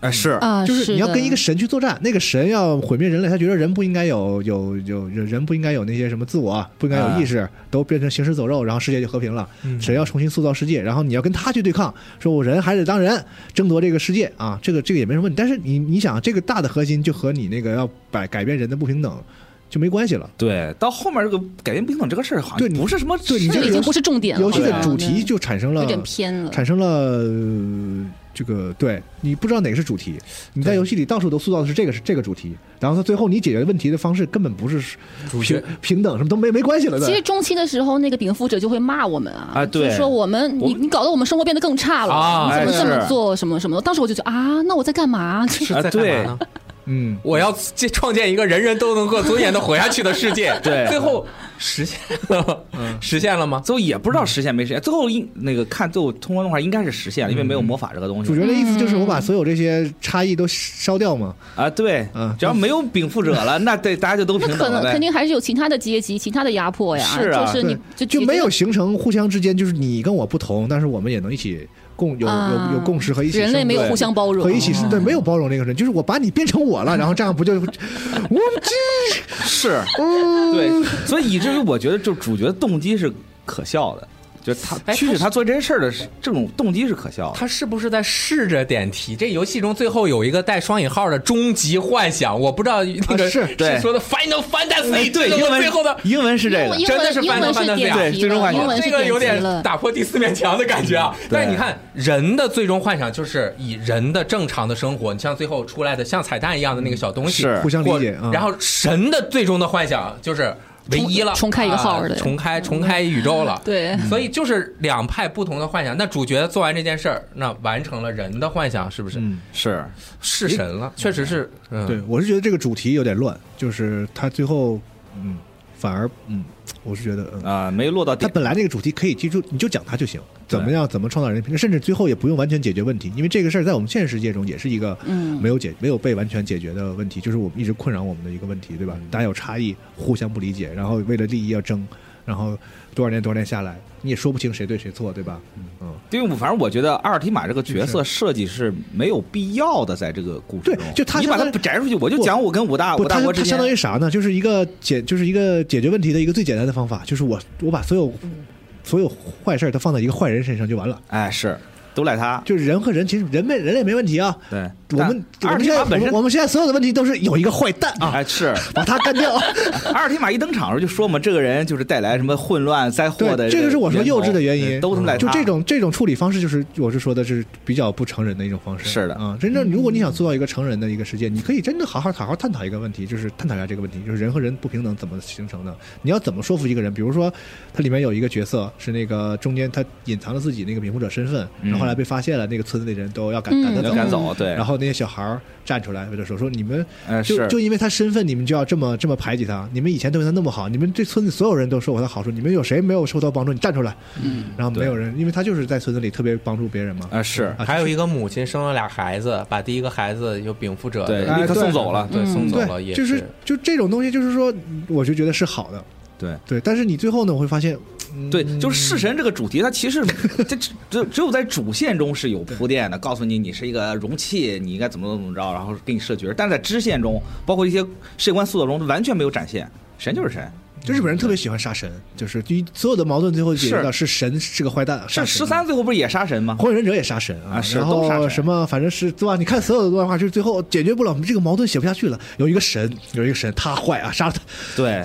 Speaker 3: 哎是
Speaker 4: 啊，
Speaker 2: 就是你要
Speaker 4: 的
Speaker 2: 跟一个神去作战，那个神要毁灭人类，他觉得人不应该有有有人不应该有那些什么自我，啊不应该有意识，都变成行尸走肉，然后世界就和平了。神要重新塑造世界，然后你要跟他去对抗，说我人还得当人，争夺这个世界啊，这个这个也没什么问题。但是你你想，啊这个大的核心就和你那个要改改变人的不平等就没关系了。
Speaker 3: 对，到后面这个改变不平等这个事儿好像
Speaker 2: 对你
Speaker 3: 不是什么
Speaker 2: 对你
Speaker 4: 这
Speaker 2: 这
Speaker 4: 个
Speaker 2: 个
Speaker 4: 已经
Speaker 2: 游
Speaker 4: 不是重点了，
Speaker 2: 游戏
Speaker 4: 对
Speaker 2: 的
Speaker 4: 啊
Speaker 2: 主题就产生了
Speaker 4: 有点偏了，
Speaker 2: 产生了、呃这个对你不知道哪个是主题，你在
Speaker 5: 对
Speaker 2: 游戏里到处都塑造的是这个是这个主题，然后他最后你解决问题的方式根本不是
Speaker 5: 主
Speaker 2: 平
Speaker 5: 角
Speaker 2: 平等，什么都没没关系了。
Speaker 4: 其实
Speaker 2: 对，
Speaker 4: 中期的时候，那个禀赋者就会骂我们啊，
Speaker 3: 啊对
Speaker 4: 就说我们
Speaker 3: 我
Speaker 4: 你你搞得我们生活变得更差了，
Speaker 5: 啊
Speaker 4: 你怎么这
Speaker 3: 哎
Speaker 4: 么
Speaker 3: 是
Speaker 4: 做什么什么的？当时我就觉得啊，那我在干嘛？
Speaker 5: 是
Speaker 3: 啊
Speaker 5: 在干嘛呢？
Speaker 2: 嗯，
Speaker 5: 我要建创建一个人人都能够尊严的活下去的世界，
Speaker 3: 对嗯
Speaker 5: 最后实现了吗？实现了吗？
Speaker 3: 最后也不知道实现没实现，最后应那个看最后通关动画应该是实现了，因为没有魔法这个东
Speaker 2: 嗯
Speaker 3: 西
Speaker 2: 主角的意思就是我把所有这些差异都烧掉嘛，
Speaker 3: 啊。对
Speaker 2: 嗯，
Speaker 3: 只要没有禀赋者 了，那对大家就都
Speaker 4: 那
Speaker 3: 平
Speaker 4: 可
Speaker 3: 等了
Speaker 4: 能
Speaker 3: 呗。
Speaker 4: 肯定还是有其他的阶级、其他的压迫呀，
Speaker 3: 是啊
Speaker 4: 就是你
Speaker 2: 对，
Speaker 4: 就
Speaker 2: 就
Speaker 4: 觉得
Speaker 2: 没有形成互相之间就是你跟我不同，但是我们也能一起共有有有共识和一起
Speaker 4: 啊人类
Speaker 2: 生
Speaker 4: 没有
Speaker 3: 对
Speaker 4: 互相包容
Speaker 2: 和，一起对没有包容这个人，就是我把你变成我 了，然后这样不就我
Speaker 3: 是，
Speaker 4: 嗯
Speaker 3: 对，所以以至于我觉得，就主角动机是可笑的，就是他
Speaker 5: 哎
Speaker 3: 驱
Speaker 5: 他
Speaker 3: 使
Speaker 5: 是
Speaker 3: 他做这件事儿的是这种动机是可笑的。
Speaker 5: 他是不是在试着点题？这游戏中最后有一个带双引号的“终极幻想”，我不知道那个
Speaker 2: 啊是
Speaker 3: 对
Speaker 5: 说的 “Final
Speaker 4: 哎
Speaker 5: Fantasy”，
Speaker 3: 哎 对，
Speaker 5: 这
Speaker 3: 英
Speaker 5: 个
Speaker 3: 文
Speaker 5: 最后的
Speaker 3: 英文是这
Speaker 4: 英
Speaker 3: 个
Speaker 4: 文，英
Speaker 5: 真的是
Speaker 4: 文英文
Speaker 5: 翻到翻到
Speaker 4: 是点
Speaker 5: 对
Speaker 4: 题
Speaker 3: 最终
Speaker 4: 了，
Speaker 3: 幻想
Speaker 4: 英文
Speaker 5: 哎这
Speaker 4: 是
Speaker 5: 个有
Speaker 4: 点
Speaker 5: 点
Speaker 4: 题了。
Speaker 5: 打破第四面墙的感觉啊！
Speaker 3: 对
Speaker 5: 但是你看人的最终幻想就是以人的正常的生活，你像最后出来的像彩蛋一样的那个小东西，
Speaker 3: 是
Speaker 2: 互相理解
Speaker 5: 或
Speaker 2: 啊
Speaker 5: 然后神的最终的幻想就是唯一了，
Speaker 4: 重重开一个号儿
Speaker 5: 啊
Speaker 4: 对
Speaker 5: 重开重开宇宙了。
Speaker 4: 对，
Speaker 5: 所以就是两派不同的幻想。那主角做完这件事儿，那完成了人的幻想，是不是？
Speaker 4: 嗯
Speaker 3: 是
Speaker 5: 是神了，确实是。
Speaker 2: 嗯
Speaker 5: 嗯
Speaker 2: 对，，我是觉得这个主题有点乱，就是他最后，嗯，反而，嗯，我是觉得，嗯，
Speaker 3: 啊，没落到
Speaker 2: 他
Speaker 3: 点。
Speaker 2: 本来那个主题可以记住，你就讲它就行，怎么样，怎么创造人品，甚至最后也不用完全解决问题，因为这个事儿在我们现实世界中也是一个
Speaker 4: 嗯
Speaker 2: 没有解、没有被完全解决的问题，就是我们一直困扰我们的一个问题，对吧？大家有差异，互相不理解，然后为了利益要争，然后多少年多少年下来，你也说不清谁对谁错，对吧？嗯，
Speaker 3: 因为我反正我觉得阿尔提玛这个角色设计是没有必要的，在这个故事中
Speaker 2: 对就他
Speaker 3: 你把
Speaker 2: 相
Speaker 3: 它
Speaker 2: 当于
Speaker 3: 摘出去，我就讲啊我跟五大
Speaker 2: 不，
Speaker 3: 五大
Speaker 2: 它
Speaker 3: 国之
Speaker 2: 它
Speaker 3: 间
Speaker 2: 相当于啥呢？就是一个解，就是一个解决问题的一个最简单的方法，就是我我把所有所有坏事儿都放在一个坏人身上就完了。
Speaker 3: 哎是都赖他，
Speaker 2: 就是人和人其实人没人类没问题啊，
Speaker 3: 对
Speaker 2: 我们我
Speaker 3: 但
Speaker 2: 们现
Speaker 3: 阿
Speaker 2: 在
Speaker 3: 尔提马本身
Speaker 2: 我们我们现在所有的问题都是有一个坏蛋啊，
Speaker 3: 哎，是
Speaker 2: 把他干 掉。
Speaker 3: 阿尔提马一登场的时候就说嘛，这个人就是带来什么混乱灾祸的
Speaker 2: 对，
Speaker 3: 源头，
Speaker 2: 这就是我说幼稚的原因，嗯
Speaker 3: 都他妈赖
Speaker 2: 就
Speaker 3: 他
Speaker 2: 这种这种处理方式，就是我是说的是比较不成人的一种方式。
Speaker 3: 是的
Speaker 2: 啊，真正如果你想做到一个成人的一个世界，你可以真的好好好好探讨一个问题，就是探讨一下这个问题，就是人和人不平等怎么形成的？你要怎么说服一个人？比如说，它里面有一个角色是那个中间他隐藏了自己那个庇护者身份，然后后来被发现了，那个村子里人都要赶赶他
Speaker 4: 嗯
Speaker 3: 嗯要
Speaker 2: 走，
Speaker 3: 赶走，对，
Speaker 2: 然后那些小孩儿站出来为他说说你们
Speaker 3: 呃
Speaker 2: 就是就因为他身份，你们就要这么这么排挤他。你们以前对他那么好，你们这村子所有人都受过他好处，你们有谁没有受到帮助？你站出来。嗯，然后没有人，因为他就是在村子里特别帮助别人嘛。
Speaker 3: 啊是
Speaker 2: 啊
Speaker 5: 还有一个母亲生了俩孩子，把第一个孩子有禀赋者
Speaker 3: 对
Speaker 2: 哎
Speaker 5: 的
Speaker 3: 立刻送走了
Speaker 5: 对，
Speaker 4: 嗯
Speaker 5: 送走了
Speaker 2: 对，
Speaker 5: 也
Speaker 2: 就是就这种东西，就是说，我就觉得是好的。
Speaker 3: 对
Speaker 2: 对，但是你最后呢，我会发现，嗯
Speaker 3: 对，就是弑神这个主题，它其实这只只只有在主线中是有铺垫的，告诉你你是一个容器，你应该怎么怎么着，然后给你设局。但是在支线中，包括一些世界观塑造中，完全没有展现，神就是神。
Speaker 2: 就日本人特别喜欢杀神，就是第一所有的矛盾最后解决
Speaker 3: 是
Speaker 2: 到是神是个坏蛋，杀
Speaker 3: 这
Speaker 2: 神
Speaker 3: 十三最后不是也杀神吗？
Speaker 2: 火影忍者也杀神
Speaker 3: 啊是
Speaker 2: 然
Speaker 3: 都杀
Speaker 2: 后
Speaker 3: 神
Speaker 2: 什么反正是对吧？你看所有的动画，就是最后解决不了这个矛盾，写不下去了。有一个神，有一个神，他坏啊，杀了他。
Speaker 3: 对，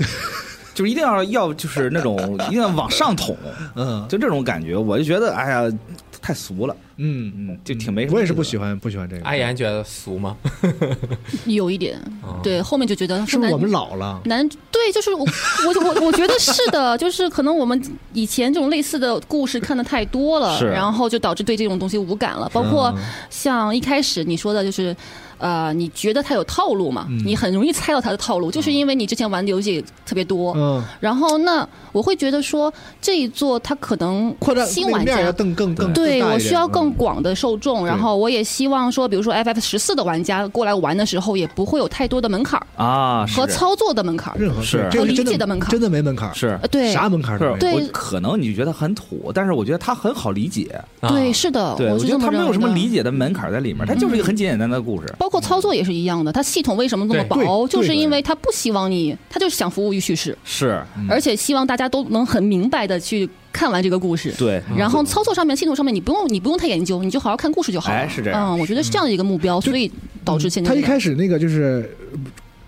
Speaker 3: 就是一定要要就是那种一定要往上捅，
Speaker 2: 嗯
Speaker 3: 就这种感觉，我就觉得哎呀太俗了，
Speaker 2: 嗯，
Speaker 3: 嗯，就挺没什么意思的。哎
Speaker 2: 我也是不喜欢不喜欢这个。
Speaker 5: 阿岩觉得俗吗？
Speaker 4: 有一点，对，后面就觉得
Speaker 2: 是不是
Speaker 4: 男
Speaker 2: 我们老了？
Speaker 4: 男对，就是我我我我觉得是的，就是可能我们以前这种类似的故事看的太多了，
Speaker 3: 是
Speaker 4: 然后就导致对这种东西无感了。包
Speaker 2: 嗯
Speaker 4: 括像一开始你说的，就是呃，你觉得他有套路嘛，
Speaker 2: 嗯
Speaker 4: 你很容易猜到他的套路，就是因为你之前玩的游戏也特别多。
Speaker 2: 嗯，
Speaker 4: 然后那我会觉得说这一座它可能
Speaker 2: 扩展
Speaker 4: 新
Speaker 2: 那个
Speaker 4: 玩
Speaker 2: 面儿
Speaker 4: 家
Speaker 2: 要更更更
Speaker 4: 对
Speaker 2: 更大
Speaker 4: 我
Speaker 2: 一
Speaker 4: 需
Speaker 2: 点
Speaker 4: 要更
Speaker 2: 嗯
Speaker 4: 广的受众，然后我也希望说，比如说 FF 十四的玩家过来玩的时候，也不会有太多的门槛儿
Speaker 3: 啊，是
Speaker 4: 和操作的门槛儿。
Speaker 2: 任何
Speaker 3: 是
Speaker 2: 对这个
Speaker 4: 和理
Speaker 2: 真
Speaker 4: 解的门槛
Speaker 2: 真的没门槛儿，
Speaker 3: 是
Speaker 4: 呃，对，
Speaker 2: 啥门槛儿都没有。
Speaker 4: 对
Speaker 3: 我可能你觉得很土，但是我觉得它很好理解。
Speaker 5: 啊
Speaker 4: 对，是的，
Speaker 3: 对，我
Speaker 4: 是
Speaker 3: 觉得
Speaker 4: 这么
Speaker 3: 它没有什么
Speaker 4: 认为的
Speaker 3: 理。解的门槛在里面，它就是一个很简简单单的
Speaker 2: 嗯
Speaker 3: 故事。
Speaker 4: 包括操作也是一样的，它系统为什么那么
Speaker 5: 对
Speaker 4: 薄，
Speaker 2: 对
Speaker 4: 就是
Speaker 2: 对
Speaker 4: 因为它不希望你，它就是想服务于叙事，
Speaker 3: 是，
Speaker 4: 而且希望大家都能很明白的去看完这个故事。
Speaker 3: 对，
Speaker 4: 然后操作上面、系统上面，你不用你不用太研究，你就好好看故事就好了。
Speaker 3: 哎是这样嗯
Speaker 4: 嗯，我觉得是这样的一个目标，所以导致现在
Speaker 2: 他一
Speaker 4: 这样
Speaker 2: 开始那个就是呃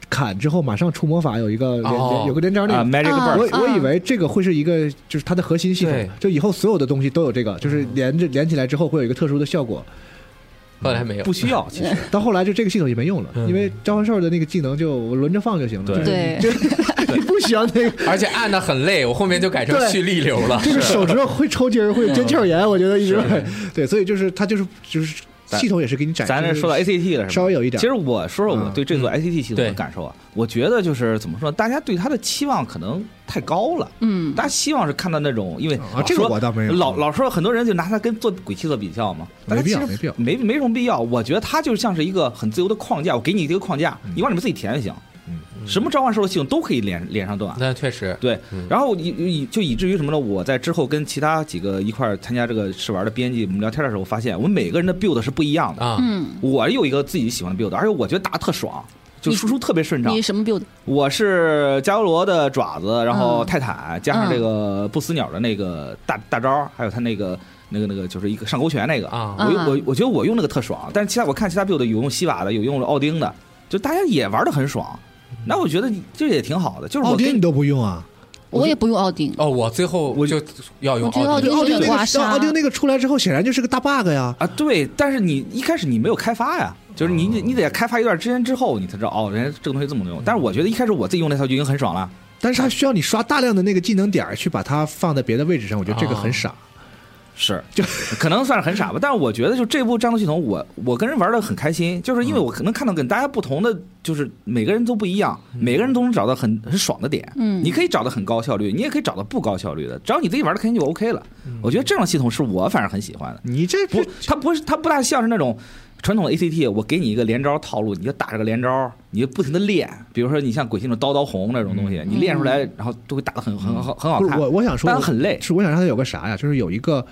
Speaker 2: 砍之后马上出魔法，有一个连
Speaker 5: 哦
Speaker 2: 接有个连招那
Speaker 3: 啊
Speaker 2: 个。
Speaker 3: ，Magic
Speaker 4: 啊
Speaker 3: Bird，
Speaker 2: 我我以为这个会是一个，就是它的核心系
Speaker 5: 对
Speaker 2: 统，就以后所有的东西都有这个，就是连着连起来之后会有一个特殊的效果。
Speaker 5: 后来没有
Speaker 3: 不，需要，其 实
Speaker 2: 到后来就这个系统也没用了，
Speaker 5: 嗯
Speaker 2: 因为召唤兽的那个技能就我轮着放就行了，
Speaker 3: 对
Speaker 4: 对
Speaker 2: 就是你就 你不需要那个
Speaker 5: 而且按的很累，我后面就改成
Speaker 2: 对
Speaker 5: 蓄力流了。
Speaker 2: 这个手指头会抽筋儿，会
Speaker 3: 嗯
Speaker 2: 有腱鞘炎，我觉得一直会。对，所以就是它就是就是
Speaker 3: 咱
Speaker 2: 系统也是给你展示。
Speaker 3: 咱这说到 ACT 了，是吧
Speaker 2: 稍微有一点
Speaker 3: 其实我说说我
Speaker 2: 嗯
Speaker 3: 对这座 ACT 系统的
Speaker 5: 对
Speaker 3: 感受啊，我觉得就是怎么说，大家对它的期望可能太高了。
Speaker 4: 嗯，
Speaker 3: 大家希望是看到那种，因为
Speaker 2: 啊这个
Speaker 3: 说
Speaker 2: 我倒没有
Speaker 3: 老老说很多人就拿它跟做鬼泣做比较嘛，
Speaker 2: 没必要
Speaker 3: 大家其实
Speaker 2: 没必要
Speaker 3: 没没什么必要。我觉得它就像是一个很自由的框架，我给你一个框架，
Speaker 2: 嗯
Speaker 3: 你往里面自己填就行。什么召唤兽的系统都可以连连上段，
Speaker 5: 那确实，
Speaker 3: 对，然后以以就以至于什么呢？我在之后跟其他几个一块儿参加这个试玩的编辑，我们聊天的时候，发现我们每个人的 build 是不一样的。
Speaker 5: 啊，
Speaker 4: 嗯，
Speaker 3: 我有一个自己喜欢的 build，而且我觉得打得特爽，就
Speaker 4: 你
Speaker 3: 输出特别顺畅
Speaker 4: 嗯你。什么 build？
Speaker 3: 我是加油罗的爪子，然后
Speaker 4: 嗯
Speaker 3: 泰坦加上这个不死鸟的那个大大招，还有他那个那个那个就是一个上勾拳那个
Speaker 5: 啊
Speaker 3: 我用
Speaker 4: 啊
Speaker 3: 我我觉得我用那个特爽，但是其他我看其他 build 有用西瓦的，有用奥丁的，就大家也玩的很爽。那我觉得这也挺好的，就是
Speaker 2: 奥
Speaker 3: 我
Speaker 2: 丁
Speaker 3: 跟
Speaker 2: 你都不用啊？
Speaker 4: 我也不用奥丁，
Speaker 5: 哦，我最后
Speaker 3: 我
Speaker 5: 就要用
Speaker 4: 我觉得
Speaker 5: 奥
Speaker 4: 奥
Speaker 5: 丁
Speaker 4: 丁
Speaker 2: 奥
Speaker 4: 有
Speaker 2: 丁那
Speaker 4: 点
Speaker 2: 个
Speaker 4: 刮痧。
Speaker 2: 奥丁那个出来之后，显然就是个大 bug 呀。
Speaker 3: 啊，对，但是你一开始你没有开发呀，就是你得你得开发一段时间之后，你才知道哦，人家这个东西这么用。但是我觉得一开始我自己用那套就已经很爽了。
Speaker 2: 但是它需要你刷大量的那个技能点儿去把它放在别的位置上，我觉得这个
Speaker 5: 啊
Speaker 3: 哦
Speaker 2: 很傻。
Speaker 3: 是，
Speaker 2: 就
Speaker 3: 可能算是很傻吧，但是我觉得就这部战斗系统我，我跟人玩的很开心，就是因为我可能看到跟大家不同的，就是每个人都不一样，每个人都能找到很很爽的点。
Speaker 4: 嗯
Speaker 3: 你可以找到很高效率，你也可以找到不高效率的，只要你自己玩的开心就 OK 了。我觉得这种系统是我反正很喜欢的。
Speaker 2: 你这
Speaker 3: 不，它不是，它不大像是那种传统的 ACT，我给你一个连招套路，你就打这个连招，你就不停的练。比如说你像鬼泣那种刀刀红那种东西，你练出来，然后都会打得很很好很好
Speaker 2: 嗯不是
Speaker 3: 看。
Speaker 2: 我我想说
Speaker 3: 但很累。
Speaker 2: 是我想让它有个啥呀？就是有一个，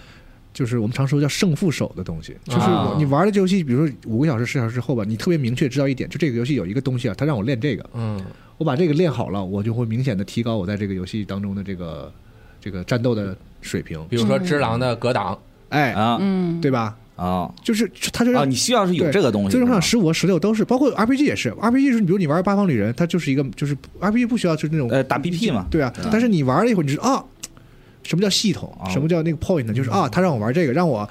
Speaker 2: 就是我们常说叫胜负手的东西，就是
Speaker 5: 啊
Speaker 2: 你玩了这游戏，比如说五个小时、十小时之后吧，你特别明确知道一点，就这个游戏有一个东西啊，它让我练这个，
Speaker 5: 嗯，
Speaker 2: 我把这个练好了，我就会明显的提高我在这个游戏当中的这个这个战斗的水平。
Speaker 5: 比如说只狼的格挡，
Speaker 2: 哎，
Speaker 3: 啊，
Speaker 4: 嗯，
Speaker 2: 对吧？
Speaker 3: 啊
Speaker 2: 就是他就让
Speaker 3: 啊！你需要是有
Speaker 2: 对
Speaker 3: 这个东西，
Speaker 2: 最终幻想
Speaker 3: 是吧
Speaker 2: 十五啊和十六都是，包括 RPG 也是，RPG 就是比如你玩八方旅人，它就是一个就是 RPG 不需要就是那种
Speaker 3: 呃打 BP 嘛，
Speaker 2: 对啊，但是你玩了一会儿，你就啊，什么叫系统
Speaker 3: 哦？
Speaker 2: 什么叫那个 point？就是啊，他让我玩这个，让我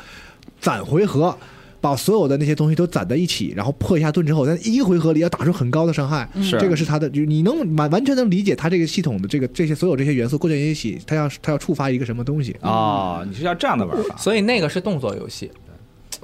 Speaker 2: 攒回合，把所有的那些东西都攒在一起，然后破一下盾之后，在一个回合里要打出很高的伤害。
Speaker 3: 是
Speaker 2: 这个是他的，就你能完完全能理解他这个系统的这个这些所有这些元素构建在一起，他要他要触发一个什么东西？
Speaker 3: 啊，你是要这样的玩法，
Speaker 5: 所以那个是动作游戏，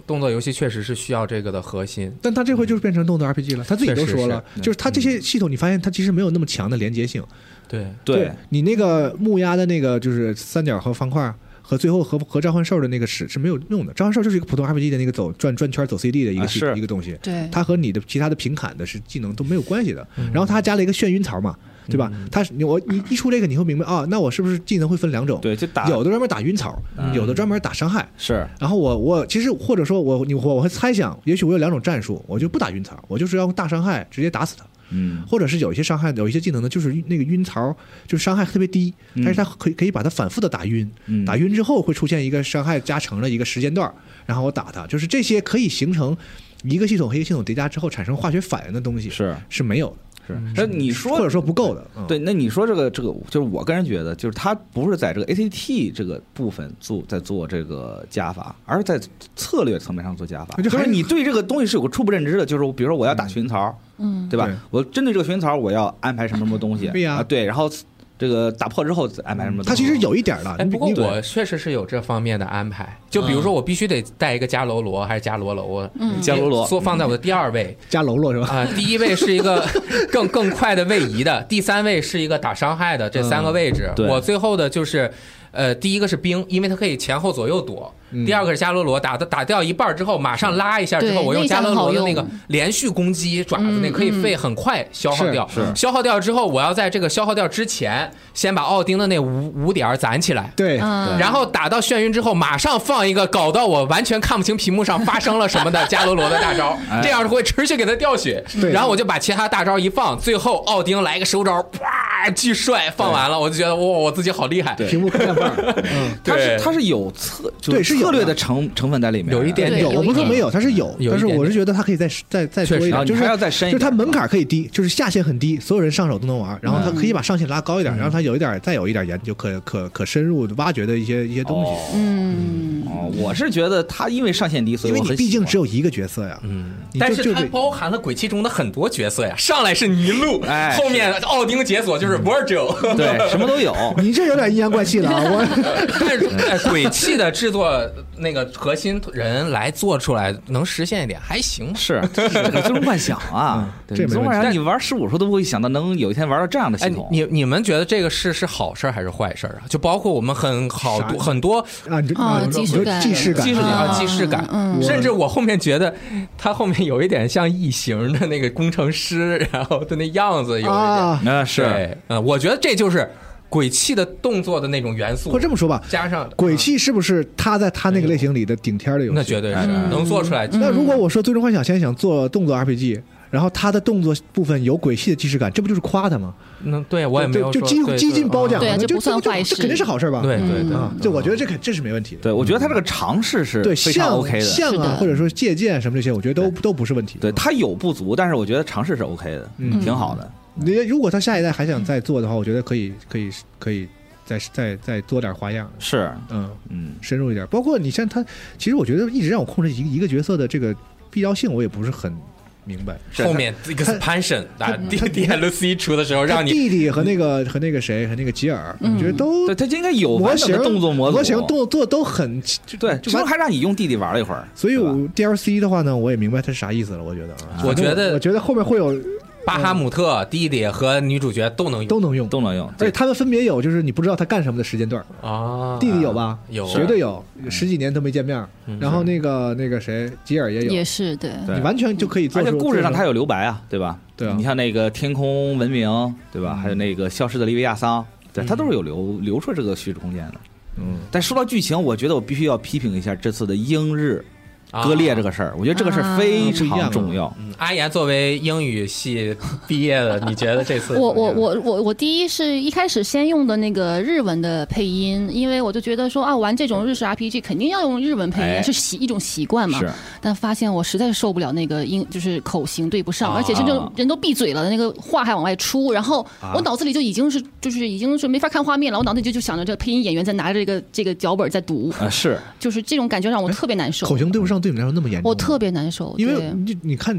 Speaker 5: 动作游戏确实是需要这个的核心。
Speaker 2: 但他这回就是变成动作 RPG 了，他自己都
Speaker 5: 确实
Speaker 2: 说
Speaker 5: 是
Speaker 2: 了，就是他这些系统，你发现他其实没有那么强的连接性。
Speaker 5: 对，
Speaker 3: 对，
Speaker 2: 你那个木鸭的那个就是三角和方块。和最后和和召唤兽的那个是是没有用的，召唤兽就是一个普通 RPG 的那个走转转圈走 CD 的一个
Speaker 3: 啊
Speaker 2: 系、
Speaker 3: 是
Speaker 2: 一个东西，
Speaker 4: 对
Speaker 2: 它和你的其他的平砍的是技能都没有关系的。然后它还加了一个眩晕槽嘛，对吧？它是你我你一出这个你会明白啊，那我是不是技能会分两种？
Speaker 3: 对，就打
Speaker 2: 有的专门打晕槽，有的专门打伤害。
Speaker 3: 是
Speaker 2: 然后我我其实或者说我你我我会猜想，也许我有两种战术，我就不打晕槽，我就是要大伤害直接打死他。
Speaker 3: 嗯
Speaker 2: 或者是有一些伤害，有一些技能呢，就是那个晕槽，就是伤害特别低，
Speaker 3: 嗯
Speaker 2: 但是它可以可以把它反复的打晕，
Speaker 3: 嗯
Speaker 2: 打晕之后会出现一个伤害加成的一个时间段儿，然后我打它，就是这些可以形成一个系统和一个系统叠加之后产生化学反应的东西
Speaker 3: 是
Speaker 2: 是没有的，
Speaker 3: 是，那你说
Speaker 2: 或者说不够的，嗯、
Speaker 3: 对，那你说这个这个，就是我个人觉得，就是他不是在这个 ACT 这个部分做在做这个加法，而是在策略层面上做加法。
Speaker 2: 那
Speaker 3: 就
Speaker 2: 就还
Speaker 3: 是
Speaker 2: 是
Speaker 3: 你对这个东西是有个初步认知的，就是我比如说我要打群槽，
Speaker 4: 嗯，
Speaker 3: 对吧？
Speaker 2: 对
Speaker 3: 我针对这个群槽，我要安排什么什么东西？
Speaker 2: 对呀
Speaker 3: 啊，对，然后这个打破之后再安排什么东
Speaker 2: 嗯
Speaker 3: 西？
Speaker 2: 它其实有一点儿的，
Speaker 5: 哎，
Speaker 2: 你
Speaker 5: 不过
Speaker 2: 你
Speaker 5: 我确实是有这方面的安排，就比如说我必须得带一个伽罗罗还是伽罗罗，我
Speaker 4: 嗯
Speaker 3: 嗯伽罗罗
Speaker 5: 说放在我的第二位。
Speaker 2: 加喽啰是吧？
Speaker 5: 啊、第一位是一 个更更快的位移的，第三位是一个打伤害的，这三个位置，
Speaker 3: 嗯对
Speaker 5: 我最后的就是，呃，第一个是兵，因为它可以前后左右躲；
Speaker 3: 嗯
Speaker 5: 第二个是伽罗罗，打的打掉一半之后，马上拉一下之后，
Speaker 4: 对
Speaker 5: 我用
Speaker 4: 那
Speaker 5: 伽
Speaker 4: 个
Speaker 5: 罗罗的
Speaker 4: 很好
Speaker 5: 那
Speaker 4: 用
Speaker 5: 个连续攻击爪子那
Speaker 4: 嗯
Speaker 5: 可以费很快消耗掉，
Speaker 3: 是是
Speaker 5: 消耗掉之后，我要在这个消耗掉之前，先把奥丁的那五五点儿攒起来。
Speaker 2: 对，
Speaker 4: 嗯，
Speaker 5: 然后打到眩晕之后，马上放一个搞到我完全看不清屏幕上发生了什么的伽罗罗的大 招，这样会持续给他掉血。
Speaker 2: 对
Speaker 5: 然后我就把其他大招一放，最后奥丁来个手招，啪，巨帅，放完了，我就觉得哇，我自己好厉害。
Speaker 2: 屏幕看半儿，嗯，
Speaker 3: 它是
Speaker 5: 对
Speaker 3: 它是有策就
Speaker 2: 对是有
Speaker 3: 策略
Speaker 2: 的
Speaker 3: 的成成分在里面，
Speaker 5: 有一点
Speaker 4: 对
Speaker 2: 有，我不是说
Speaker 4: 有一点
Speaker 2: 没有，它是有，
Speaker 5: 有一
Speaker 2: 但是
Speaker 5: 点
Speaker 2: 我是
Speaker 5: 点
Speaker 2: 觉得它可以再再再多
Speaker 5: 确实
Speaker 2: 一
Speaker 3: 啊
Speaker 2: 点，
Speaker 3: 你
Speaker 2: 就是
Speaker 3: 还要再深一
Speaker 2: 就是它
Speaker 3: 点
Speaker 2: 门槛可以低，就是下限很低，所有人上手都能玩。然后它可以把上限拉高一点，让它有一点再有一点研究，可可可深入挖掘的一些一些东西。
Speaker 3: 哦
Speaker 4: 嗯，
Speaker 3: 哦，我是觉得它因为上限低，所以
Speaker 2: 因为
Speaker 3: 我
Speaker 2: 你
Speaker 3: 很
Speaker 2: 毕
Speaker 3: 喜
Speaker 2: 竟
Speaker 3: 欢
Speaker 2: 只有一个角色呀，嗯，
Speaker 5: 但
Speaker 2: 就是
Speaker 5: 它
Speaker 2: 这
Speaker 5: 包含了鬼泣中的很多角色呀，上来是尼禄，
Speaker 3: 哎
Speaker 5: 后面奥丁解锁就是 Virgil，
Speaker 3: 对什 么都有，
Speaker 2: 你这有点阴阳怪气了啊！我
Speaker 5: 但是哎鬼泣的制作那个核心人来做出来，能实现一点还行 吧。
Speaker 3: 是，这是最终幻想啊！
Speaker 2: 嗯
Speaker 3: 对
Speaker 2: 这没
Speaker 3: 最终幻
Speaker 2: 问
Speaker 3: 想，你玩十五时候都不会想到能有一天玩到这样的系
Speaker 5: 哎，
Speaker 3: 统。
Speaker 5: 你你们觉得这个事是好事儿还是坏事儿啊？就包括我们很好
Speaker 2: 啥
Speaker 5: 多很多
Speaker 2: 啊，你这
Speaker 4: 啊
Speaker 2: 你说
Speaker 4: 既视
Speaker 2: 你说
Speaker 4: 感
Speaker 2: 既视
Speaker 5: 既视
Speaker 2: 感
Speaker 5: 感
Speaker 2: 啊，
Speaker 5: 啊，既视感，
Speaker 4: 嗯
Speaker 5: 甚至我后面觉得他后面有一点像异形的那个工程师，然后的那样子有一点，
Speaker 2: 啊
Speaker 3: 那
Speaker 5: 对，嗯，我觉得这就是鬼泣的动作的那种元素
Speaker 2: 或，这么说吧，
Speaker 5: 加上
Speaker 2: 鬼，泣是不是他在他那个类型里的顶天儿的游戏？
Speaker 5: 那绝对是
Speaker 3: 嗯
Speaker 5: 能做出来。
Speaker 2: 那如果我说《最终幻想》现在想做动作 RPG，然后他的动作部分有鬼泣的既视感，这不就是夸他吗？
Speaker 5: 那嗯对我也没
Speaker 2: 对
Speaker 5: 有
Speaker 2: 就
Speaker 5: 说
Speaker 2: 几
Speaker 5: 对
Speaker 2: 几近
Speaker 5: 对
Speaker 2: 褒奖，
Speaker 5: 嗯
Speaker 4: 对啊
Speaker 2: 那
Speaker 4: 这
Speaker 2: 就
Speaker 4: 不算
Speaker 2: 这
Speaker 4: 坏
Speaker 2: 这
Speaker 4: 事
Speaker 2: 肯定是好事吧？
Speaker 5: 对嗯对对
Speaker 2: 啊，就我觉得这肯这是没问题的。
Speaker 3: 对，我觉得他这个尝试是
Speaker 2: 对，
Speaker 3: 非常
Speaker 2: 像
Speaker 3: OK 的。
Speaker 2: 像
Speaker 4: 是
Speaker 2: 啊，
Speaker 4: 的
Speaker 2: 或者说借鉴什么这些，我觉得都都不是问题。
Speaker 3: 对，他有不足，但是我觉得尝试是 OK 的，
Speaker 2: 嗯
Speaker 3: 挺好的。
Speaker 5: 嗯
Speaker 2: 你如果他下一代还想再做的话，我觉得可以可以可以再再再多点花样，
Speaker 3: 是，
Speaker 2: 嗯，
Speaker 3: 嗯，
Speaker 2: 深入一点。包括你像他，其实我觉得一直让我控制一个一个角色的这个必要性，我也不是很明白。
Speaker 3: 是
Speaker 5: 后面 expansion 啊，D D L C 出的时候让
Speaker 2: 他
Speaker 5: 你
Speaker 2: 弟弟和那个和那个谁和那个吉尔，
Speaker 4: 嗯
Speaker 2: 我觉得都
Speaker 3: 对，他应该有
Speaker 2: 模
Speaker 3: 完整
Speaker 2: 型
Speaker 3: 的动作模
Speaker 2: 模
Speaker 3: 组
Speaker 2: 型动作都很就
Speaker 3: 对，
Speaker 2: 就
Speaker 3: 最
Speaker 2: 完
Speaker 3: 后还让你用弟弟玩了一会儿，
Speaker 2: 所以
Speaker 3: 对吧
Speaker 2: 我 DLC 的话呢，我也明白它是啥意思了。我觉得啊，
Speaker 5: 我觉得
Speaker 2: 我觉得后面会有
Speaker 5: 巴哈姆特弟弟和女主角都能用
Speaker 2: 都能用，
Speaker 3: 都能用。
Speaker 2: 而且他们分别有就是你不知道他干什么的时间段。
Speaker 5: 啊，
Speaker 2: 弟弟有吧？
Speaker 5: 有
Speaker 2: 绝对有，
Speaker 3: 嗯
Speaker 2: 十几年都没见面儿。然后那个那个谁，吉尔也有
Speaker 4: 也，是对，
Speaker 3: 对
Speaker 2: 你完全就可以做
Speaker 3: 而
Speaker 2: 出。
Speaker 3: 且故事上
Speaker 2: 做出
Speaker 3: 他有留白啊，对吧？
Speaker 2: 对啊嗯
Speaker 3: 你像那个天空文明，对吧？还有那个消失的利维亚桑，对，他都是有留留出这个叙事空间的。
Speaker 2: 嗯，
Speaker 3: 但说到剧情，我觉得我必须要批评一下这次的英日割裂这个事儿，我觉得这个事
Speaker 4: 啊
Speaker 3: 儿非
Speaker 2: 啊
Speaker 3: 常重要。
Speaker 5: 嗯啊阿岩作为英语系毕业的，你觉得这次
Speaker 4: 我
Speaker 5: 怎么
Speaker 4: 我
Speaker 5: 样
Speaker 4: 我我我第一是一开始先用的那个日文的配音，因为我就觉得说啊，玩这种日式 RPG 肯定要用日文配音，
Speaker 3: 哎
Speaker 4: 是习一种习惯嘛。
Speaker 3: 是，
Speaker 4: 但发现我实在是受不了那个音，就是口型对不上，
Speaker 5: 啊
Speaker 4: 而且是那种人都闭嘴了，那个话还往外出，然后我脑子里就已经是就是已经是没法看画面了，我脑子里就就想着这个配音演员在拿着这个这个脚本在读，
Speaker 3: 啊是，
Speaker 4: 就是这种感觉让我特别难受
Speaker 2: 口，型对不上，对你们来说那么严重吗，
Speaker 4: 我特别难受，
Speaker 2: 因为
Speaker 4: 对嗯
Speaker 2: 你你看，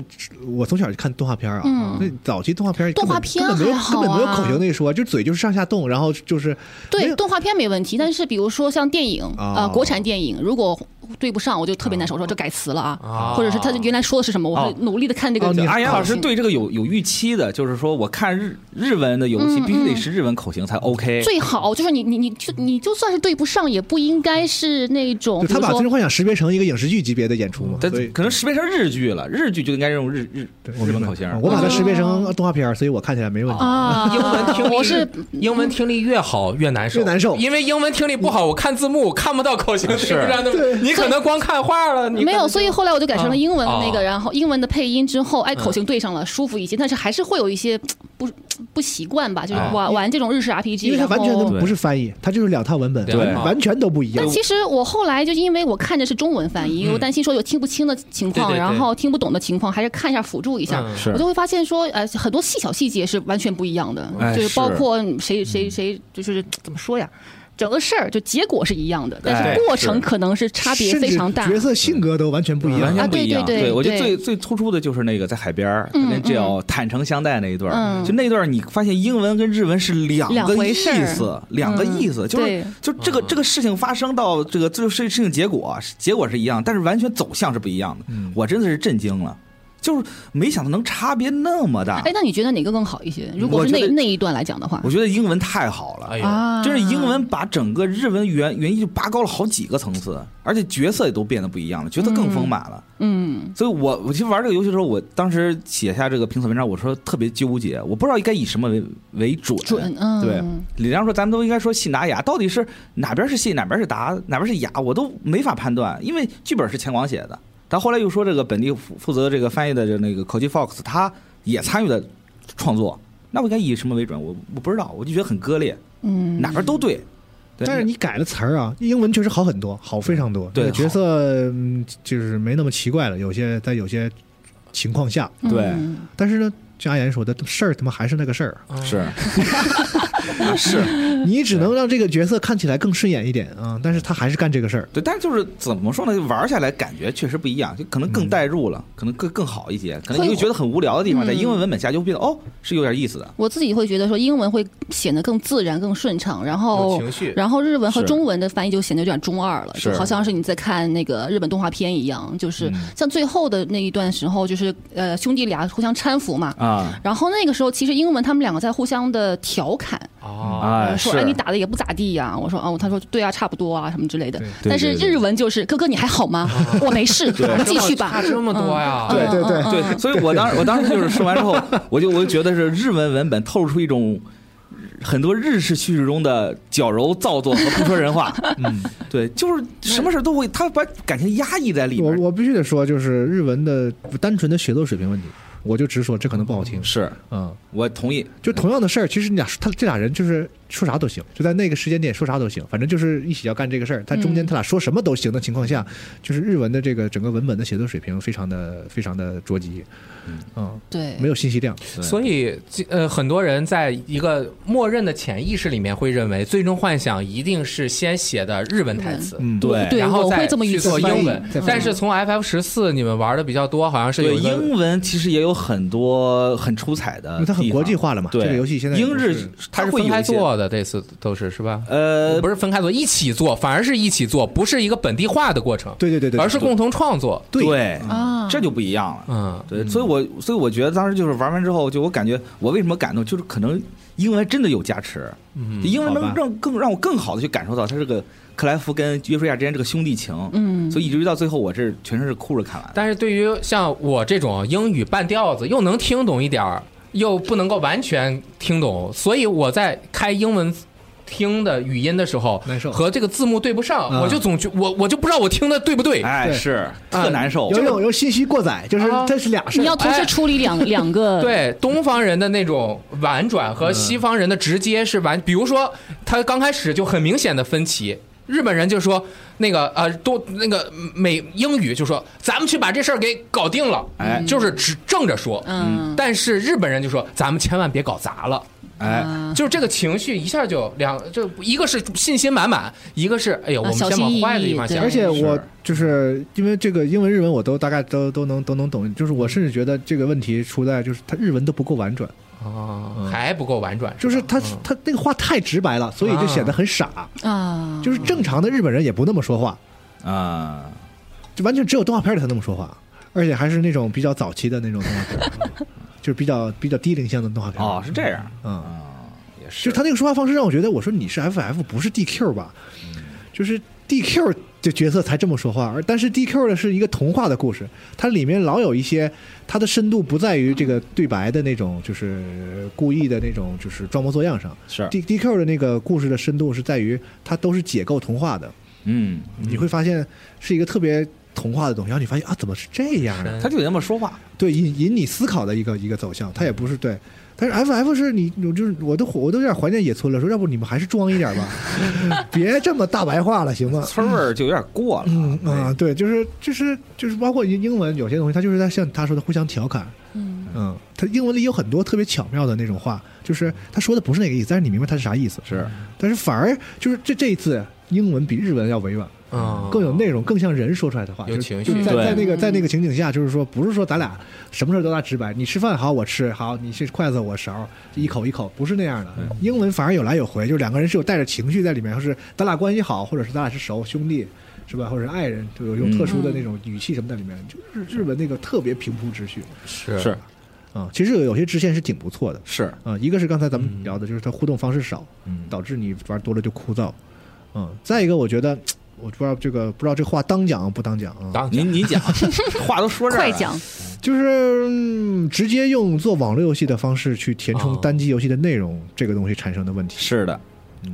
Speaker 2: 我从小就看动画片啊，那早期动画片根本
Speaker 4: 动画片
Speaker 2: 根本没有
Speaker 4: 还好
Speaker 2: 根本
Speaker 4: 啊
Speaker 2: 没有口型那一说，就嘴就是上下动，然后就是没
Speaker 4: 对
Speaker 2: 有
Speaker 4: 动画片没问题，但是比如说像电影，呃，
Speaker 2: 哦
Speaker 4: 国产电影如果对不上，我就特别难受，说这改词了
Speaker 5: 哦
Speaker 4: 啊，或者是他原来说的是什么，我会
Speaker 3: 哦
Speaker 4: 努力的看这个
Speaker 2: 哦
Speaker 4: 口
Speaker 2: 你
Speaker 4: 型。
Speaker 3: 阿岩老师对这个有有预期的，就是说我看日日文的游戏
Speaker 4: 嗯
Speaker 3: 必须得
Speaker 4: 嗯
Speaker 3: 是日文口型才 OK。
Speaker 4: 最好就是你你你就你就算是对不上，也不应该是那种
Speaker 2: 就他把《
Speaker 4: 比
Speaker 2: 最
Speaker 4: 如
Speaker 2: 终
Speaker 4: 说
Speaker 2: 幻想》识别成一个影视剧级别的演出嘛，
Speaker 3: 但
Speaker 2: 所以
Speaker 3: 可能识别成日剧了，日剧就应该用日日
Speaker 2: 我
Speaker 3: 嗯日
Speaker 2: 明
Speaker 3: 本
Speaker 2: 白
Speaker 3: 口型。
Speaker 2: 啊我把它识别成
Speaker 4: 哦
Speaker 2: 动画片，所以我看起来没问题。
Speaker 4: 啊，
Speaker 5: 英文听力
Speaker 4: 我是
Speaker 5: 英文听力越好越难受，
Speaker 2: 越难受
Speaker 5: 因为英文听力不好，我看字幕我看不到 口型，是不是啊？那你可能光看画了，你
Speaker 4: 没有，
Speaker 5: 可能
Speaker 4: 所以后来我就改成
Speaker 5: 啊
Speaker 4: 了英文的那
Speaker 5: 哦
Speaker 4: 个，然后英文的配音之后，哎，
Speaker 5: 嗯
Speaker 4: 口型对上了，舒服一些，但是还是会有一些不不习惯吧，就是
Speaker 5: 啊
Speaker 4: 玩玩这种日式
Speaker 2: 因
Speaker 4: RPG，
Speaker 2: 为它
Speaker 4: 然后
Speaker 2: 完全都不是翻译，它就是两套文本，
Speaker 5: 对
Speaker 2: 完完全都不一样
Speaker 4: 哦但。其实我后来就是因为我看着是中文翻译，
Speaker 3: 嗯
Speaker 4: 因为我担心说有听不清的情况，
Speaker 5: 对对对
Speaker 4: 然后听不懂的情况，还是看一下辅助一下。
Speaker 5: 嗯
Speaker 3: 是
Speaker 4: 我就会发现说，呃，很多细小细节是完全不一样的，
Speaker 3: 哎
Speaker 4: 就是包
Speaker 3: 是嗯
Speaker 4: 括谁谁谁，就是怎么说呀，整个事儿就结果是一样的，但
Speaker 3: 哎
Speaker 4: 是过
Speaker 3: 是
Speaker 4: 程可能是差别
Speaker 2: 甚
Speaker 4: 非
Speaker 2: 至
Speaker 4: 常大。
Speaker 2: 角色性格都完全不一
Speaker 3: 完
Speaker 2: 样。
Speaker 3: 全
Speaker 4: 啊
Speaker 3: 不
Speaker 4: 对
Speaker 3: 一样。
Speaker 4: 对对
Speaker 3: 我觉得
Speaker 4: 对
Speaker 3: 最最突出的就是那个在海边儿，
Speaker 4: 嗯
Speaker 3: 跟这叫坦诚相待那一段儿，
Speaker 4: 嗯
Speaker 3: 就那段儿你发现英文跟日文是两
Speaker 4: 两
Speaker 3: 个
Speaker 4: 回
Speaker 3: 意
Speaker 4: 事儿嗯
Speaker 3: 思，两个意思，就是啊
Speaker 4: 对
Speaker 3: 就这个这个事情发生到这个最后事事情结果结果是一样，但是完全走向是不一样的。我真的是震惊了，就是没想到能差别那么大
Speaker 4: 哎。，那你觉得哪个更好一些？如果
Speaker 3: 我
Speaker 4: 是
Speaker 3: 觉
Speaker 4: 那
Speaker 3: 得
Speaker 4: 那一段来讲的话
Speaker 3: 我，觉得英文太好了
Speaker 5: 哎。呦，
Speaker 4: 啊，
Speaker 3: 就是英文把整个日文原原意就拔高了好几个层次，而且角色也都变得不一样了，角色更丰满了。
Speaker 4: 嗯，
Speaker 3: 所以我我其实玩这个游戏的时候，我当时写下这个评测文章，我说特别纠结，我不知道该以什么为为准。
Speaker 4: 准，嗯，
Speaker 3: 对，李亮说咱们都应该说信达雅，到底是哪边是信，哪边是达，哪边是雅，我都没法判断，因为剧本是钱广写的。但后来又说这个本地负负责这个翻译的这那个 Koji Fox，他也参与了创作，那我该以什么为准？我我不知道，我就觉得很割裂，
Speaker 4: 嗯，
Speaker 3: 哪边都对。对
Speaker 2: 但是你改了词儿啊，英文确实好很多，好非常多。
Speaker 3: 对
Speaker 2: 那个角色嗯就是没那么奇怪了，有些在有些情况下，
Speaker 3: 对
Speaker 4: 嗯
Speaker 2: 但是呢，像阿言说的事儿，他妈还是那个事儿，
Speaker 3: 是啊是，
Speaker 2: 你只能让这个角色看起来更顺眼一点啊，但是他还是干这个事儿。
Speaker 3: 对，但是就是怎么说呢？就玩下来感觉确实不一样，就可能
Speaker 2: 嗯
Speaker 3: 更代入了，可能更更好一些。可能你
Speaker 4: 会
Speaker 3: 就觉得很无聊的地方，
Speaker 4: 嗯
Speaker 3: 在英文文本下就变得哦，是有点意思的。
Speaker 4: 我自己会觉得说英文会显得更自然、更顺畅，然
Speaker 5: 有
Speaker 4: 后
Speaker 5: 情绪
Speaker 4: 然后日文和
Speaker 3: 是
Speaker 4: 中文的翻译就显得有点中二了，
Speaker 3: 是
Speaker 4: 就好像是你在看那个日本动画片一样，就是
Speaker 5: 嗯
Speaker 4: 像最后的那一段时候，就是呃兄弟俩互相搀扶嘛。
Speaker 3: 啊
Speaker 4: 然后那个时候，其实英文他们两个在互相的调侃，
Speaker 5: 哦，
Speaker 3: 啊
Speaker 4: 说哎你打的也不咋地呀、我说哦，他说对啊，差不多啊什么之类的。
Speaker 3: 对
Speaker 4: 但是
Speaker 3: 对对
Speaker 4: 日文就是哥哥你还好吗？ 我没事，继续吧
Speaker 5: 啊
Speaker 4: 嗯
Speaker 5: 差。这么多呀？
Speaker 2: 对对对，
Speaker 3: 对，所以我当我当时就是说完之 后，我就我就觉得是日文文本透露出一种很多日式叙事中的矫揉造作和不说人 话。嗯，对，就是什么事都会，他把感情压抑在里
Speaker 2: 我
Speaker 3: 边。
Speaker 2: 我必须得说，就是日文的单纯的写作水平问题，我就直说，这可能不好听。
Speaker 3: 是
Speaker 2: 嗯，
Speaker 3: 我同意，
Speaker 2: 就同样的事儿，其实你俩他这俩人就是说啥都行，就在那个时间点说啥都行，反正就是一起要干这个事儿。但中间他俩说什么都行的情况下，就是日文的这个整个文本的写作水平非常的非常的着急，嗯，
Speaker 4: 对，
Speaker 2: 没有信息量。
Speaker 5: 所以，这呃，很多人在一个默认的潜意识里面会认为，《最终幻想》一定是先写的日文台词，
Speaker 2: 嗯，
Speaker 3: 对
Speaker 4: 对
Speaker 5: 然后
Speaker 4: 我
Speaker 5: 再
Speaker 4: 会这么
Speaker 5: 去
Speaker 4: 预
Speaker 5: 做
Speaker 4: 期
Speaker 5: 英文
Speaker 2: 再翻译。
Speaker 5: 但是从 FF 十四你们玩的比较多，好像是有
Speaker 3: 对
Speaker 5: 一个
Speaker 3: 英文其实也有很多很出彩的
Speaker 2: 嗯因为
Speaker 3: 地方，
Speaker 2: 它很国际化了嘛。
Speaker 3: 对
Speaker 2: 这个游戏现在
Speaker 3: 英
Speaker 2: 都是
Speaker 3: 日它
Speaker 5: 是
Speaker 3: 会
Speaker 5: 分
Speaker 3: 有
Speaker 5: 开
Speaker 3: 一些
Speaker 5: 做的，这次都是是吧？
Speaker 3: 呃
Speaker 5: 不是分开做，一起做，反而是一起做，不是一个本地化的过程，
Speaker 2: 对对对对，
Speaker 5: 而是共同创作。
Speaker 2: 对
Speaker 3: 对
Speaker 4: 啊
Speaker 3: 这就不一样了。
Speaker 5: 嗯，
Speaker 3: 对，所以我所以我觉得当时就是玩完之后，就我感觉我为什么感动，就是可能英文真的有加持，
Speaker 5: 嗯
Speaker 3: 英文
Speaker 2: 好吧
Speaker 3: 能让更让我更好的去感受到他这个克莱夫跟约书亚之间这个兄弟情。
Speaker 4: 嗯
Speaker 3: 所以一直到最后，我是全程是哭着看完的。
Speaker 5: 但是对于像我这种英语半吊子，又能听懂一点儿，又不能够完全听懂，所以我在开英文听的语音的时候
Speaker 2: 难受
Speaker 5: 和这个字幕对不上，我就总觉我我就不知道我听的对不对。
Speaker 3: 嗯哎，
Speaker 2: 对啊
Speaker 3: 是特难受。
Speaker 2: 有一种由信息过载，就是
Speaker 5: 啊
Speaker 2: 这是哎俩事
Speaker 4: 你
Speaker 2: 儿。
Speaker 4: 要同时处理两 两个，，
Speaker 5: 对东方人的那种婉转
Speaker 4: 嗯
Speaker 5: 和西方人的直接是完，比如说他刚开始就很明显的分歧，日本人就说那个呃东那个美英语就说咱们去把这事儿给搞定了，
Speaker 3: 哎
Speaker 5: 就是直正着说，
Speaker 4: 嗯，
Speaker 5: 但是日本人就说咱们千万别搞砸了，
Speaker 3: 哎，
Speaker 2: 嗯
Speaker 4: 啊
Speaker 5: 就是这个情绪一下就两，就一个是信心满满，一个是哎呦，我
Speaker 4: 啊
Speaker 5: 们
Speaker 4: 小
Speaker 5: 先
Speaker 4: 心
Speaker 5: 往
Speaker 4: 翼
Speaker 5: 坏的
Speaker 4: 翼
Speaker 5: 地方
Speaker 4: 对
Speaker 5: 想。
Speaker 2: 而且我
Speaker 3: 是
Speaker 2: 就是因为这个英文、日文我都大概都都能都能懂，就是我甚至觉得这个问题出在就是他日文都不够婉转，
Speaker 5: 哦，还不够婉转，
Speaker 2: 就是
Speaker 5: 吧
Speaker 2: 他
Speaker 5: 嗯
Speaker 2: 他那个话太直白了，所以就显得很傻。
Speaker 4: 啊，
Speaker 2: 就是正常的日本人也不那么说话，
Speaker 3: 啊，
Speaker 2: 就完全只有动画片里才那么说话，而且还是那种比较早期的那种动画片， 就是比较比较低龄向的动画片。
Speaker 3: 哦，是这样，
Speaker 2: 嗯，
Speaker 3: 也。
Speaker 2: 就是他那个说话方式让我觉得，我说你是 FF 不是 DQ 吧？
Speaker 3: 嗯
Speaker 2: 就是 DQ 这角色才这么说话，而但是 DQ 的是一个童话的故事，它里面老有一些它的深度不在于这个对白的那种，就是故意的那种，就是装模作样上。
Speaker 3: 是
Speaker 2: D DQ 的那个故事的深度是在于它都是解构童话的，
Speaker 3: 嗯，
Speaker 2: 你会发现是一个特别童话的东西，然后你发现啊，怎么是这样呢？
Speaker 3: 他就得那么说话，
Speaker 2: 对引引你思考的一个一个走向，它也不是对。但是 F F 是你，我就是我都我都有点怀念野村了，说要不你们还是装一点吧， 别这么大白话了，行吗？
Speaker 3: 村味儿就有点过了。哎
Speaker 2: 嗯啊，对，
Speaker 3: 对
Speaker 2: 就是就是就是，包括英英文有些东西，它就是在像他说的互相调侃，
Speaker 4: 嗯
Speaker 2: 嗯，他英文里有很多特别巧妙的那种话，就是他说的不是那个意思，但是你明白他是啥意思，
Speaker 3: 是
Speaker 2: 但是反而就是这这一次英文比日文要委婉，
Speaker 5: 嗯
Speaker 2: 更有内容，更像人说出来的话，
Speaker 5: 有
Speaker 2: 就
Speaker 5: 情
Speaker 2: 就
Speaker 5: 绪
Speaker 2: 在
Speaker 3: 对
Speaker 2: 在那个在那个情景下，就是说，不是说咱俩什么事儿都大直白，你吃饭好我吃好，你是筷子我勺，一口一口，不是那样的。
Speaker 5: 嗯
Speaker 2: 英文反而有来有回，就是两个人是有带着情绪在里面，或是咱俩关系好，或者是咱俩是熟兄弟，是吧？或者是爱人，就有一种特殊的那种语气什么在里面。就日日本那个特别平铺直叙
Speaker 5: 是
Speaker 3: 是
Speaker 2: 啊、其实有有些支线是挺不错的
Speaker 3: 是，
Speaker 2: 啊、一个是刚才咱
Speaker 5: 嗯
Speaker 2: 们聊的，就是它互动方式少，
Speaker 3: 嗯，
Speaker 2: 导致你玩多了就枯燥。嗯，再一个，我觉得我不知道这个不知道这话当讲不当讲啊，
Speaker 5: 当
Speaker 3: 您您讲， 话都说这儿了
Speaker 4: 快讲，
Speaker 2: 就是、嗯直接用做网络游戏的方式去填充
Speaker 5: 哦
Speaker 2: 单机游戏的内容，这个东西产生的问题。
Speaker 3: 是的，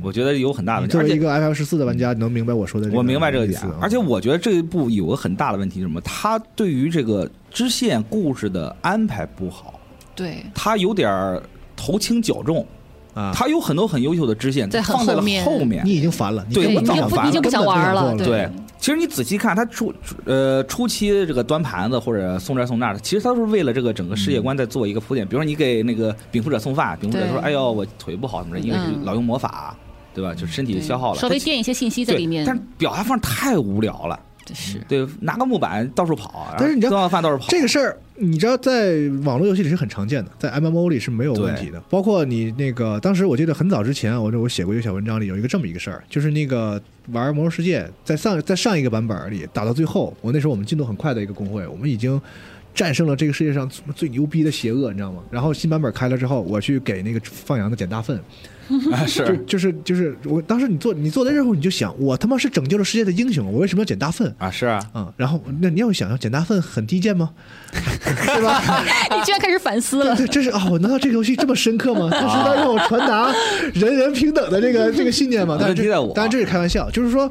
Speaker 3: 我觉得有很大
Speaker 2: 嗯你
Speaker 3: 的问题，
Speaker 2: 作
Speaker 3: 而
Speaker 2: 为一
Speaker 3: 且
Speaker 2: 个 F F 十四的玩家，你能明白我说的个
Speaker 3: 我明白这个
Speaker 2: 意
Speaker 3: 点
Speaker 2: 思啊，。
Speaker 3: 而且我觉得这一部有个很大的问题是什么？他对于这个支线故事的安排不好，
Speaker 4: 对，
Speaker 3: 他有点儿头轻脚重，
Speaker 2: 啊，
Speaker 3: 他有很多很优秀的支线
Speaker 4: 在很
Speaker 3: 放在了
Speaker 4: 后面
Speaker 3: 后面
Speaker 2: 你。已经烦了，
Speaker 3: 对
Speaker 2: 根
Speaker 3: 我
Speaker 2: 本
Speaker 3: 早
Speaker 4: 你
Speaker 3: 就
Speaker 2: 烦
Speaker 4: 就不
Speaker 2: 了
Speaker 4: 你就不想玩了，
Speaker 2: 根本不想做
Speaker 4: 对
Speaker 2: 了
Speaker 3: 对，其实你仔细看，他初初呃初期这个端盘子或者送这送那的，其实他都是为了这个整个世界观在做一个铺垫。比如说你给那个禀赋者送饭，禀赋者说：“
Speaker 4: 嗯对
Speaker 3: 哎呦，我腿不好什么的，因为
Speaker 4: 嗯
Speaker 3: 老用魔法，对吧？就身体
Speaker 4: 对
Speaker 3: 消耗了。”
Speaker 4: 稍微垫一些信息在
Speaker 3: 对
Speaker 4: 里面，
Speaker 3: 但是表达方式太无聊了。
Speaker 4: 是
Speaker 3: 对，拿个木板到处跑，
Speaker 2: 但是你知道
Speaker 3: 做完饭到处跑，
Speaker 2: 这个事儿，你知道，在网络游戏里是很常见的，在 MMO 里是没有问题的。包括你那个，当时我记得很早之前啊，我我写过一个小文章里有一个这么一个事儿，就是那个玩《魔兽世界》在上在上一个版本里打到最后，我那时候我们进度很快的一个工会，我们已经。战胜了这个世界上最最牛逼的邪恶，你知道吗？然后新版本开了之后，我去给那个放羊的捡大粪，
Speaker 3: 啊
Speaker 2: 就是就是就是我当时你做你做的任务，你就想我他妈是拯救了世界的英雄，我为什么要捡大粪？
Speaker 3: 啊是啊，
Speaker 2: 啊、然后那你要想要捡大粪很低贱吗？对吧？哎
Speaker 4: 你居然开始反思了，
Speaker 2: 对，这是啊，我难道这个游戏这么深刻 吗？它是在让我传达人人平等的这个这个信 念吗？但是
Speaker 3: 问题在
Speaker 2: 这
Speaker 3: 我啊
Speaker 2: 当然这是开玩笑，就是说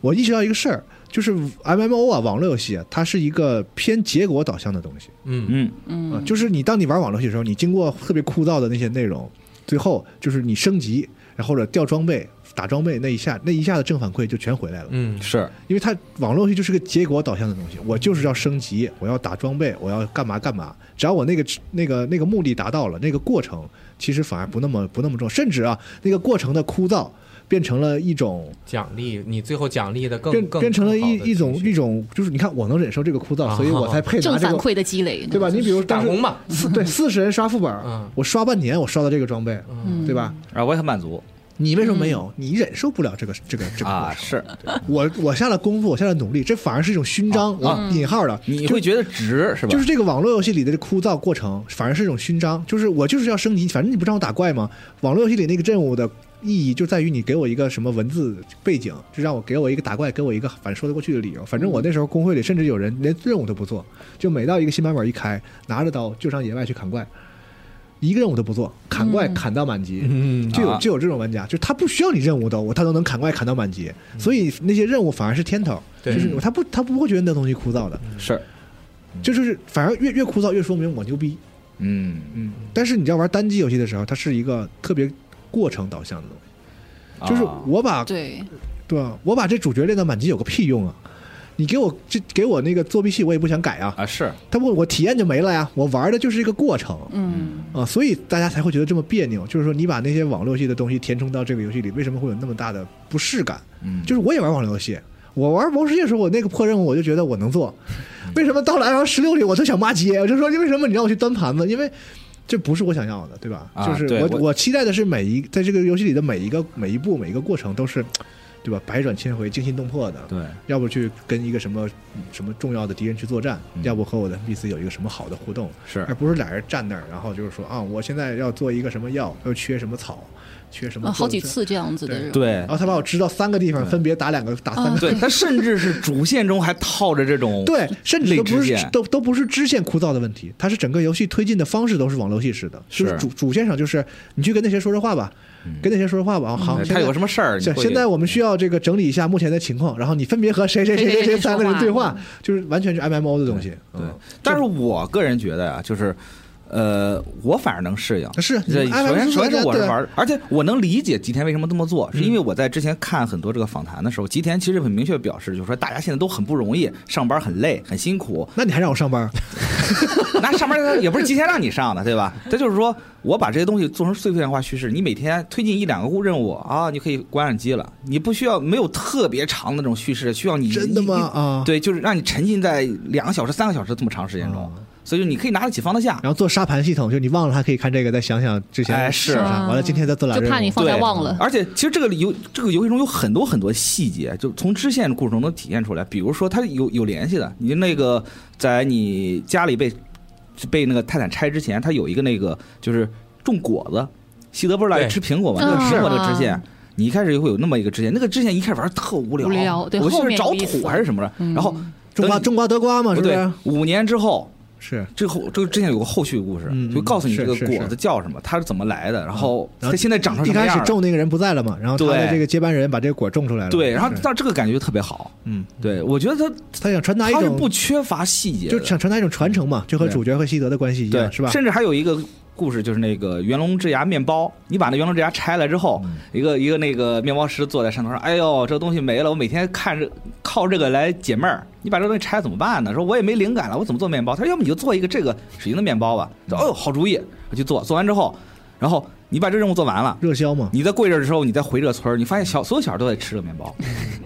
Speaker 2: 我意识到一个事儿，就是 MMO 啊，网络游戏啊，它是一个偏结果导向的东西。
Speaker 5: 嗯
Speaker 3: 嗯
Speaker 2: 啊、就是你当你玩网络游戏的时候，你经过特别枯燥的那些内容，最后就是你升级，然后或者掉装备、打装备那一下，那一下的正反馈就全回来了。
Speaker 5: 嗯
Speaker 3: 是
Speaker 2: 因为它网络游戏就是个结果导向的东西，我就是要升级，我要打装备，我要干嘛干嘛。只要我那个那个那个目的达到了，那个过程其实反而不那么不那么重，甚至啊，那个过程的枯燥变成了一种
Speaker 5: 奖励，你最后奖励的更
Speaker 2: 变
Speaker 5: 更
Speaker 2: 变成了
Speaker 5: 更好
Speaker 2: 一
Speaker 5: 的
Speaker 2: 一种
Speaker 5: 情绪啊
Speaker 2: 一种，就是你看我能忍受这个枯燥，所以我才配拿
Speaker 4: 正
Speaker 2: 这
Speaker 4: 反
Speaker 2: 个。
Speaker 4: 馈的积累，
Speaker 2: 对吧？你比如当
Speaker 5: 打
Speaker 2: 时
Speaker 5: 工嘛，
Speaker 2: 四 对四十人刷副本
Speaker 5: 嗯，
Speaker 2: 我刷半年，我刷到这个装备，
Speaker 4: 嗯
Speaker 2: 对吧？？
Speaker 3: 啊，我也很满足
Speaker 2: 你为什么没
Speaker 5: 嗯
Speaker 2: 有？你忍受不了这个这个这个
Speaker 3: 啊
Speaker 2: 过程。
Speaker 3: 是，
Speaker 2: 我我下了功夫，我下了努力，这反而是一种勋章，
Speaker 3: 啊
Speaker 4: 嗯
Speaker 2: 我引号的，
Speaker 3: 你
Speaker 2: 就
Speaker 3: 会觉得值是吧？
Speaker 2: 就是这个网络游戏里的这枯燥过程，反而是一种勋章。就是我就是要升级，反正你不让我打怪吗？网络游戏里那个任务的意义就在于你给我一个什么文字背景，就让我给我一个打怪，给我一个反正说得过去的理由。反正我那时候工会里甚至有人连任务都不做，就每到一个新版本一开，拿着刀就上野外去砍怪。一个任务都不做，砍怪砍到满级，
Speaker 5: 嗯
Speaker 2: 就有
Speaker 3: 啊
Speaker 2: 就有这种玩家，就是他不需要你任务都，我他都能砍怪砍到满级，
Speaker 3: 嗯
Speaker 2: 所以那些任务反而是天头，
Speaker 5: 对
Speaker 2: 就是他不他不会觉得那东西枯燥的，
Speaker 3: 是，
Speaker 2: 就是反而越越枯燥越说明我牛逼。
Speaker 3: 嗯，
Speaker 2: 但是你要玩单机游戏的时候，它是一个特别过程导向的东西，
Speaker 3: 啊
Speaker 2: 就是我把
Speaker 4: 对，
Speaker 2: 对吧？我把这主角练到满级有个屁用啊！你给我这给我那个作弊器，我也不想改啊。
Speaker 3: 啊是，
Speaker 2: 他不，我体验就没了呀。我玩的就是一个过程
Speaker 4: 嗯，
Speaker 2: 啊，所以大家才会觉得这么别扭。就是说，你把那些网络游戏的东西填充到这个游戏里，为什么会有那么大的不适感？
Speaker 3: 嗯，
Speaker 2: 就是我也玩网络游戏，我玩《魔兽世界》的时候，我那个破任务我就觉得我能做，
Speaker 3: 嗯
Speaker 2: 为什么到了 L 十六里我就想骂街？我就说为什么你让我去端盘子？因为这不是我想要的，对吧？
Speaker 3: 啊
Speaker 2: 就是
Speaker 3: 对
Speaker 2: 我
Speaker 3: 我
Speaker 2: 我期待的是每一在这个游戏里的每一个每一步每一个过程都是，对吧？百转千回、惊心动魄的。
Speaker 3: 对，
Speaker 2: 要不去跟一个什么什么重要的敌人去作战，
Speaker 3: 嗯
Speaker 2: 要不和我的 NPC 有一个什么好的互动，
Speaker 3: 是
Speaker 2: 而不是俩人站那儿，然后就是说啊，我现在要做一个什么药，又缺什么草，缺什么、
Speaker 4: 啊，好几，次这样子的
Speaker 2: 对
Speaker 4: 人，
Speaker 3: 对
Speaker 2: 然后他把我支到三个地
Speaker 3: 嗯
Speaker 2: 方，分别打两个，打三个
Speaker 4: 啊
Speaker 3: 对，他甚至是主线中还套着这种
Speaker 2: 对，甚至
Speaker 3: 类
Speaker 2: 都
Speaker 3: 支
Speaker 2: 不是
Speaker 3: 线，
Speaker 2: 都都不是支线枯燥的问题，它是整个游戏推进的方式都是网络游戏式的，就是
Speaker 3: 是
Speaker 2: 主主线上就是你去跟那些说说话吧，跟那些说说话吧，好，
Speaker 3: 对
Speaker 2: 现
Speaker 3: 嗯他
Speaker 2: 在
Speaker 3: 有什么事儿，你
Speaker 2: 现
Speaker 3: 会
Speaker 2: 现在我们需要这个整理一下目前的情况，然后你分别和谁谁谁谁
Speaker 4: 谁谁
Speaker 2: 谁
Speaker 4: 谁
Speaker 2: 三个人对
Speaker 4: 说话嗯
Speaker 2: 话，就是完全是 MMO 的东西。
Speaker 3: 对
Speaker 2: 嗯，
Speaker 3: 但是我个人觉得呀、就是，呃，我反而能适应。
Speaker 2: 啊是
Speaker 3: 这
Speaker 2: 你们
Speaker 3: 首
Speaker 2: iOS
Speaker 3: 先，首
Speaker 2: 玩
Speaker 3: 先
Speaker 2: 家
Speaker 3: 是我是
Speaker 2: 对嗯
Speaker 3: 玩儿，而且我能理解吉田为什么这么做，是因为我在之前看很多这个访谈的时候，吉田其实很明确表示，就是说大家现在都很不容易，上班很累，很辛苦。
Speaker 2: 那你还让我上班？
Speaker 3: 那上班也不是吉田让你上的，对吧？这就是说我把这些东西做成碎片化叙事，你每天推进一两个任务啊，你可以关上机了，你不需要没有特别长的那种叙事，需要你
Speaker 2: 真的吗？
Speaker 3: 一
Speaker 2: 啊，
Speaker 3: 对，就是让你沉浸在两个小时、三个小时这么长时间中
Speaker 2: 啊，
Speaker 3: 所以就你可以拿得起放得下。
Speaker 2: 然后做沙盘系统，就你忘了还可以看这个，再想想之前
Speaker 3: 哎是
Speaker 2: 啥完了今天再做俩
Speaker 4: 啊就
Speaker 2: 任务，
Speaker 4: 怕你放在
Speaker 3: 对
Speaker 4: 忘了，
Speaker 3: 而且其实这个游这个游戏中有很多很多细节，就从支线的过程中能体现出来。比如说，它有有联系的，你那个在你家里被被那个泰坦拆之前，它有一个那个就是种果子，西德不是来
Speaker 5: 对
Speaker 3: 吃苹果吗？
Speaker 4: 嗯
Speaker 3: 那个吃过这个支线
Speaker 4: 啊。
Speaker 3: 你一开始就会有那么一个支线，那个支线一开始玩特无聊，
Speaker 4: 无聊对
Speaker 3: 我记
Speaker 4: 后
Speaker 3: 得
Speaker 4: 面
Speaker 3: 是找
Speaker 4: 有意思嗯
Speaker 3: 土还是什么的，然后
Speaker 2: 种瓜种瓜得瓜嘛，是
Speaker 3: 不
Speaker 2: 不
Speaker 3: 对
Speaker 2: 是？，
Speaker 3: 五年之后
Speaker 2: 是
Speaker 3: 这个后这个之前有个后续故事，
Speaker 2: 嗯
Speaker 3: 就告诉你这
Speaker 2: 是
Speaker 3: 个
Speaker 2: 是
Speaker 3: 果
Speaker 2: 是嗯
Speaker 3: 子叫什么，它是怎么来的，然后
Speaker 2: 然
Speaker 3: 它
Speaker 2: 后
Speaker 3: 现在长成
Speaker 2: 一
Speaker 3: 什么
Speaker 2: 开
Speaker 3: 样
Speaker 2: 始
Speaker 3: 了。
Speaker 2: 种那个人不在了嘛，然后他的
Speaker 3: 对
Speaker 2: 这个接班人把这个果种出来了，
Speaker 3: 对，然后
Speaker 2: 是
Speaker 3: 到这个感觉就特别好。
Speaker 2: 嗯，
Speaker 3: 对，我觉得它
Speaker 2: 他想传达一
Speaker 3: 它是
Speaker 2: 种
Speaker 3: 不缺乏细节的，
Speaker 2: 就想传达一种传承嘛，就和
Speaker 3: 对
Speaker 2: 主角和西德的关系一
Speaker 3: 对
Speaker 2: 样，是吧？
Speaker 3: 甚至还有一个故事，就是那个元龙之牙面包，你把那元龙之牙拆了之后，一个一个那个面包师坐在上头说：“哎呦，这东西没了，我每天看着靠这个来解闷儿。你把这东西拆了怎么办呢？说我也没灵感了，我怎么做面包？他说要不你就做一个这个水晶的面包吧。说哦，好主意，我去做。做完之后，然后你把这任务做完了。”
Speaker 2: 热销嘛，
Speaker 3: 你在过一阵儿之后，你再回这个村儿，你发现小所有小孩都在吃这个面包，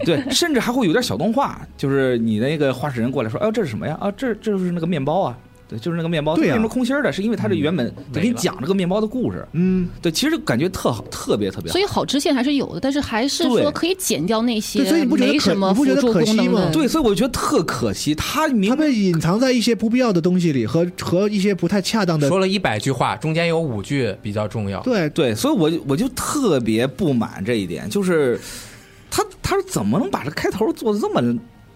Speaker 3: 对，甚至还会有点小动画，就是你那个画室人过来说，哎呦，这是什么呀？啊，这这就是那个面包啊，对，就是那个面包，
Speaker 2: 对呀啊
Speaker 3: 为什么空心儿的？是因为它这原本得给
Speaker 5: 没
Speaker 3: 你
Speaker 5: 了
Speaker 3: 讲这个面包的故事，
Speaker 2: 嗯，
Speaker 3: 对，其实感觉特好，特别特别好
Speaker 4: 所。以好支线还是有的，但是还是
Speaker 3: 对
Speaker 4: 说可以减掉那些
Speaker 2: 对所以你不觉得
Speaker 4: 没
Speaker 2: 可
Speaker 4: 什么
Speaker 2: 你不
Speaker 4: 辅
Speaker 2: 觉得
Speaker 4: 助
Speaker 2: 可惜
Speaker 4: 功能
Speaker 2: 吗
Speaker 4: 的，
Speaker 3: 对，所以我觉得特可惜，他明
Speaker 2: 他被隐藏在一些不必要的东西里和和一些不太恰当的
Speaker 5: 说了一百句话，中间有五句比较重要。
Speaker 2: 对
Speaker 3: 对，所以我就我就特别不满这一点，就是他他是怎么能把这开头做的这么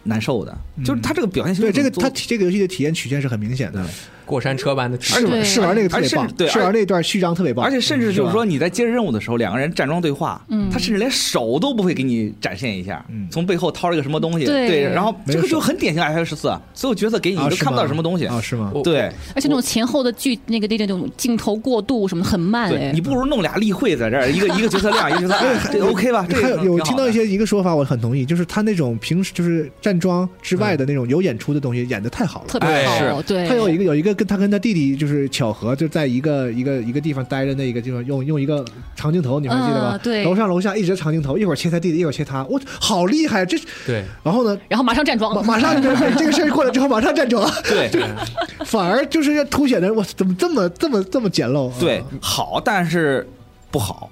Speaker 3: 难受的？就是他这个表现形
Speaker 2: 对
Speaker 3: 式
Speaker 2: 这个
Speaker 3: 嗯怎么做
Speaker 2: 他这个游戏的体验曲线是很明显的，
Speaker 5: 过山车般的体
Speaker 3: 而
Speaker 5: 验
Speaker 3: 且
Speaker 4: 对
Speaker 2: 试玩那个特
Speaker 3: 而
Speaker 2: 别
Speaker 3: 且甚至对
Speaker 2: 棒，试玩那段序章特别棒，啊
Speaker 3: 而且甚至就是
Speaker 2: 是吧
Speaker 3: 说，你在接任务的时候，两个人站桩对话，
Speaker 4: 嗯
Speaker 3: 他甚至连手都不会给你展现一下，
Speaker 2: 嗯
Speaker 3: 从背后掏了一个什么东西，
Speaker 4: 对
Speaker 3: 然后
Speaker 2: 没
Speaker 3: 这
Speaker 2: 有
Speaker 3: 个就
Speaker 2: 手
Speaker 3: 很典型 F 十四，所有角色给你
Speaker 2: 啊
Speaker 3: 你都
Speaker 2: 是
Speaker 3: 看不到
Speaker 2: 吗
Speaker 3: 什么东西，
Speaker 2: 啊，是吗？
Speaker 4: 哦
Speaker 5: 我
Speaker 3: 对
Speaker 4: 而且那种前后的剧那个那种镜头过渡什么的很慢
Speaker 3: 对，
Speaker 4: 哎
Speaker 3: 你，不如弄俩例会在这儿，一个一个角色 亮，一个角色暗，这 OK 吧？这
Speaker 2: 还有
Speaker 3: 个
Speaker 2: 有
Speaker 3: 挺好
Speaker 2: 听到一
Speaker 3: 的
Speaker 2: 些一个说法，我很同意，就是他那种平时就是站桩之外
Speaker 3: 嗯
Speaker 2: 的那种有演出的东西演的太好了。
Speaker 4: 特别
Speaker 5: 哎
Speaker 4: 好，对，
Speaker 2: 他有一个有一个跟他跟他弟弟就是巧合，就在一个一个一个地方待着，那一个地方用用一个长镜头，你还记得吧？
Speaker 4: 嗯对
Speaker 2: 楼上楼下一直长镜头，一会儿切他弟弟，一会儿切他，我好厉害！啊这
Speaker 5: 对
Speaker 2: 然后呢，
Speaker 4: 然后马上站
Speaker 2: 马
Speaker 4: 桩，
Speaker 2: 马上就这个事儿过来之后，马上站桩，
Speaker 3: 对。
Speaker 2: 嗯反而就是要凸显的，我怎么这么这么这么简陋、啊？
Speaker 3: 对，好，但是不好，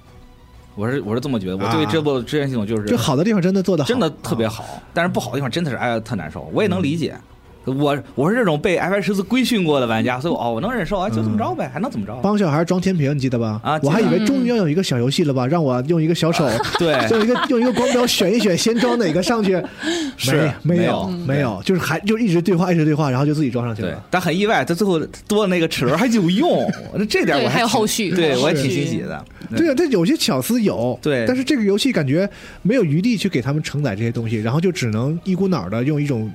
Speaker 3: 我是我是这么觉得，我
Speaker 2: 啊
Speaker 3: 对这部支援系统就是
Speaker 2: 就好的地方真的做的啊
Speaker 3: 真的特别好，但是不好的地方真的是哎呀特难受，我也能理解。我我是这种被 FF 十四规训过的玩家，所以我哦我能忍受啊，就这么着呗，还能怎么着啊？
Speaker 2: 帮小孩装天平，你记得吧？
Speaker 3: 啊记得
Speaker 2: 我
Speaker 3: 啊
Speaker 2: 还以为终于要有一个小游戏了吧，让我用一个小手，
Speaker 3: 对，
Speaker 2: 用一个用一个光标选一选，先装哪个上去？
Speaker 3: 是
Speaker 2: 没
Speaker 3: 没
Speaker 2: 有
Speaker 3: 有
Speaker 2: 没有，就是还就一直对话一直对话，然后就自己装上去
Speaker 3: 对
Speaker 2: 了。，
Speaker 3: 但很意外，他最后多的那个齿轮还有用，那这点我
Speaker 4: 对还有
Speaker 3: 挺
Speaker 4: 后续
Speaker 3: 对我还
Speaker 4: 是
Speaker 3: 挺欣喜的。
Speaker 2: 对啊，但有些巧思有，
Speaker 3: 嗯对
Speaker 2: 但是这个游戏感觉没有余地去给他们承载这些东西，然后就只能一股脑的用一种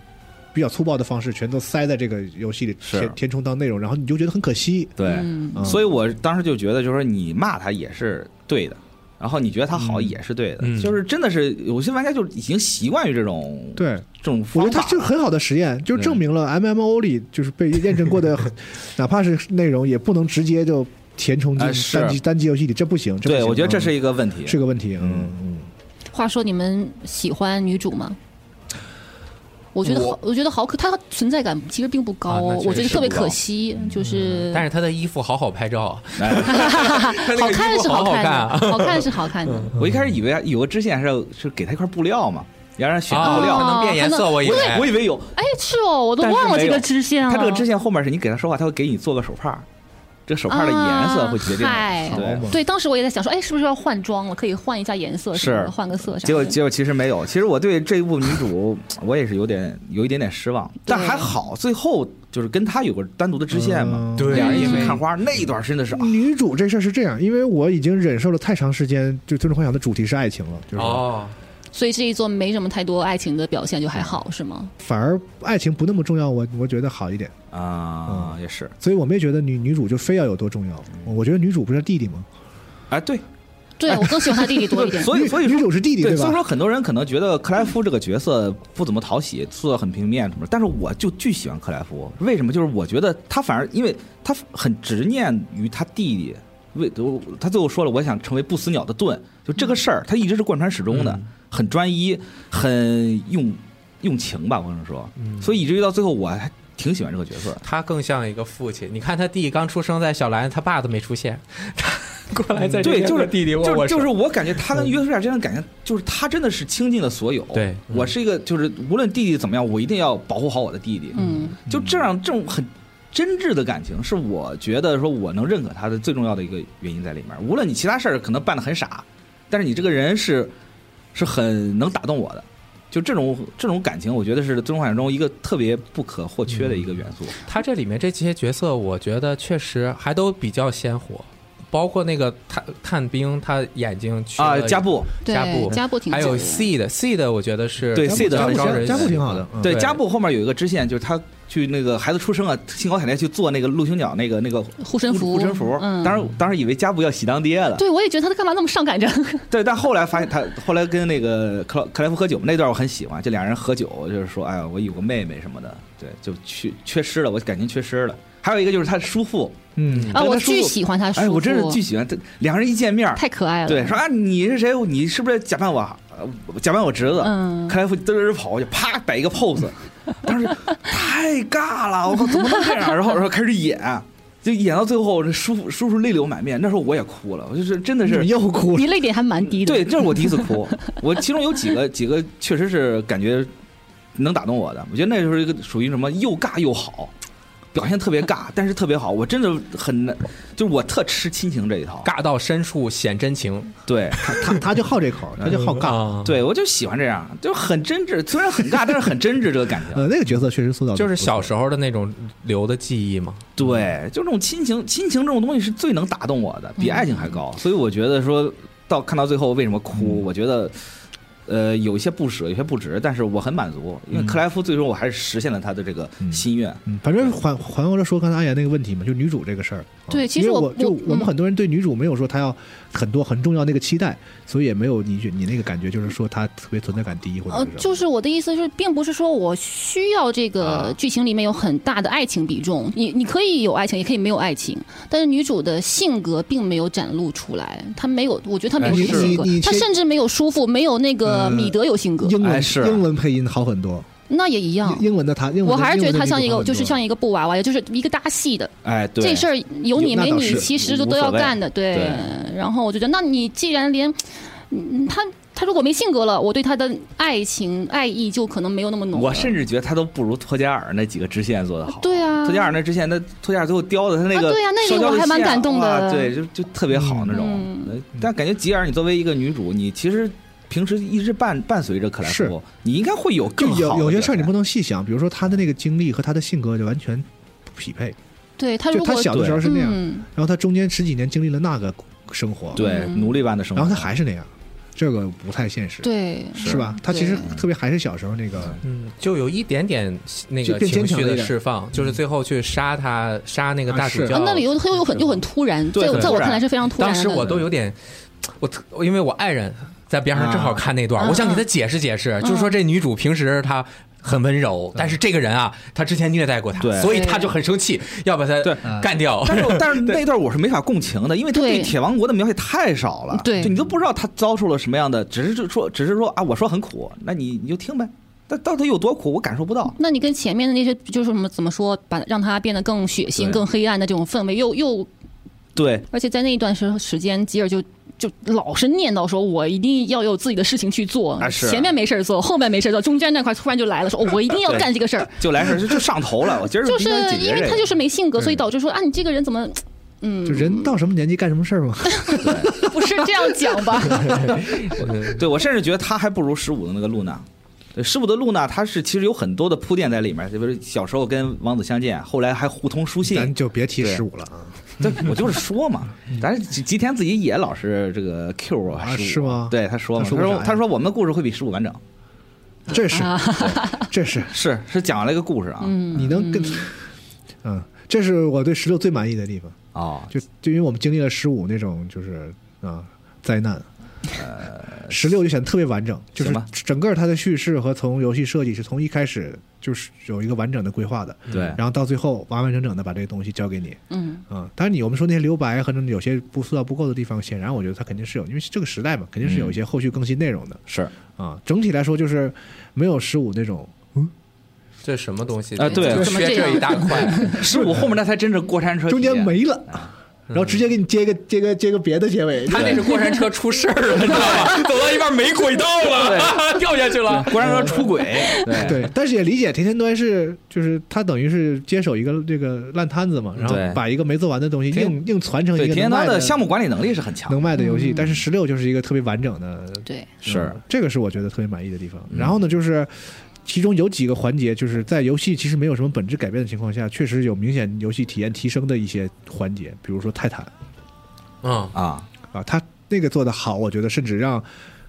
Speaker 2: 比较粗暴的方式，全都塞在这个游戏里
Speaker 3: 是
Speaker 2: 填填充当内容，然后你就觉得很可惜。
Speaker 3: 对，
Speaker 4: 嗯，
Speaker 2: 嗯
Speaker 3: 所以我当时就觉得，就是说你骂他也是对的，然后你觉得他好也是对的，
Speaker 5: 嗯
Speaker 3: 就是真的是有些玩家就已经习惯于这种
Speaker 2: 对，
Speaker 3: 这种
Speaker 2: 我觉
Speaker 3: 方
Speaker 2: 得它
Speaker 3: 法
Speaker 2: 是个很好的实验，就证明了 MMO 里就是被验证过的 很，哪怕是内容也不能直接就填充进
Speaker 3: 啊是
Speaker 2: 单机单机游戏里，这不行。这不
Speaker 3: 对，
Speaker 2: 行
Speaker 3: 我觉得这是
Speaker 2: 嗯
Speaker 3: 一个问题。
Speaker 2: 是个问题。嗯嗯，
Speaker 4: 话说你们喜欢女主吗？我觉得好，我觉得好可，她存在感其实并不高，
Speaker 5: 啊那确实
Speaker 4: 我觉得特别
Speaker 3: 不高嗯
Speaker 4: 可惜，就是。
Speaker 5: 但是他的衣服好好拍照啊，
Speaker 3: 哎
Speaker 5: 他那
Speaker 4: 好
Speaker 5: 个
Speaker 4: 看
Speaker 5: 衣
Speaker 4: 是
Speaker 5: 服好
Speaker 4: 看
Speaker 5: 看
Speaker 4: 的
Speaker 5: 啊，
Speaker 4: 好看是好看的。
Speaker 3: 我一开始以为有个支线是是给他一块布料嘛，然后让他选
Speaker 5: 啊
Speaker 3: 布料，
Speaker 5: 它能变颜色，我以为
Speaker 3: 哦我以为有，
Speaker 4: 哎，是哦，我都
Speaker 3: 但是
Speaker 4: 忘了
Speaker 3: 没
Speaker 4: 这
Speaker 3: 有
Speaker 4: 个支线了。
Speaker 3: 他这个支线后面是你给他说话，他会给你做个手帕，这个手帕的颜色会决定。
Speaker 4: 啊嗨
Speaker 3: 对，
Speaker 4: 对，当时我也在想说，哎，是不是要换装了？可以换一下颜色什么的，
Speaker 3: 是
Speaker 4: 换个色啥的。
Speaker 3: 结果结果其实没有，其实我对这一部女主我也是有点有一点点失望，但还好最后就是跟她有个单独的支线嘛，
Speaker 5: 嗯对
Speaker 3: 两人一起
Speaker 5: 因为
Speaker 3: 看花那一段真的是啊
Speaker 4: 嗯
Speaker 2: 女主这事儿是这样，因为我已经忍受了太长时间，就《最终幻想》的主题是爱情了，就是
Speaker 5: 哦，
Speaker 4: 所以这一座没什么太多爱情的表现，就还好，是吗？
Speaker 2: 反而爱情不那么重要，我我觉得好一点。
Speaker 5: 嗯
Speaker 3: 啊也是
Speaker 2: 所以我没觉得女女主就非要有多重要，我觉得女主不是弟弟吗？
Speaker 3: 哎对，
Speaker 4: 对我更喜欢他弟弟多一点。
Speaker 3: 所以
Speaker 2: 女
Speaker 3: 所以
Speaker 2: 女
Speaker 3: 说。
Speaker 2: 主是弟弟
Speaker 3: 对，所以
Speaker 2: 吧？
Speaker 3: 说很多人可能觉得克莱夫这个角色不怎么讨喜，塑造很平面什么的，但是我就巨喜欢克莱夫，为什么？就是我觉得他反而因为他很执念于他弟弟，为我他最后说了，我想成为不死鸟的盾，就这个事儿，他一直是贯穿始终的，很专一，很用用情吧，我跟你说，所以以至于到最后我还挺喜欢这个角色。
Speaker 5: 他更像一个父亲。你看他弟刚出生在小兰，他爸都没出现， 他过来在这
Speaker 3: 嗯对，
Speaker 5: 边
Speaker 3: 就是
Speaker 5: 和弟弟握
Speaker 3: 就
Speaker 5: 握
Speaker 3: 是
Speaker 5: 手
Speaker 3: 就是我感觉他跟约书亚之间的感情，就是他真的是倾尽了所有。
Speaker 5: 嗯对嗯
Speaker 3: 我是一个就是无论弟弟怎么样，我一定要保护好我的弟弟。
Speaker 4: 嗯，
Speaker 3: 就这样这种很真挚的感情，是我觉得说我能认可他的最重要的一个原因在里面。无论你其他事儿可能办的很傻，但是你这个人是是很能打动我的。就这种这种感情，我觉得是《最终幻想》中一个特别不可或缺的一个元素。
Speaker 5: 他这里面这些角色，我觉得确实还都比较鲜活，包括那个探探兵，他眼睛缺
Speaker 3: 啊，
Speaker 5: 了
Speaker 3: 加布
Speaker 4: 对
Speaker 5: 加布，
Speaker 4: 加布挺
Speaker 5: 还有
Speaker 4: 久的
Speaker 5: seed seed，我觉得是
Speaker 3: 对 seed
Speaker 5: 很
Speaker 3: 很
Speaker 5: 招
Speaker 3: 招
Speaker 5: 人
Speaker 3: 人
Speaker 5: 喜欢，
Speaker 2: 家布挺好的，嗯
Speaker 3: 对，
Speaker 5: 对
Speaker 3: 加布后面有一个支线，就是他去那个孩子出生啊，兴高采烈去做那个陆行鸟那个那个
Speaker 4: 护身符，
Speaker 3: 护身符。
Speaker 4: 嗯，
Speaker 3: 当时当时以为加布要喜当爹了，
Speaker 4: 对我也觉得他干嘛那么上赶着？
Speaker 3: 对，但后来发现他后来跟那个克劳克莱夫喝酒那段我很喜欢，就俩人喝酒，就是说哎呀我有个妹妹什么的，对，就缺缺失了，我感情缺失了。还有一个就是他叔父，
Speaker 2: 嗯，
Speaker 4: 啊，
Speaker 3: 对
Speaker 4: 我
Speaker 3: 他叔
Speaker 4: 巨
Speaker 3: 父
Speaker 4: 喜欢他叔
Speaker 3: 哎，我真是
Speaker 4: 父
Speaker 3: 巨喜欢他，两人一见面儿，
Speaker 4: 太可爱了。
Speaker 3: 对，说啊你是谁？你是不是假扮我？呃假扮我侄子？
Speaker 4: 嗯
Speaker 3: 克莱夫嘚儿跑过去，啪摆一个 pose，当 时太尬了，我靠，怎么能 这样？然后然后开始演，就演到最后，这叔父叔叔泪流满面，那时候我也哭了，我就是真的
Speaker 2: 你
Speaker 3: 是
Speaker 2: 们。又哭了
Speaker 4: 你。泪点还蛮低的。
Speaker 3: 对，这是我第 一次哭。我其中有几个几个确实是感觉能打动我的，我觉得那就是一个属于什么又尬又好，表现特别尬，但是特别好。我真的很难，就是我特吃亲情这一套。
Speaker 5: 尬到深处显真情，啊
Speaker 3: 对，
Speaker 2: 他他就好这口，他就好尬。
Speaker 5: 尬，
Speaker 3: 对，我就喜欢这样，就是很真挚，虽然很尬，但是很真挚这个感情。
Speaker 2: 呃，那个角色确实塑造得
Speaker 5: 就是
Speaker 2: 不错
Speaker 5: 小时候的那种留的记忆嘛。
Speaker 3: 对，就这种亲情，亲情这种东西是最能打动我的，比爱情还高。所以我觉得说到看到最后为什么哭，我觉得。呃，有一些不舍，有些不值，但是我很满足，因为克莱夫最终我还是实现了他的这个心愿。
Speaker 2: 嗯，反正环环回来说刚才阿岩那个问题嘛，就女主这个事儿。啊
Speaker 4: 对其实
Speaker 2: 因为
Speaker 4: 我
Speaker 2: 我就
Speaker 4: 我
Speaker 2: 我们
Speaker 4: 嗯
Speaker 2: 很多人对女主没有说她要很多很重要那个期待，所以也没有你你那个感觉，就是说她特别存在感低或者
Speaker 4: 呃
Speaker 2: 是什，么
Speaker 4: 就是我的意思是，并不是说我需要这个剧情里面有很大的爱情比重，你你可以有爱情，也可以没有爱情，但是女主的性格并没有展露出来，她没有，我觉得她没有
Speaker 5: 哎
Speaker 4: 这个
Speaker 5: 是
Speaker 4: 性格
Speaker 2: 你你，
Speaker 4: 她
Speaker 2: 切
Speaker 4: 甚至没有叔父，没有那个
Speaker 2: 呃
Speaker 4: 米德有性格，
Speaker 2: 英文
Speaker 3: 哎是
Speaker 2: 英文配音好很多，
Speaker 4: 那也一样
Speaker 2: 英。英文的她，英文
Speaker 4: 我
Speaker 2: 的
Speaker 4: 还是觉得她像一
Speaker 2: 英
Speaker 4: 个，
Speaker 2: 文的
Speaker 4: 就
Speaker 2: 女主
Speaker 4: 是像一个布娃娃，就是一个搭戏的，
Speaker 3: 哎，对，
Speaker 4: 这事儿有你没
Speaker 2: 那倒
Speaker 4: 你，
Speaker 2: 是
Speaker 4: 其实
Speaker 3: 无
Speaker 4: 都
Speaker 3: 所
Speaker 4: 要
Speaker 3: 谓
Speaker 4: 干的。对
Speaker 3: 对
Speaker 4: 然后我就觉得，那你既然连，嗯，他他如果没性格了，我对他的爱情爱意就可能没有那么浓了。
Speaker 3: 我甚至觉得他都不如托加尔那几个支线做的好。
Speaker 4: 对啊，
Speaker 3: 托加尔那支线，那托加尔最后雕的他那个、
Speaker 4: 啊对呀那里我还蛮感动的嗯
Speaker 3: 对，就就特别好那种。嗯呃但感觉吉尔，你作为一个女主，你其实平时一直伴伴随着克莱
Speaker 2: 是
Speaker 3: 夫，你应该会有
Speaker 2: 就
Speaker 3: 更好
Speaker 2: 有
Speaker 3: 的
Speaker 2: 有些事儿你
Speaker 3: 表
Speaker 2: 不
Speaker 3: 现
Speaker 2: 能细想，比如说他的那个经历和他的性格就完全不匹配。
Speaker 4: 对他
Speaker 2: 就
Speaker 4: 如
Speaker 2: 他
Speaker 4: 果
Speaker 2: 小的时候是那样，
Speaker 4: 嗯，
Speaker 2: 然后他中间十几年经历了那个生活，
Speaker 3: 对
Speaker 4: 嗯
Speaker 3: 奴隶般的生活，
Speaker 2: 然后他还是那样，这个不太现实，
Speaker 4: 对，
Speaker 2: 是吧？他其实特别还是小时候那个，
Speaker 5: 嗯，就有一点点那
Speaker 2: 就
Speaker 5: 个
Speaker 2: 变
Speaker 5: 情
Speaker 2: 坚强
Speaker 5: 绪
Speaker 2: 了一
Speaker 5: 的
Speaker 2: 点嗯
Speaker 5: 释放，就是最后去杀他，杀那个
Speaker 2: 啊
Speaker 5: 大
Speaker 2: 是
Speaker 5: 主
Speaker 4: 啊
Speaker 5: 教。
Speaker 4: 那里又又又很又很突然，在我
Speaker 3: 对
Speaker 4: 在我
Speaker 3: 突然
Speaker 4: 看来是非常突然
Speaker 5: 当
Speaker 4: 的。
Speaker 5: 时我都有点，我特因为我爱人在边上正好看那段，
Speaker 4: 啊
Speaker 5: 我想给他解释解释，就是说这女主平时她。很温柔，但是这个人啊，她之前虐待过他，
Speaker 3: 对
Speaker 5: 所以他就很生气，要把他
Speaker 3: 对
Speaker 5: 干 掉。
Speaker 3: 但 是但是那段我是没法共情的，因为他对
Speaker 4: 对
Speaker 3: 铁王国的描写太少了，
Speaker 4: 对
Speaker 3: 就你都不知道他遭受了什么样的，只是就说只是说啊，我说很苦，那你你就听呗，但到底有多苦我感受不到。
Speaker 4: 那你跟前面的那些就是什么怎么说，把让它变得更血
Speaker 3: 对
Speaker 4: 腥、更黑暗的这种氛围，又又
Speaker 3: 对，
Speaker 4: 而且在那一段时时间，吉尔就就老是念叨说，我一定要有自己的事情去做，
Speaker 3: 啊是
Speaker 4: 前面没事儿做，后面没事儿做，中间那块突然就来了，说、哦、我一定要
Speaker 3: 对
Speaker 4: 干这个事儿，
Speaker 3: 就来事儿就就上头了，我今儿
Speaker 4: 就是
Speaker 3: 今天解决
Speaker 4: 因为
Speaker 3: 这
Speaker 4: 他
Speaker 3: 个
Speaker 4: 就是没性格，所以导致说啊，你这个人怎么 嗯，
Speaker 2: 就人到什么年纪干什么事儿嘛。
Speaker 4: 不是这样讲吧？
Speaker 3: 对我甚至觉得他还不如十五的那个露娜。对，十五的露娜，她是其实有很多的铺垫在里面，就是小时候跟王子相见，后来还互通书信。
Speaker 2: 咱就别提
Speaker 3: 对
Speaker 2: 十五了啊，
Speaker 3: 对，我就是说嘛，咱吉吉田自己也老是这个 Q 我
Speaker 2: 嗯啊
Speaker 3: 15
Speaker 2: 是吗
Speaker 3: 对，他说嘛，
Speaker 2: 他
Speaker 3: 他
Speaker 2: 说过啥
Speaker 3: 说
Speaker 2: 呀
Speaker 3: 他说我们的故事会比十五完整，
Speaker 2: 这是
Speaker 4: 啊，
Speaker 2: 这是
Speaker 3: 是是讲了一个故事啊，
Speaker 2: 你能跟，
Speaker 4: 嗯
Speaker 2: 嗯，这是我对十六最满意的地方，
Speaker 3: 哦，
Speaker 2: 就就因为我们经历了十五那种就是啊灾难。十六就显得特别完整，就是
Speaker 3: 呃行吧
Speaker 2: 整个它的叙事和从游戏设计是从一开始就是有一个完整的规划的，
Speaker 3: 对
Speaker 2: 然后到最后完完整整的把这个东西交给你，
Speaker 4: 嗯，
Speaker 2: 啊、当然你我们说那些留白和那种有些不塑造不够的地方，显然我觉得它肯定是有，因为这个时代嘛，肯定是有
Speaker 3: 嗯
Speaker 2: 一些后续更新内容的
Speaker 3: 是啊、
Speaker 2: 啊、整体来说就是没有十五那种
Speaker 5: 这什么东西
Speaker 3: 啊对
Speaker 5: 就
Speaker 4: 怎么
Speaker 5: 缺
Speaker 4: 这样
Speaker 5: 这一大块，
Speaker 3: 十五后面那才真是过山车体
Speaker 2: 中
Speaker 3: 验，
Speaker 2: 间没了，
Speaker 3: 哎
Speaker 2: 然后直接给你接个接个接个别的结尾，
Speaker 5: 他那是过山车出事儿 了，你知道吧？走到一半没轨道了， 掉下去了。
Speaker 3: 过山车出轨，对
Speaker 2: 对，但是也理解田田端是就是他等于是接手一个这个烂摊子嘛，然后
Speaker 3: 嗯对
Speaker 2: 把一个没做完的东西
Speaker 3: 田
Speaker 2: 硬硬传承一
Speaker 3: 对，
Speaker 2: 个能
Speaker 3: 田田
Speaker 2: 卖
Speaker 3: 端
Speaker 2: 的
Speaker 3: 的项目管理能力是很强的
Speaker 2: 能，卖的游戏，但是十六就是一个特别完整的
Speaker 4: 对，
Speaker 3: 是嗯
Speaker 2: 嗯这个是我觉得特别满意的地方。然后呢，就是其中有几个环节，就是在游戏其实没有什么本质改变的情况下，确实有明显游戏体验提升的一些环节，比如说泰坦
Speaker 5: 嗯，
Speaker 3: 啊，
Speaker 2: 啊，他那个做的好，我觉得甚至让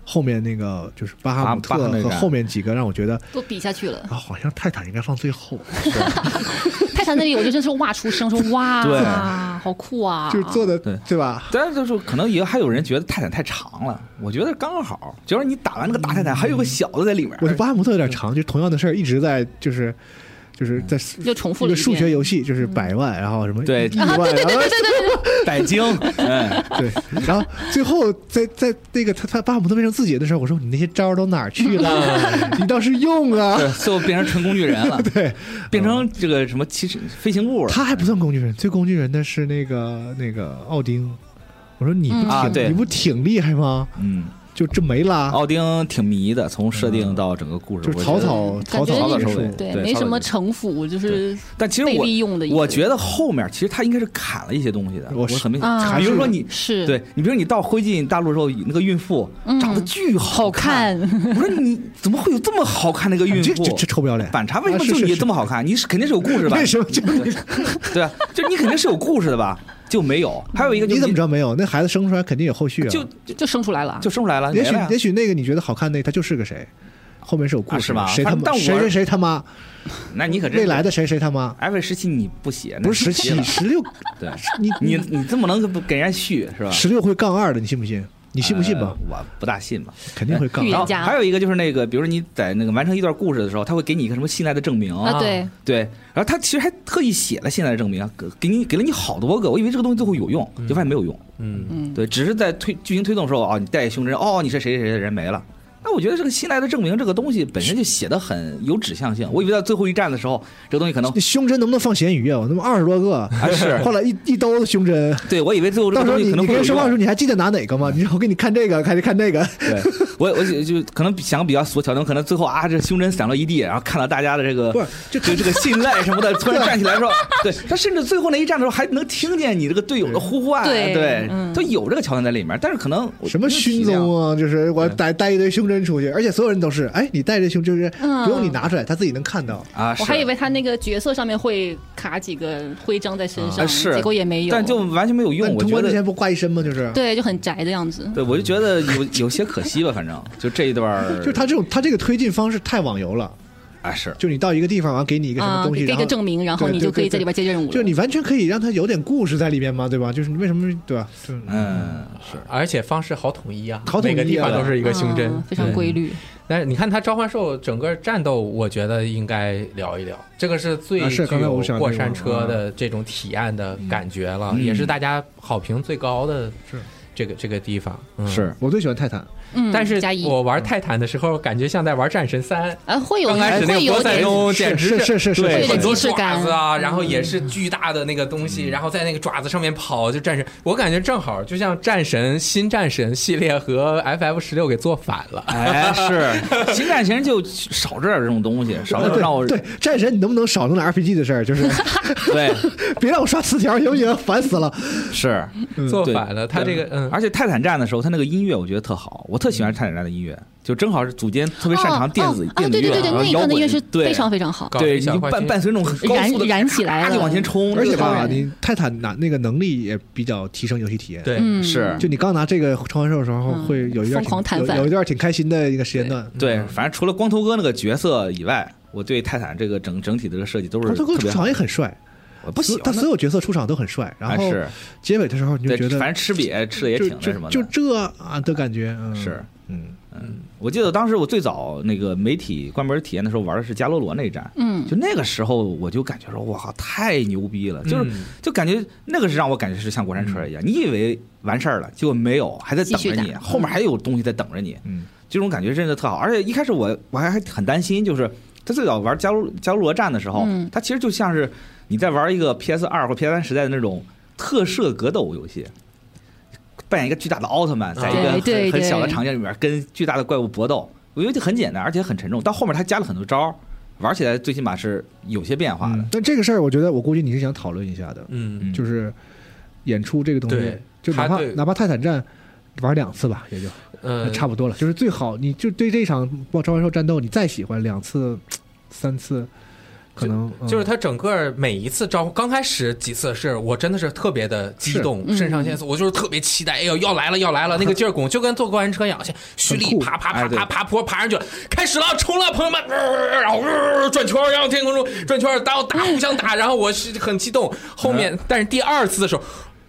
Speaker 2: 后面那个就是巴哈姆特
Speaker 3: 巴巴哈那
Speaker 2: 和
Speaker 3: 个
Speaker 2: 后面几个让我觉得
Speaker 4: 都比下去了。
Speaker 2: 啊，好像泰坦应该放最后，
Speaker 4: 泰坦那里我就真是哇出声，说
Speaker 3: 对
Speaker 4: 哇，好酷啊！
Speaker 2: 就是做的
Speaker 3: 对
Speaker 2: 对吧？
Speaker 3: 当然就是可能也还有人觉得泰坦太长了，我觉得刚好，主要是你打完那个大泰坦，还有个小的在里面，
Speaker 2: 我觉得巴哈姆特有点长，就同样的事儿一直在就是。就是在
Speaker 4: 又重复
Speaker 2: 一
Speaker 4: 了
Speaker 2: 个
Speaker 4: 一
Speaker 2: 数学
Speaker 4: 遍嗯
Speaker 2: 游戏，就是百万，然后什么
Speaker 3: 嗯对
Speaker 2: 亿万， 然后
Speaker 3: 百京，哎，
Speaker 2: 对，然后最后在在那个他他巴姆特变成自己的时候，我说你那些招儿都哪儿 去了？你倒是用啊！
Speaker 3: 对，最后变成纯工具人了，
Speaker 2: 对，
Speaker 3: 变成这个什么骑士飞行物了，
Speaker 2: 他还不算工具人，最工具人的是那个那个奥丁。我说你不挺、
Speaker 4: 嗯
Speaker 3: 啊对
Speaker 2: 你不挺厉害吗？
Speaker 3: 嗯，
Speaker 2: 就这没啦，
Speaker 3: 奥丁挺迷的，从设定到整个故事，
Speaker 2: 就
Speaker 3: 我
Speaker 2: 是
Speaker 3: 觉
Speaker 2: 草
Speaker 3: 得
Speaker 2: 草草
Speaker 4: 感觉
Speaker 2: 草
Speaker 4: 那
Speaker 2: 结
Speaker 4: 个
Speaker 2: 束
Speaker 3: 是。
Speaker 4: 对，
Speaker 3: 对
Speaker 4: 没
Speaker 3: 差
Speaker 4: 什
Speaker 3: 不
Speaker 4: 么
Speaker 3: 多
Speaker 4: 城府，就是
Speaker 3: 但其实
Speaker 4: 被
Speaker 3: 我
Speaker 4: 利用的一个
Speaker 3: 我觉得后面其实他应该是砍了一些东西的，
Speaker 2: 我
Speaker 3: 我
Speaker 2: 是
Speaker 3: 很明
Speaker 4: 啊
Speaker 3: 显，比如说你
Speaker 4: 是
Speaker 3: 对你，比如你到灰烬大陆的时候，那个孕妇
Speaker 4: 嗯
Speaker 3: 长得巨好
Speaker 4: 好看
Speaker 3: 看，我说你怎么会有这么好看的一个孕
Speaker 2: 你啊这
Speaker 3: 妇？
Speaker 2: 这这臭不要脸！
Speaker 3: 反差为什
Speaker 2: 啊
Speaker 3: 么
Speaker 2: 是
Speaker 3: 就是你
Speaker 2: 是
Speaker 3: 这么好看？你是肯定是有故事吧
Speaker 2: 为？什么 就你
Speaker 3: 对啊，就你肯定是有故事的吧？就没有，还有一个就是
Speaker 2: 你怎么知道没有？那孩子生出来肯定有后续啊！
Speaker 3: 就
Speaker 4: 就生出来了。
Speaker 3: 就生出来了，
Speaker 2: 也许
Speaker 3: 啊没了呀
Speaker 2: 也许那个你觉得好看那他就是个谁，后面是有故
Speaker 3: 啊
Speaker 2: 事
Speaker 3: 是
Speaker 2: 的
Speaker 3: 吧
Speaker 2: 谁他妈
Speaker 3: 但我
Speaker 2: 谁谁谁他妈
Speaker 3: 那你可真
Speaker 2: 未来的谁谁他妈
Speaker 3: F 十七你不写，那
Speaker 2: 不是十
Speaker 3: 你
Speaker 2: 七
Speaker 3: 写了
Speaker 2: 十六
Speaker 3: 对，
Speaker 2: 你
Speaker 3: 你你这么能给给人家续是吧？
Speaker 2: 十六会杠二的，你信不信？你信不信吧？
Speaker 3: 呃我不大信吧。
Speaker 2: 肯定会杠二
Speaker 4: 预言
Speaker 3: 然后
Speaker 4: 家
Speaker 3: 还有一个就是那个，比如说你在那个完成一段故事的时候，他会给你一个什么信赖的证明
Speaker 4: 啊，对，
Speaker 3: 对，然后他其实还特意写了信赖的证明，啊给给你给了你好多个，我以为这个东西最后有用，就发现没有用。
Speaker 5: 嗯，
Speaker 4: 嗯，
Speaker 3: 哦对，只是在推剧情推动的时候啊，你带胸针，哦，你是谁谁谁的人没了，那我觉得这个新来的证明这个东西本身就写的很有指向性。我以为到最后一站的时候，这个东西可能
Speaker 2: 那胸针能不能放咸鱼啊？我他妈二十多个，
Speaker 3: 啊是
Speaker 2: 换了一一兜子胸针。
Speaker 3: 对我以为最后这
Speaker 2: 到
Speaker 3: 个
Speaker 2: 时候
Speaker 3: 东西
Speaker 2: 你
Speaker 3: 可能
Speaker 2: 你
Speaker 3: 会
Speaker 2: 跟
Speaker 3: 有
Speaker 2: 人说话的时候，
Speaker 3: 用
Speaker 2: 你还记得拿哪个吗？你说我给你看这个，还得看那个。
Speaker 3: 对，我我就就可能想比较索巧，可能可能最后啊，这胸针散落一地，然后看到大家的这个
Speaker 2: 不是
Speaker 3: 就这个信赖什 么的，突然站起来说，对他甚至最后那一站的时候还能听见你这个队友的呼唤，啊
Speaker 4: 对
Speaker 3: 对
Speaker 4: 嗯，
Speaker 3: 他有这个桥段在里面，但是可能我
Speaker 2: 什么
Speaker 3: 没
Speaker 2: 熏
Speaker 3: 有体谅
Speaker 2: 宗啊，就是我带带一堆胸针出去，而且所有人都是，哎，你带这胸针，
Speaker 4: 嗯
Speaker 2: 不用你拿出来，他自己能看到。
Speaker 3: 啊，是
Speaker 4: 我还以为他那个角色上面会卡几个徽章在身上，
Speaker 3: 啊是
Speaker 4: 结果也没有，
Speaker 3: 但就完全没有
Speaker 2: 那
Speaker 3: 用，
Speaker 2: 你
Speaker 3: 我
Speaker 2: 通
Speaker 3: 觉
Speaker 2: 关之
Speaker 3: 得
Speaker 2: 前。不挂一身吗？就是，
Speaker 4: 对，就很宅的样子。
Speaker 3: 对，我就觉得有有些可惜吧，反正就这一段儿，
Speaker 2: 就是他这种他这个推进方式太网游了，
Speaker 3: 啊是，
Speaker 2: 就你到一个地方，完了给你一个什么
Speaker 4: 啊，
Speaker 2: 东西，
Speaker 4: 给给
Speaker 2: 然
Speaker 4: 个
Speaker 2: 后
Speaker 4: 证明，然后
Speaker 2: 对
Speaker 4: 你
Speaker 2: 对
Speaker 4: 就可以
Speaker 2: 对
Speaker 4: 在里边接任务了。
Speaker 2: 就你完全可以让他有点故事在里面嘛，对吧？就是你为什么对吧？就是
Speaker 3: 嗯是，
Speaker 5: 而且方式好统一啊，
Speaker 2: 好统一啊嗯
Speaker 5: 每个地方都是一个胸针
Speaker 4: 啊，非常
Speaker 5: 对
Speaker 4: 规律。
Speaker 5: 但是你看他召唤兽整个战斗，我觉得应该聊一聊，这个是最
Speaker 2: 啊
Speaker 5: 具
Speaker 2: 是刚才
Speaker 5: 有
Speaker 2: 我想
Speaker 5: 过山车的这种体验的感觉了，
Speaker 3: 嗯
Speaker 5: 也是大家好评最高的
Speaker 2: 是
Speaker 5: 这个这个地方。嗯、，
Speaker 3: 是
Speaker 2: 我最喜欢泰坦，
Speaker 4: 嗯，
Speaker 5: 但是
Speaker 4: 加一
Speaker 5: 我玩泰坦的时候，感觉像在玩战神三。
Speaker 4: 啊，会有
Speaker 5: 刚开始那
Speaker 4: 会
Speaker 5: 个
Speaker 4: 有
Speaker 5: 波塞
Speaker 4: 点
Speaker 3: 哦
Speaker 5: 冬简直
Speaker 2: 是是是
Speaker 3: 对
Speaker 5: 很多
Speaker 4: 有点即视感
Speaker 5: 爪子啊，嗯然后也是巨大的那个东西，然后在那个爪子上面跑，就战神。我感觉正好就像战神新战神系列和 F F 十六给做反了。
Speaker 3: 哎是，新战型就少这点儿这种东西，少这种让我
Speaker 2: 对战神，你能不能少弄点 RPG 的事儿？就是
Speaker 3: 对
Speaker 2: 别让我刷词条，行不行？烦死了！
Speaker 3: 是，嗯
Speaker 5: 做
Speaker 3: 对
Speaker 5: 反了，他这个嗯，
Speaker 3: 而且泰坦战的时候，他那个音乐我觉得特好，我特喜欢泰坦战的音乐，就正好是组间特别擅长电子
Speaker 4: 哦哦
Speaker 3: 电子乐，
Speaker 4: 啊，对对对
Speaker 3: 然后
Speaker 4: 对，那一
Speaker 3: 摇
Speaker 4: 段
Speaker 3: 滚
Speaker 4: 的乐是
Speaker 3: 对
Speaker 4: 非常非常好，
Speaker 5: 搞
Speaker 3: 对，
Speaker 5: 一
Speaker 3: 你
Speaker 5: 小
Speaker 3: 就
Speaker 5: 块
Speaker 3: 伴
Speaker 5: 心
Speaker 3: 伴随那种很高
Speaker 4: 燃
Speaker 3: 速的
Speaker 4: 燃起来
Speaker 3: 咔
Speaker 4: 了，嗯
Speaker 3: 就往前冲，
Speaker 2: 而且
Speaker 3: 吧，
Speaker 2: 吧，
Speaker 4: 对
Speaker 2: 你泰坦拿那个能力也比较提升游戏体验。
Speaker 5: 对，
Speaker 4: 嗯，
Speaker 3: 是
Speaker 2: 就你刚拿这个召唤兽的时候，
Speaker 4: 嗯
Speaker 2: 会有一段
Speaker 4: 疯狂
Speaker 2: 挺
Speaker 4: 弹
Speaker 2: 有
Speaker 4: 反
Speaker 2: 有一段挺开心的一个时间段。
Speaker 3: 对，反正除了光头哥那个角色以外，我对泰坦这个整整体的这个设计都是
Speaker 2: 光头哥
Speaker 3: 特
Speaker 2: 出
Speaker 3: 别好
Speaker 2: 场也，很帅，
Speaker 3: 我不喜
Speaker 2: 他
Speaker 3: 欢
Speaker 2: 所有角色出场都很帅，然
Speaker 3: 还
Speaker 2: 后
Speaker 3: 是
Speaker 2: 结尾的时候你就
Speaker 3: 对
Speaker 2: 觉，
Speaker 3: 反
Speaker 2: 得
Speaker 3: 正吃瘪吃的也
Speaker 2: 就
Speaker 3: 挺那什么
Speaker 2: 就
Speaker 3: 的，
Speaker 2: 就这啊的感觉，嗯
Speaker 3: 是。
Speaker 2: 嗯，
Speaker 3: 我记得当时我最早那个媒体关门体验的时候玩的是伽罗罗那一站，
Speaker 4: 嗯
Speaker 3: 就那个时候我就感觉说，哇靠，太牛逼了！就是、
Speaker 5: 嗯
Speaker 3: 就感觉那个是让我感觉是像过山车一样，你以为完事儿了，结果没有，还在等着
Speaker 4: 嗯继续
Speaker 3: 你，
Speaker 4: 打
Speaker 3: 后面还有东西在等着你。
Speaker 2: 嗯，
Speaker 3: 这种感觉真的特好。而且一开始我我还很担心，就是他最早玩加罗加罗罗站的时候，
Speaker 4: 嗯
Speaker 3: 它其实就像是你在玩一个 PS 二或 PS 三时代的那种特摄格斗游戏。扮演一个巨大的奥特
Speaker 2: 啊
Speaker 3: 曼，在一个
Speaker 4: 对对
Speaker 3: 很很
Speaker 4: 对
Speaker 3: 小的场景里面跟巨大的怪物搏斗，我觉得就很简单，而且很沉重。到后面他加了很多招儿，玩起来最起码是有些变化的。
Speaker 2: 但这个事儿，我觉得我估计你是想讨论一下的，
Speaker 5: 嗯，
Speaker 3: 嗯
Speaker 2: 就是演出这个东西
Speaker 5: 对，
Speaker 2: 就哪
Speaker 5: 他
Speaker 2: 怕
Speaker 5: 对
Speaker 2: 哪怕泰坦战玩两次吧，也就
Speaker 5: 呃，
Speaker 2: 差不多了。就是最好，你就对这场召唤兽战斗，你再喜欢两次、三次，可能
Speaker 5: 就
Speaker 2: 嗯
Speaker 5: 是他整个每一次招，刚开始几次是我真的是特别的激动，
Speaker 2: 嗯
Speaker 4: 是
Speaker 5: 肾上腺素，我就是特别期待，哎呦要来了要来了，那个劲儿拱就跟坐过山车一样，先蓄力
Speaker 2: 很酷
Speaker 5: 爬爬
Speaker 3: 哎
Speaker 5: 爬
Speaker 3: 对
Speaker 5: 爬爬坡爬上去了，开始了冲了，朋友们，呃然后呃转圈儿，然后天空中转圈儿，然后打互相打，然后我是很激动，后
Speaker 2: 嗯
Speaker 5: 面但是第二次的时候。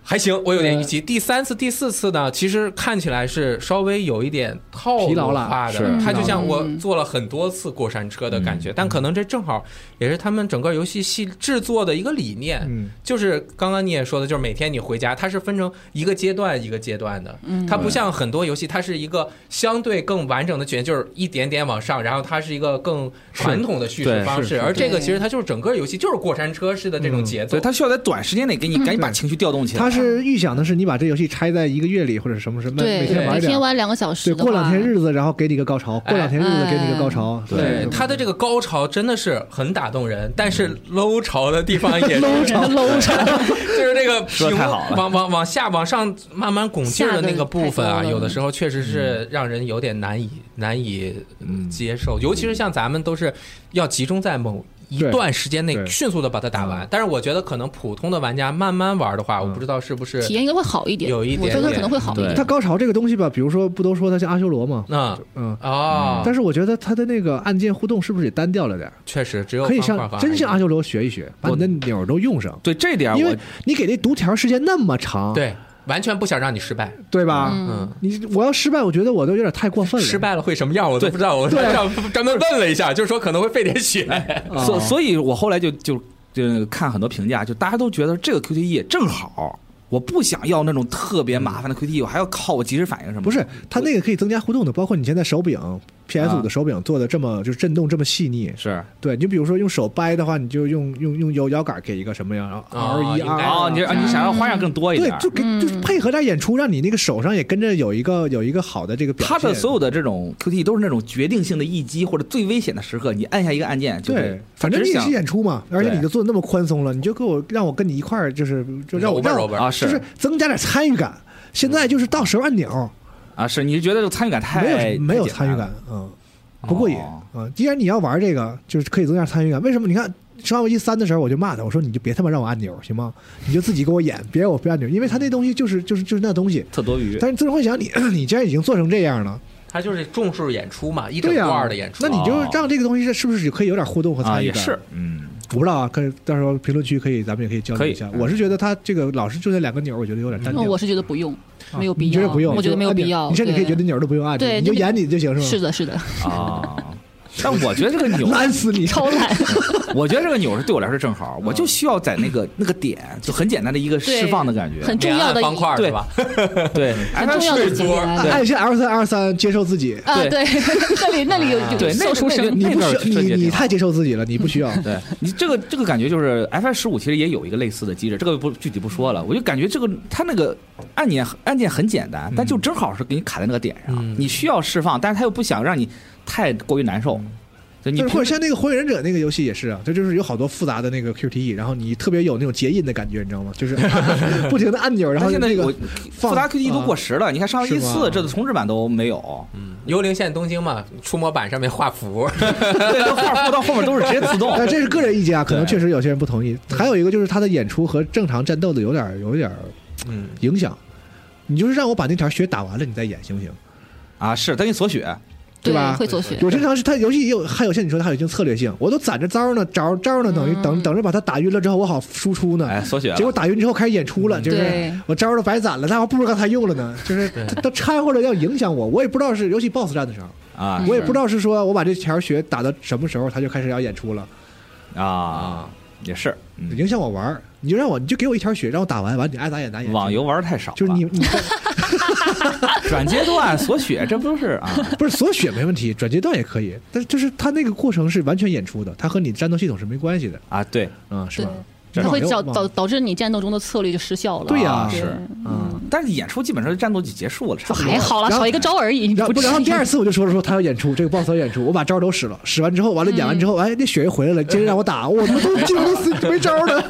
Speaker 5: 还行，我有点预期。第三次、第四次呢，其实看起来是稍微有一点套路
Speaker 2: 疲劳了嗯
Speaker 5: 化
Speaker 3: 是
Speaker 5: 的，它就像我
Speaker 4: 嗯
Speaker 5: 坐了很多次过山车的感觉，但
Speaker 3: 嗯
Speaker 5: 可能这正好也是他们整个游戏系制作的一个理念，
Speaker 2: 嗯
Speaker 5: 就是刚刚你也说的，就是每天你回家，它是分成一个阶段一个阶段的，它不像很多游戏，它是一个相对更完整的卷，就是一点点往上，然后它是一个更传统的叙事
Speaker 3: 对
Speaker 5: 方
Speaker 3: 是
Speaker 5: 式，
Speaker 3: 是
Speaker 5: 而这个
Speaker 4: 对
Speaker 5: 其实它就是整个游戏就是过山车式的这种节奏，
Speaker 3: 对，他需要在短时间内给
Speaker 4: 嗯
Speaker 3: 你赶紧把情绪调动起来。
Speaker 2: 他是预想的是你把这游戏拆在一个月里或者什么什么，
Speaker 4: 对，
Speaker 2: 每天玩
Speaker 4: 每
Speaker 2: 一点
Speaker 4: 天。玩两个小时
Speaker 2: 对，
Speaker 4: 的话，
Speaker 2: 过两天日子，然后给你一个高潮；过两天日子，给你一个高潮。
Speaker 5: 哎
Speaker 3: 对嗯
Speaker 5: 他的这个高潮真的是很打动人，但是 low 潮的地方 也
Speaker 4: 搂着
Speaker 2: 哦
Speaker 4: 搂着，
Speaker 5: 就是这个
Speaker 3: 说
Speaker 5: 屏
Speaker 3: 得
Speaker 5: 幕
Speaker 3: 太好了
Speaker 5: 往往往下往上慢慢拱劲儿的那个部分
Speaker 4: 下
Speaker 5: 啊，
Speaker 4: 得太多了
Speaker 5: 有的时候确实
Speaker 2: 嗯
Speaker 5: 是让人有点难以难以
Speaker 3: 嗯
Speaker 5: 接受，尤其是像咱们都是要集中在某。一
Speaker 2: 对
Speaker 5: 段时间内
Speaker 2: 对嗯
Speaker 5: 迅速的把它打完，但是我觉得可能普通的玩家慢慢玩的话，我不知道是不是
Speaker 4: 体验应该会好一点，
Speaker 5: 有一点
Speaker 4: 我觉得
Speaker 5: 点
Speaker 4: 可能会好一
Speaker 3: 对
Speaker 4: 点。
Speaker 2: 他高潮这个东西吧，比如说不都说他像阿修罗嘛，
Speaker 5: 那
Speaker 2: 嗯，
Speaker 5: 哦，
Speaker 2: 但是我觉得他的那个按键互动是不是也单调了点儿？
Speaker 5: 确实只有
Speaker 2: 可以
Speaker 5: 方块
Speaker 2: 像
Speaker 5: 方
Speaker 2: 真
Speaker 5: 案
Speaker 2: 像阿修罗学一学，把你的钮儿都用上，
Speaker 3: 对这点儿
Speaker 2: 因
Speaker 3: 我
Speaker 2: 为你给那读条时间那么长，
Speaker 5: 对，完全不想让你失败，
Speaker 2: 对吧？
Speaker 5: 嗯，
Speaker 2: 你我要失败，我觉得我都有点太过分了。
Speaker 5: 失败了会什么样我都
Speaker 3: 对
Speaker 5: 不知道，我
Speaker 2: 对啊
Speaker 5: 专专门问了一下，就是说可能会费点血，
Speaker 3: 啊所所以，我后来就就就看很多评价，就大家都觉得这个 QTE 正好我不想要那种特别麻烦的 QTE，我还要靠我及时反应什么的。
Speaker 2: 不是，它那个可以增加互动的，包括你现在手柄 PS
Speaker 3: 啊
Speaker 2: 五的手柄做的这么、就是震动这么细腻。
Speaker 3: 是
Speaker 2: 对你比如说用手掰的话，你就用用用摇摇杆给一个什么呀，然后
Speaker 5: 啊
Speaker 2: R 一
Speaker 5: 应该
Speaker 2: R
Speaker 3: 哦，你啊你想要花样更多一
Speaker 2: 对
Speaker 3: 点，儿。
Speaker 2: 就给就是配合点演出，让你那个手上也跟着有一个有一个好的这个表
Speaker 3: 它
Speaker 2: 现。
Speaker 3: 的所有的这种 QTE 都是那种决定性的一击或者最危险的时刻，你按下一个按键就会
Speaker 2: 对，反正你也是演出嘛，而且你
Speaker 3: 对
Speaker 2: 就做的那么宽松了，你就给我让我跟你一块儿，就是就让我
Speaker 5: 揉吧
Speaker 2: 让
Speaker 5: 揉
Speaker 2: 我
Speaker 5: 吧
Speaker 3: 啊
Speaker 2: 就是
Speaker 3: 是
Speaker 2: 增加点参与感。现在就是到时候按钮，
Speaker 3: 啊是，你是觉得这个参与感太
Speaker 2: 没有没有
Speaker 3: 太
Speaker 2: 参
Speaker 3: 简单
Speaker 2: 与
Speaker 3: 了
Speaker 2: 感，嗯，不过瘾
Speaker 3: 哦
Speaker 2: 啊、嗯既然你要玩这个，就是可以增加参与感。为什么？你看《生化危机三》的时候，我就骂他，我说你就别他妈让我按钮行吗？你就自己给我演，别让我别按钮，因为他那东西就是就是就是那东西。
Speaker 3: 特多余。
Speaker 2: 但是《自由幻想》你， 你既然已经做成这样了，
Speaker 5: 他就是重视演出嘛，一整
Speaker 2: 对呀、啊
Speaker 5: 段的演出。
Speaker 2: 那你就
Speaker 3: 哦
Speaker 2: 让这个东西是不是可以有点互动和
Speaker 3: 啊，
Speaker 2: 参与
Speaker 3: 也
Speaker 2: 感？
Speaker 3: 是，嗯，
Speaker 2: 我不知道啊，可以到时候评论区可以，咱们也可以交流一下
Speaker 3: 可。以嗯
Speaker 2: 我是觉得他这个老是就那两个钮儿，我觉得有点单
Speaker 4: 那
Speaker 2: 调。
Speaker 4: 嗯我是觉得不用，
Speaker 2: 啊
Speaker 4: 没有必
Speaker 2: 你觉得
Speaker 4: 要
Speaker 2: 不用，
Speaker 4: 我觉得没有
Speaker 2: 就按钮
Speaker 4: 必要
Speaker 2: 你甚至可以
Speaker 4: 对
Speaker 2: 觉得钮儿都不用按，啊
Speaker 4: 对
Speaker 2: 你就
Speaker 4: 那个
Speaker 2: 演你就行，是吗？
Speaker 4: 是的， 是的，
Speaker 3: 啊。但我觉得 这个钮，
Speaker 2: 懒死你！
Speaker 4: 超懒。
Speaker 3: 我觉得这个钮是对我来说正好，
Speaker 2: 嗯
Speaker 3: 我就需要在那 个那个点，就很简单的一个
Speaker 4: 对
Speaker 3: 释放的感觉。
Speaker 4: 很重要的一
Speaker 5: 方块儿是
Speaker 3: 对
Speaker 5: 吧？
Speaker 3: 对，哎
Speaker 4: 很重要的
Speaker 5: 睡
Speaker 4: 节
Speaker 5: 桌
Speaker 4: 点
Speaker 2: 按按一下 L 哎三 L 三，接受自己。
Speaker 4: 啊，对， 那里那里有有
Speaker 3: 对那
Speaker 4: 搜出
Speaker 3: 那
Speaker 4: 声
Speaker 3: 那
Speaker 2: 你不需
Speaker 3: 段儿
Speaker 2: 要，
Speaker 3: 是确
Speaker 2: 你
Speaker 3: 实挺
Speaker 2: 你
Speaker 3: 好
Speaker 2: 太接受自己了，你不 需要。
Speaker 3: 对你这个这个感觉就是 F I 十五其实也有一个类似的机制，这个不具体不说了，我就感觉这个它那个按键按键很简
Speaker 2: 嗯
Speaker 3: 单，但就正好是给你卡在那个点上，
Speaker 5: 嗯
Speaker 3: 你需要释放，但是他又不想让你太过于难受，就你
Speaker 2: 嗯就是或者
Speaker 3: 平时
Speaker 2: 像那个《火影忍者》那个游戏也是啊，它就是有好多复杂的那个 QTE，然后你特别有那种结印的感觉，你知道吗？ 就是不停的按钮，然
Speaker 3: 他
Speaker 2: 后
Speaker 3: 现在
Speaker 2: 那
Speaker 3: 我
Speaker 2: 个放
Speaker 3: 复杂 Q T 都过时了，你看上一
Speaker 2: 是吗
Speaker 3: 次这重置版都 没有，
Speaker 5: 幽灵线东京嘛，触摸板上面画符，
Speaker 3: 对，这画幅到后面都是 直接自 动。
Speaker 2: 但这是个人意见啊，可能
Speaker 3: 对嗯
Speaker 2: 确实有些人不同意。还有一个就是他的演出和正常战斗的有点儿有点儿
Speaker 5: 嗯，
Speaker 2: 影响。你就是让我把那条血打完了，你再演行不行？
Speaker 3: 啊，是等你锁血，
Speaker 2: 对吧
Speaker 4: 会左血，
Speaker 2: 有些常是它游戏也有，还有像你说的，它有一定策略性。我都攒着招呢，招招呢，等于等等着把它打晕了之后，我好输出呢。
Speaker 3: 哎，锁血了嗯
Speaker 2: 结果打晕之后开始演出了，就是
Speaker 4: 对
Speaker 2: 我招儿都白攒了，但我不知道他用了呢，就是
Speaker 5: 对
Speaker 2: 他掺和着要影响我，我也不知道是尤其 BOSS 战的时候，
Speaker 3: 啊，
Speaker 2: 我也不知道是说我把这条血打到什么时候，他就开始要演出了，
Speaker 3: 道啊，也是，嗯
Speaker 2: 影响我玩儿。你就让我，你就给我一条血，让我打完，完你爱咋演咋演。
Speaker 3: 网游玩的太少了，
Speaker 2: 就是 你 你
Speaker 3: 转阶段锁血，这不是啊，
Speaker 2: 不是锁血没问题，转阶段也可以，但是就是他那个过程是完全演出的，他和你战斗系统是没关系的
Speaker 3: 啊，对，
Speaker 2: 啊，是
Speaker 4: 对
Speaker 2: 吧？，
Speaker 4: 它会
Speaker 2: 那
Speaker 4: 导
Speaker 2: 网游
Speaker 4: 导导致你战斗中的策略就失效了。
Speaker 2: 对呀
Speaker 3: 啊
Speaker 2: 对
Speaker 3: 是。
Speaker 2: 嗯，
Speaker 3: 但是演出基本上战斗就结束了，差不多
Speaker 4: 还好啦，
Speaker 2: 然后
Speaker 4: 少一个招而已。
Speaker 2: 然后
Speaker 4: 不
Speaker 2: 不，
Speaker 4: 至
Speaker 2: 然后
Speaker 4: 于
Speaker 2: 第二次我就说了说他要演出，这个 boss 要演出，我把招都使了，使完之后，完了演完
Speaker 4: 嗯
Speaker 2: 之后，哎，那血又回来了，接着让我打，我他妈都进入死没招 了，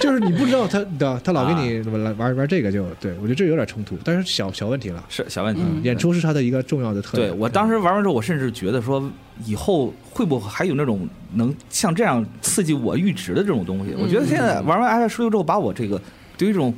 Speaker 2: 就是你不知道他，你知道他老给你
Speaker 3: 啊
Speaker 2: 玩玩玩这个就，对我觉得这有点冲突，但是小小问题了，
Speaker 3: 是小问题。
Speaker 4: 嗯
Speaker 2: 演出是他的一个重要的特
Speaker 3: 对
Speaker 2: 点。
Speaker 3: 我当时玩完之后，我甚至觉得说，以后会不会还有那种能像这样刺激我阈值的这种东西？我觉得现在玩完 i 十六之后，把我这个对于这种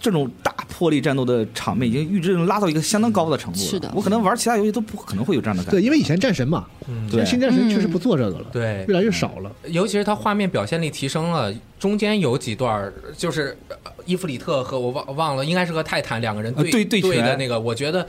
Speaker 3: 这种大魄力战斗的场面已经阈值拉到一个相当高的程度了。
Speaker 4: 是的
Speaker 3: 我可能玩其他游戏都不可能会有这样的感觉。
Speaker 2: 对，因为以前战神嘛，
Speaker 5: 嗯
Speaker 3: 对
Speaker 2: 现在新战神确实不做这个了，
Speaker 5: 对
Speaker 2: 越来越少了。
Speaker 5: 尤其是它画面表现力提升了，中间有几段儿就是呃伊芙里特和我忘忘了，应该是和泰坦两个人
Speaker 3: 呃
Speaker 5: 对
Speaker 3: 对对
Speaker 5: 对
Speaker 3: 拳
Speaker 5: 的那个，我觉得。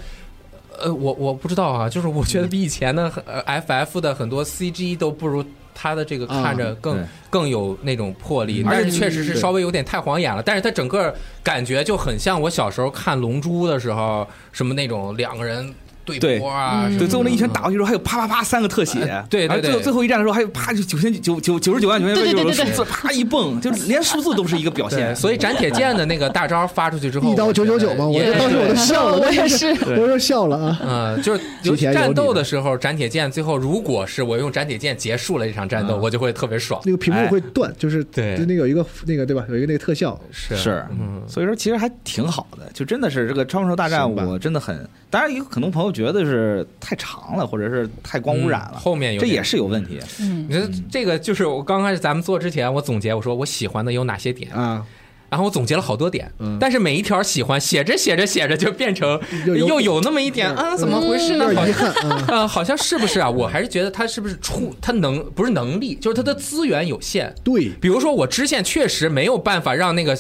Speaker 5: 呃，我我不知道啊，就是我觉得比以前的
Speaker 3: 嗯
Speaker 5: 呃 FF 的很多 CG 都不如它的这个
Speaker 2: 啊
Speaker 5: 看着更、
Speaker 3: 嗯对嗯
Speaker 5: 更有那种魄力，
Speaker 3: 而
Speaker 5: 但
Speaker 3: 且
Speaker 5: 是
Speaker 3: 你
Speaker 5: 确实是
Speaker 3: 对
Speaker 5: 稍微有点太晃眼了。但是它整个感觉就很像我小时候看《龙珠》的时候，什么那种两个人对
Speaker 3: 对
Speaker 5: 波啊，
Speaker 4: 嗯
Speaker 5: 什么
Speaker 3: 对，最后那一拳
Speaker 5: 的
Speaker 3: 打过去之后，还有啪啪啪三个特写，
Speaker 5: 对对
Speaker 3: 然后最后
Speaker 5: 对
Speaker 3: 最后一战的时候，还有啪就九千九九九十九万九千
Speaker 4: 对对对
Speaker 3: 九
Speaker 4: 对
Speaker 3: 数
Speaker 4: 对
Speaker 3: 字，啪一蹦，就是连数字都是一个表
Speaker 5: 对，
Speaker 3: 现。
Speaker 5: 所以斩铁剑的那个大招发出去之后，
Speaker 2: 一刀
Speaker 5: 我觉得
Speaker 2: 999嘛我
Speaker 5: 也
Speaker 2: 当时我都笑了
Speaker 4: 我也是。
Speaker 2: 我说笑了 啊，
Speaker 5: 呃，就是 有
Speaker 2: 吉田有
Speaker 5: 战
Speaker 2: 你
Speaker 5: 斗
Speaker 2: 的
Speaker 5: 的时候，斩铁剑最后如果是我用斩铁剑结束了这场战
Speaker 2: 嗯
Speaker 5: 斗，我就会特别爽。
Speaker 2: 那个屏幕会断，就是
Speaker 5: 对
Speaker 2: 就那个有一个那个对吧，有一个那个特效，
Speaker 5: 是
Speaker 3: 哎是，
Speaker 5: 嗯，
Speaker 3: 所以说其实还挺好的，就真的是这个《超兽大战》，
Speaker 2: 行吧
Speaker 3: 我真的很，当然有可能朋友觉得是太长了，或者是太光污染
Speaker 5: 嗯
Speaker 3: 了，
Speaker 5: 后面有
Speaker 3: 这
Speaker 5: 点
Speaker 3: 也是有问题。
Speaker 4: 嗯
Speaker 5: 你，说这个就是我刚开始咱们做之前，我总结我说我喜欢的有哪些点，
Speaker 2: 啊，
Speaker 5: 然后我总结了好多点
Speaker 2: 嗯，
Speaker 5: 但是每一条喜欢写着写着写着就变成
Speaker 2: 又有嗯
Speaker 5: 又有那么一点啊，怎么回事呢
Speaker 2: 有？
Speaker 5: 好
Speaker 2: 点遗
Speaker 5: 像
Speaker 2: 憾 啊。
Speaker 5: 呃，好像是不是啊？我还是觉得他是不是出他能不是能力，就是他的资源有限，
Speaker 2: 对，
Speaker 5: 比如说我支线确实没有办法让那个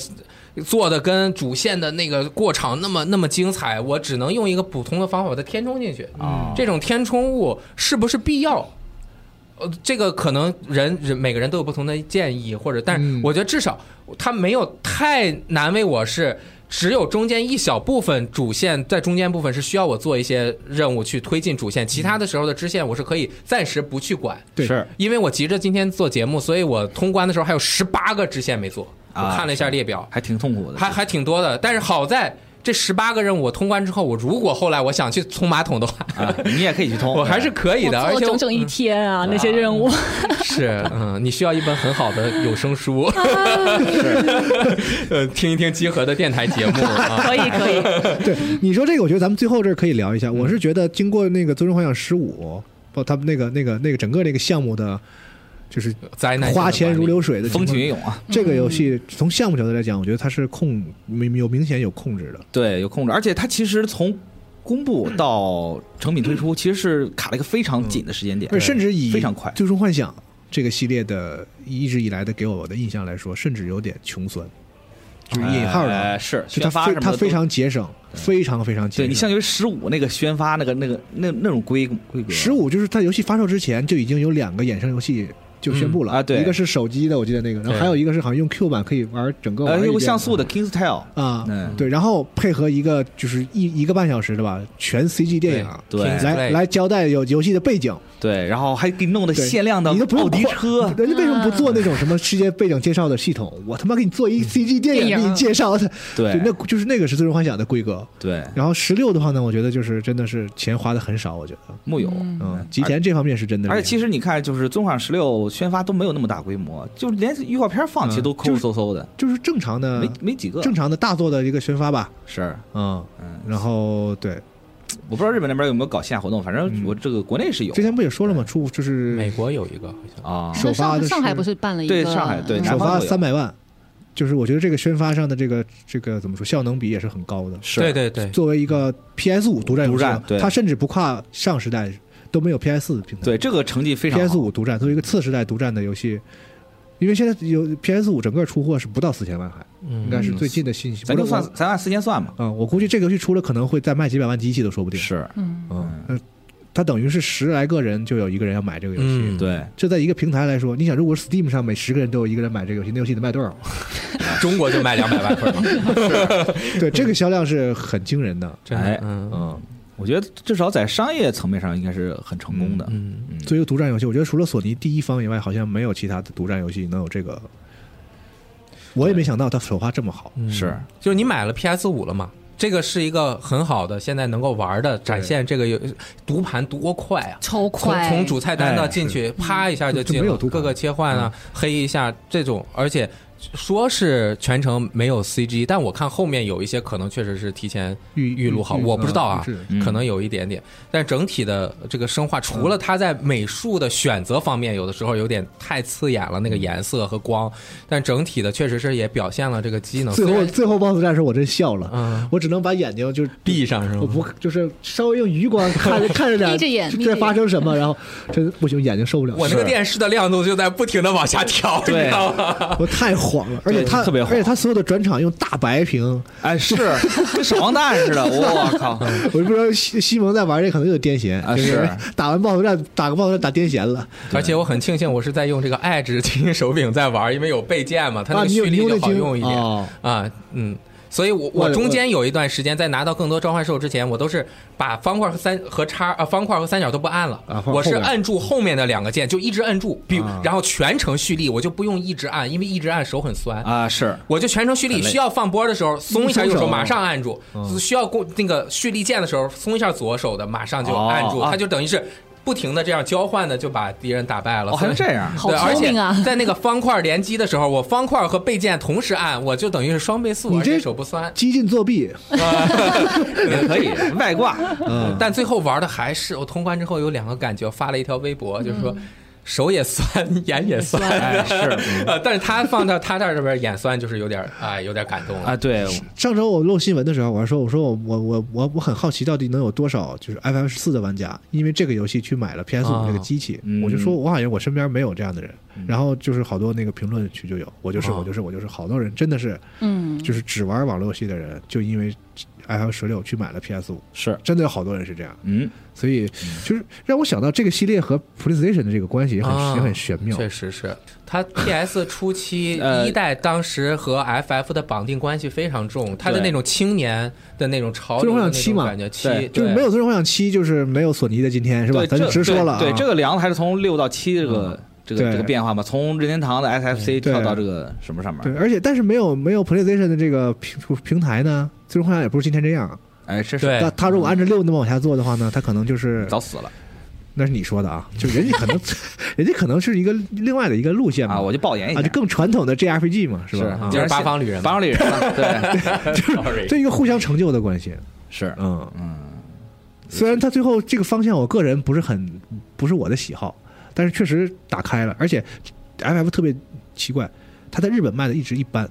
Speaker 5: 做的跟主线的那个过场那么那么精彩，我只能嗯用一个普通的方法把它填充进去。
Speaker 3: 啊
Speaker 5: 这种填充物是不是必要？呃，这个可能人人每个人都有不同的建议，或者，但是我觉得至少他没有太难为我是。只有中间一小部分主线在中间部分是需要我做一些任务去推进主线，其他的时候的支线我是可以暂时不去管，
Speaker 7: 对
Speaker 3: 是
Speaker 5: 因为我急着今天做节目，所以我通关的时候还有十八个支线没做，我
Speaker 3: 啊
Speaker 5: 看了一下列表，
Speaker 3: 还挺痛苦的，
Speaker 5: 还还挺多的。但是好在这十八个任务我通关之后，我如果后来我想去冲马桶的话，
Speaker 3: 啊，你也可以 去
Speaker 2: 哦
Speaker 3: 哎通，
Speaker 5: 我还是可以的，
Speaker 4: 我
Speaker 5: 而
Speaker 4: 做
Speaker 5: 且
Speaker 4: 了
Speaker 5: 我
Speaker 4: 整整一天啊，那些任务。
Speaker 5: 是，嗯，你需要一本很好的有声 书， 呃，听一听集合的电台节 目啊，
Speaker 4: 可以可以，
Speaker 2: 对，你说这个，我觉得咱们最后这儿可以聊一下。
Speaker 3: 嗯
Speaker 2: 我是觉得经过那个《最终幻想十五》，不，他们那个那个那个整个那个项目的，就是
Speaker 5: 灾难性的
Speaker 2: 花钱如流水的
Speaker 3: 风
Speaker 2: 情况
Speaker 3: 起云涌啊，
Speaker 2: 这个游戏从项目角度来讲，我觉得它是控明有明显有控制的。
Speaker 3: 对，有控制，而且它其实从公 布到成品推出，其实是卡了一个非常紧的时间点，
Speaker 2: 而嗯甚至以
Speaker 3: 非常快
Speaker 2: 最终幻想》这个系列的一直以来的给我的印象来说，甚至有点穷酸，就是引号的，
Speaker 3: 呃是
Speaker 2: 就
Speaker 3: 宣
Speaker 2: 它
Speaker 3: 发
Speaker 2: 非
Speaker 3: 什么
Speaker 2: 它
Speaker 3: 的
Speaker 2: 非
Speaker 3: 都
Speaker 2: 常节省，非常非常节省。
Speaker 3: 对你相当于十五那个宣发那个那个那那种规规格，
Speaker 2: 十五就是它游戏发售之前就已经有两个衍生游戏就宣布了
Speaker 3: 嗯啊对
Speaker 2: 一个是手机的，我记得那个，然后
Speaker 5: 对
Speaker 2: 还有一个是好像用 Q 版可以玩整个玩一
Speaker 3: 呃
Speaker 2: 遍的，
Speaker 3: 有个像素的 King's Tale，
Speaker 2: 啊
Speaker 3: 嗯，
Speaker 2: 对，然后配合一个就是一一个半小时的吧，全 CG 电影，
Speaker 3: 对对
Speaker 2: 来
Speaker 5: Play
Speaker 2: 来交代有游戏的背景，
Speaker 3: 对，然后还给你弄的
Speaker 2: 对
Speaker 3: 限量的
Speaker 2: 你都不用
Speaker 3: 奥迪
Speaker 2: 扩
Speaker 3: 车，
Speaker 2: 人家为什么不做那种什么世界背景介绍的系统？我他妈给你做一 CG 电影
Speaker 4: 电影
Speaker 2: 给你介绍的，
Speaker 3: 对
Speaker 2: 那就是那个是最终幻想的规格。
Speaker 3: 对
Speaker 2: 然后十六的话呢，我觉得就是真的是钱花的很少，我觉得，
Speaker 3: 木有，
Speaker 2: 嗯，吉田这方面是真的厉害，
Speaker 3: 而且其实你看，就是《纵赏十六》宣发都没有那么大规模，就是连预告片放其实都抠抠搜搜的，
Speaker 2: 嗯就是正常的
Speaker 3: 没没几个。
Speaker 2: 正常的大作的一个宣发吧，
Speaker 3: 是，
Speaker 2: 嗯，
Speaker 3: 嗯，
Speaker 2: 然后对，
Speaker 3: 我不知道日本那边有没有搞线下活动，反正我这个国内是有
Speaker 2: 嗯之前不也说了吗？出就是
Speaker 5: 美国有一个好像
Speaker 3: 啊。
Speaker 2: 首发的
Speaker 4: 上
Speaker 2: 是
Speaker 4: 上海不是办了一
Speaker 3: 对
Speaker 4: 个
Speaker 3: 上海对
Speaker 4: 嗯
Speaker 3: 南
Speaker 2: 首
Speaker 3: 方
Speaker 2: 发
Speaker 3: 都有
Speaker 2: 三百万，就是我觉得这个宣发上的这个这个怎么说，效能比也是很高的，
Speaker 3: 是，
Speaker 5: 对对对，
Speaker 2: 作为一个 PS 五独占游戏啊
Speaker 3: 独占对
Speaker 2: 它甚至不跨上时代，都没有 PS 平台。
Speaker 3: 对，这个成绩非常
Speaker 2: PS
Speaker 3: 好。
Speaker 2: 五独占作为一个次时代独占的游戏，因为现在有 PS 五整个出货是不到四千万还，应
Speaker 5: 嗯
Speaker 2: 该是最近的信息。
Speaker 3: 咱就
Speaker 2: 不是我
Speaker 3: 算咱按四千算吧。
Speaker 2: 嗯，我估计这个游戏出了可能会再卖几百万机器都说不定。
Speaker 3: 是，
Speaker 2: 嗯，呃它等于是十来个人就有一个人要买这个游戏。
Speaker 5: 嗯，，
Speaker 3: 对，
Speaker 2: 这在一个平台来说，你想，如果 Steam 上每十个人都有一个人买这个游戏，那游戏得卖多 少？
Speaker 5: 嗯中国就卖两百万
Speaker 2: 哎
Speaker 5: 份儿嘛，
Speaker 2: 对，这个销量是很惊人的。
Speaker 5: 真
Speaker 3: 哎
Speaker 5: 的，嗯
Speaker 2: 嗯，
Speaker 3: 我觉得至少在商业层面上应该是很成功的。
Speaker 5: 嗯，
Speaker 3: 嗯
Speaker 2: 作为一个独占游戏，我觉得除了索尼第一方以外，好像没有其他的独占游戏能有这
Speaker 5: 嗯
Speaker 2: 个。我也没想到它首发这么好，
Speaker 3: 是
Speaker 5: 就是你买了 PS 五了嘛？这个是一个很好的，现在能够玩的，展现这个有读盘多快啊！
Speaker 4: 超
Speaker 5: 从
Speaker 4: 快，
Speaker 5: 从主菜单到
Speaker 2: 哎
Speaker 5: 进去，啪一下就进
Speaker 2: 就没
Speaker 5: 了，
Speaker 2: 有读盘嗯
Speaker 5: 各个切换啊，黑一下这种，而且说是全程没有 CG，但我看后面有一些可能确实是提前
Speaker 2: 预
Speaker 5: 预录好，我不知道啊
Speaker 2: 是，
Speaker 3: 嗯
Speaker 5: 可能有一点点，但整体的这个生化，除
Speaker 2: 嗯
Speaker 5: 了它在美术的选择方面有的时候有点太刺眼了，那个
Speaker 2: 嗯
Speaker 5: 颜色和光，但整体的确实是也表现了这个机能，
Speaker 2: 最
Speaker 5: 虽
Speaker 2: 后
Speaker 5: 然
Speaker 2: 最后 BOSS 战时候，我真笑了，
Speaker 5: 嗯
Speaker 2: 我只能把眼睛就
Speaker 5: 闭上是
Speaker 2: 我
Speaker 5: 吗？
Speaker 2: 不就是稍微用余光看 着看着点，
Speaker 4: 闭着眼闭着
Speaker 2: 在
Speaker 4: 眼
Speaker 2: 发生什么，然后真不行，眼睛受不了，
Speaker 5: 我那个电视的亮度就在不停的往下调，你
Speaker 3: 对
Speaker 5: 知道吗？
Speaker 2: 我太晃了，而且他
Speaker 3: 特别晃
Speaker 2: 而且他所有的转场用大白屏，
Speaker 3: 哎，是 跟闪光弹 似的，我靠！
Speaker 2: 我就不知道西西蒙在玩这可能有癫痫
Speaker 3: 啊
Speaker 2: 就是 打完 BOSS 战打个 BOSS 战打癫痫了，
Speaker 5: 而且我很庆幸我是在用这个 Edge 精手柄在玩，因为有备件嘛，它那
Speaker 2: 啊，
Speaker 5: 个
Speaker 2: 你
Speaker 5: 蓄
Speaker 2: 有你
Speaker 5: 力
Speaker 2: 用
Speaker 5: 就
Speaker 2: 那
Speaker 5: 好
Speaker 2: 精
Speaker 5: 用一点。
Speaker 2: 哦
Speaker 5: 啊，嗯，所以我
Speaker 2: 我
Speaker 5: 我中间有一段时间在拿到更多召唤兽之前，我都是把方块和三和叉啊方块和三角都不按了，
Speaker 2: 啊放
Speaker 5: 我是
Speaker 2: 后面
Speaker 5: 按住后面的两个键，就一直按住，比、
Speaker 2: 啊
Speaker 5: 然后全程蓄力，我就不用一直按，因为一直按手很酸。
Speaker 3: 啊，是
Speaker 5: 我就全程蓄力，
Speaker 3: 很累啊
Speaker 5: 需要放波的时候松一下右
Speaker 2: 松
Speaker 5: 手，
Speaker 2: 手
Speaker 5: 马上按住；
Speaker 3: 嗯
Speaker 5: 需要过那个蓄力键的时候松一下左手的，马上就按住。
Speaker 3: 哦啊
Speaker 5: 它就等于是不停的这样交换的，就把敌人打败了。
Speaker 3: 哦，还
Speaker 5: 所以
Speaker 3: 能这样
Speaker 4: 好
Speaker 5: 对，而
Speaker 4: 聪
Speaker 5: 且
Speaker 4: 明啊！
Speaker 5: 在那个方块联机的时候，我方块和备件同时按，我就等于是双倍速，
Speaker 2: 你
Speaker 5: 而且
Speaker 2: 这
Speaker 5: 手不酸。
Speaker 2: 激进作弊，
Speaker 3: 也可以 外挂，
Speaker 2: 嗯，
Speaker 5: 但最后玩的还是我通关之后有两个感觉，发了一条微
Speaker 4: 嗯
Speaker 5: 博，就是说手也酸，眼也酸。
Speaker 3: 哎，是
Speaker 5: 呃，但是他放到他这儿这边眼酸，就是有点哎，有点感动了。
Speaker 3: 啊，对，
Speaker 2: 上周我录新闻的时候，我还说，我说我我我我我很好奇，到底能有多少就是 iPhone 四的玩家，因为这个游戏去买了 PS 五
Speaker 5: 啊
Speaker 2: 这个机器，
Speaker 3: 嗯
Speaker 2: 我就说，我好像我身边没有这样的人，然后就是好多那个评论区就有，我
Speaker 3: 啊
Speaker 2: 就是
Speaker 5: 哦
Speaker 2: 我就是我就是，好多人真的是
Speaker 4: 嗯，
Speaker 2: 就是只玩网络游戏的人，就因为 iPhone 十六去买了 PS 五，
Speaker 3: 是，
Speaker 2: 真的有好多人是这样，
Speaker 3: 嗯，
Speaker 2: 所以就是让我想到这个系列和 PlayStation 的这个关系也很、
Speaker 5: 啊
Speaker 2: 也很玄妙。
Speaker 5: 确实是，它 PS 初期
Speaker 3: 呃
Speaker 5: 一代当时和 FF 的绑定关系非常重，它的
Speaker 3: 对
Speaker 5: 那种青年的那种潮
Speaker 2: 最
Speaker 5: 流的
Speaker 2: 后
Speaker 5: 那
Speaker 2: 像七
Speaker 5: 种
Speaker 2: 嘛
Speaker 5: 感觉，七
Speaker 3: 对
Speaker 2: 就是没有《最终幻想七》，就是没有索尼的今天，是吧？
Speaker 3: 对，
Speaker 2: 咱就
Speaker 3: 这
Speaker 2: 直说了啊。嗯
Speaker 3: 对，对这个梁还是从六到七这个这个
Speaker 2: 对嗯
Speaker 3: 这个变化嘛，从任天堂的 SFC
Speaker 2: 对
Speaker 3: 跳到这个什么上面
Speaker 2: 对，，而且但是没有没有 PlayStation 的这个平平台呢，《最终幻想》也不是今天这样。
Speaker 3: 哎，这是
Speaker 5: 对
Speaker 2: 那他如果按照六那么往下做的话呢，他可能就是
Speaker 3: 早死了
Speaker 2: 那是你说的啊，就人家可 能人家可能是一个另外的一个路线嘛，
Speaker 3: 啊！我就爆言一
Speaker 2: 啊
Speaker 3: 下
Speaker 2: 就，更传统的 JRPG 嘛，是吧？啊
Speaker 5: 就是八方旅人
Speaker 3: 八
Speaker 5: 嘛
Speaker 3: 方旅人嘛，对，
Speaker 2: 这一个互相成就的关系，
Speaker 3: 是，
Speaker 2: 嗯。
Speaker 3: 嗯，
Speaker 2: 虽然他最后这个方向，我个人不是很不是我的喜好，但是确实打开了，而且 FF 特别奇怪，它在日本卖的一直一般，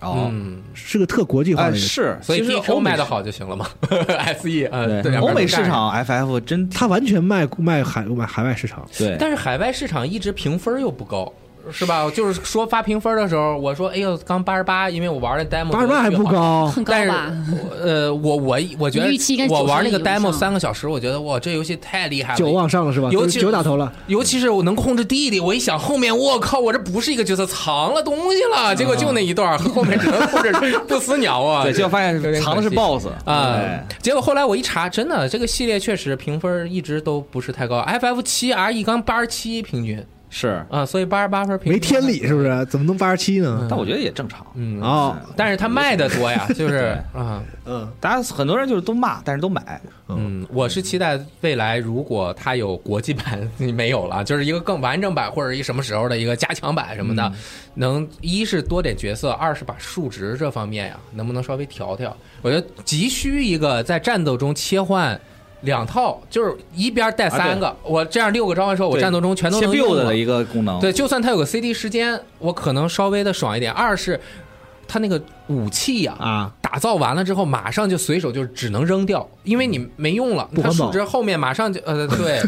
Speaker 3: 哦，
Speaker 5: 嗯，
Speaker 2: 是个特国际化
Speaker 3: 哎，
Speaker 2: 的一个。
Speaker 3: 是，
Speaker 5: 呃所以
Speaker 3: 其实
Speaker 5: PQ
Speaker 3: 欧美
Speaker 5: 卖的好就行了嘛 ，SE
Speaker 3: 对
Speaker 5: 嗯，对，
Speaker 3: 欧美
Speaker 5: 两边都
Speaker 3: 市
Speaker 5: 干。
Speaker 3: 场 FF 真挺
Speaker 2: 它完全卖卖海卖海外市场，
Speaker 3: 对，
Speaker 5: 但是海外市场一直评分又不高，是吧？就是说发评分的时候，我说哎呦，刚八十八，因为我玩的 demo
Speaker 2: 八十八还不高，
Speaker 4: 很高
Speaker 5: 但是
Speaker 4: 吧？
Speaker 5: 呃，我我我觉得
Speaker 4: 预期应该
Speaker 5: 我玩那个
Speaker 4: 90以
Speaker 5: demo
Speaker 4: 上
Speaker 5: 三个小时，我觉得哇，这游戏太厉害了，
Speaker 2: 九往上了是吧？
Speaker 5: 尤其
Speaker 2: 九打头了，
Speaker 5: 尤其是我能控制弟弟，我一想后面我靠，我这不是一个角色，藏了东西了，结果就那一段，后面只能控制不死鸟啊。
Speaker 3: 啊对，结果发 现
Speaker 5: 有点可惜
Speaker 3: 藏的是 BOSS
Speaker 5: 啊、
Speaker 3: 对
Speaker 5: 结果后来我一查，真的这个系列确实评分一直都不是太高，FF 七 RE 刚八十七平均
Speaker 3: 是，
Speaker 5: 啊、所以八十八
Speaker 3: 嗯
Speaker 5: 分平均
Speaker 2: 没天理是不是？怎么能八十七呢？
Speaker 3: 但我觉得也正常，
Speaker 5: 嗯啊，
Speaker 2: 哦，
Speaker 5: 但是它卖的 多呀，就是啊
Speaker 2: 嗯
Speaker 3: 大家很多人就是都骂，但是都买，
Speaker 5: 嗯，我是期待未来如果它有国际版没有了， 就是一个更完整版或者一什么时候的一个加强版什么
Speaker 3: 嗯
Speaker 5: 的，能一是多点角色，二是把数值这方面呀、能不能稍微调调？我觉得急需一个在战斗中切换。两套就是一边带三个，我这样六个召唤兽，我
Speaker 3: 啊对
Speaker 5: 战斗中全都
Speaker 3: 切
Speaker 5: 能用
Speaker 3: build
Speaker 5: 了
Speaker 3: 的一个功能，
Speaker 5: 对，就算它有个 CD 时间，我可能稍微的爽一点。二是它那个武器呀、
Speaker 2: 啊，
Speaker 5: 打造完了之后，马上就随手就只能扔掉，因为你没用了。
Speaker 2: 不
Speaker 5: 它
Speaker 2: 环保
Speaker 5: 数值后面马上就呃，对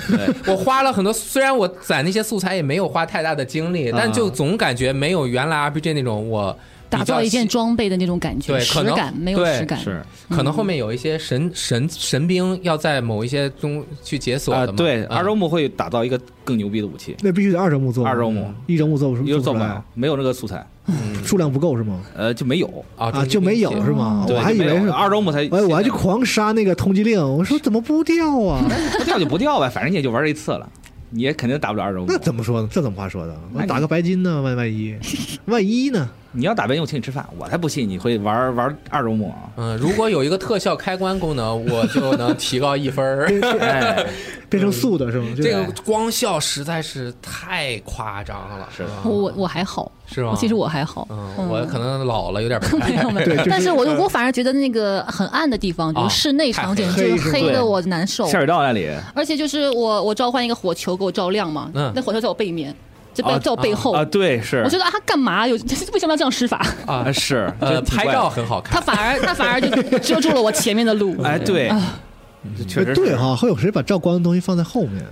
Speaker 5: 我花了很多，虽然我攒那些素材也没有花太大的精力，但就总感觉没有原来 RPG 那种我比较
Speaker 4: 打造一件
Speaker 5: 喜，
Speaker 4: 装备的那种感觉，
Speaker 5: 对可
Speaker 4: 实
Speaker 5: 能
Speaker 4: 感没有
Speaker 5: 对
Speaker 4: 实感，
Speaker 3: 是
Speaker 5: 可能后面有一些神神神兵要在某一些中去解锁
Speaker 3: 啊，
Speaker 5: 的嘛。
Speaker 3: 对，
Speaker 5: 嗯
Speaker 3: 二周目会打造一个更牛逼的武器，
Speaker 2: 那必须得二周目做，
Speaker 3: 二周目
Speaker 2: 一周目做不出，
Speaker 3: 又
Speaker 2: 做
Speaker 3: 做
Speaker 2: 不
Speaker 3: 不
Speaker 2: 出
Speaker 3: 了
Speaker 2: 来，，
Speaker 3: 没有那个素材，
Speaker 2: 数量不够是吗？
Speaker 3: 呃，就没有，
Speaker 5: 啊
Speaker 2: 啊，就没有是吗？
Speaker 3: 对
Speaker 2: 我还以
Speaker 3: 就没有
Speaker 2: 为是
Speaker 3: 二周目才，
Speaker 2: 哎，我还去狂杀那个通缉令，我说怎么不掉啊？
Speaker 3: 不掉就不掉呗，反正你也就玩这一次了，你也肯定打不了二周目。
Speaker 2: 那怎么说呢？这怎么话说的？
Speaker 3: 那
Speaker 2: 我
Speaker 3: 你
Speaker 2: 打个白金呢？万万 一，万一呢？
Speaker 3: 你要打白金，我请你吃饭，我才不信你会玩玩二周目啊！
Speaker 5: 嗯，如果有一个特效开关功能，我就能提高一分儿。
Speaker 3: 哎，
Speaker 2: 变成素的是
Speaker 3: 嗯
Speaker 2: 吗？就哎
Speaker 5: 这个光效实在是太夸张了，
Speaker 3: 是
Speaker 5: 吧
Speaker 4: 我我我还好，
Speaker 5: 是吗
Speaker 4: 我其实我还好，
Speaker 5: 嗯，我可能老了有 点不太。
Speaker 2: 对，就是
Speaker 4: 但是我我反而觉得那个很暗的地方，比
Speaker 5: 啊
Speaker 4: 如室内场景，
Speaker 5: 太
Speaker 2: 黑
Speaker 4: 就
Speaker 2: 了
Speaker 4: 是
Speaker 2: 黑
Speaker 4: 黑
Speaker 3: 是吧
Speaker 4: 的我难受。
Speaker 3: 下水道那里
Speaker 4: 而且就是我我召唤一个火球给我照亮嘛，
Speaker 5: 嗯
Speaker 4: 那火球在我背面，就
Speaker 3: 啊
Speaker 4: 背在我背后，
Speaker 3: 啊，对，是
Speaker 4: 我觉得啊他干嘛有 为什么要这样施法？
Speaker 5: 啊
Speaker 3: 啊，是
Speaker 5: 呃，
Speaker 3: 真挺怪
Speaker 5: 拍
Speaker 3: 的
Speaker 5: 照很好看
Speaker 4: 他。反而他反而就遮住了我前面的路。
Speaker 3: 哎，对，这确实
Speaker 2: 哎
Speaker 3: 是
Speaker 2: 对哈，会有谁把照光的东西放在后面？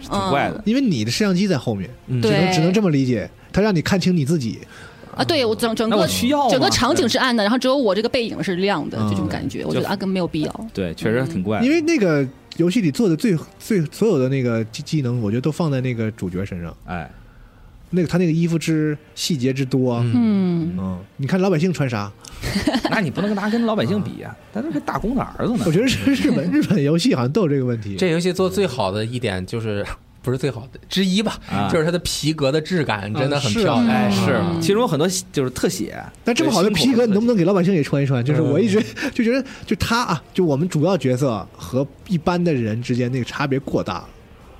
Speaker 3: 挺怪的。
Speaker 2: 因为你的摄像机在后面，只
Speaker 4: 对
Speaker 2: 能只能这么理解，它让你看清你自己。
Speaker 4: 啊，对我整整
Speaker 3: 那我
Speaker 4: 个
Speaker 3: 需要吗
Speaker 4: 整个场景是暗的，然后只有我这个背影是亮的，
Speaker 2: 嗯
Speaker 4: 这种感觉，我觉得啊，根本没有必要。
Speaker 3: 对，确实挺怪的。
Speaker 2: 因为那个游戏里做的最最所有的那个技技能，我觉得都放在那个主角身上。
Speaker 3: 哎，
Speaker 2: 那个他那个衣服之细节之多，嗯
Speaker 4: 嗯，
Speaker 2: 你看老百姓穿啥？
Speaker 3: 那你不能跟他跟老百姓比啊，他都是打工的儿子呢
Speaker 2: 我。觉得是 日本日本游戏好像都有这个问题。
Speaker 5: 这游戏做最好的一点就是。不是最好的之一吧，
Speaker 3: 啊
Speaker 5: 就是它的皮革的质感真的
Speaker 2: 啊
Speaker 5: 很
Speaker 2: 是啊
Speaker 5: 漂亮。
Speaker 3: 哎，
Speaker 5: 嗯
Speaker 3: 是，其中有很多就是特写，
Speaker 2: 但这么好的皮革，你能不
Speaker 3: 能
Speaker 2: 能给老百姓也穿一穿？就是我一直 就觉得，就他啊，就我们主要角色和一般的人之间那个差别过大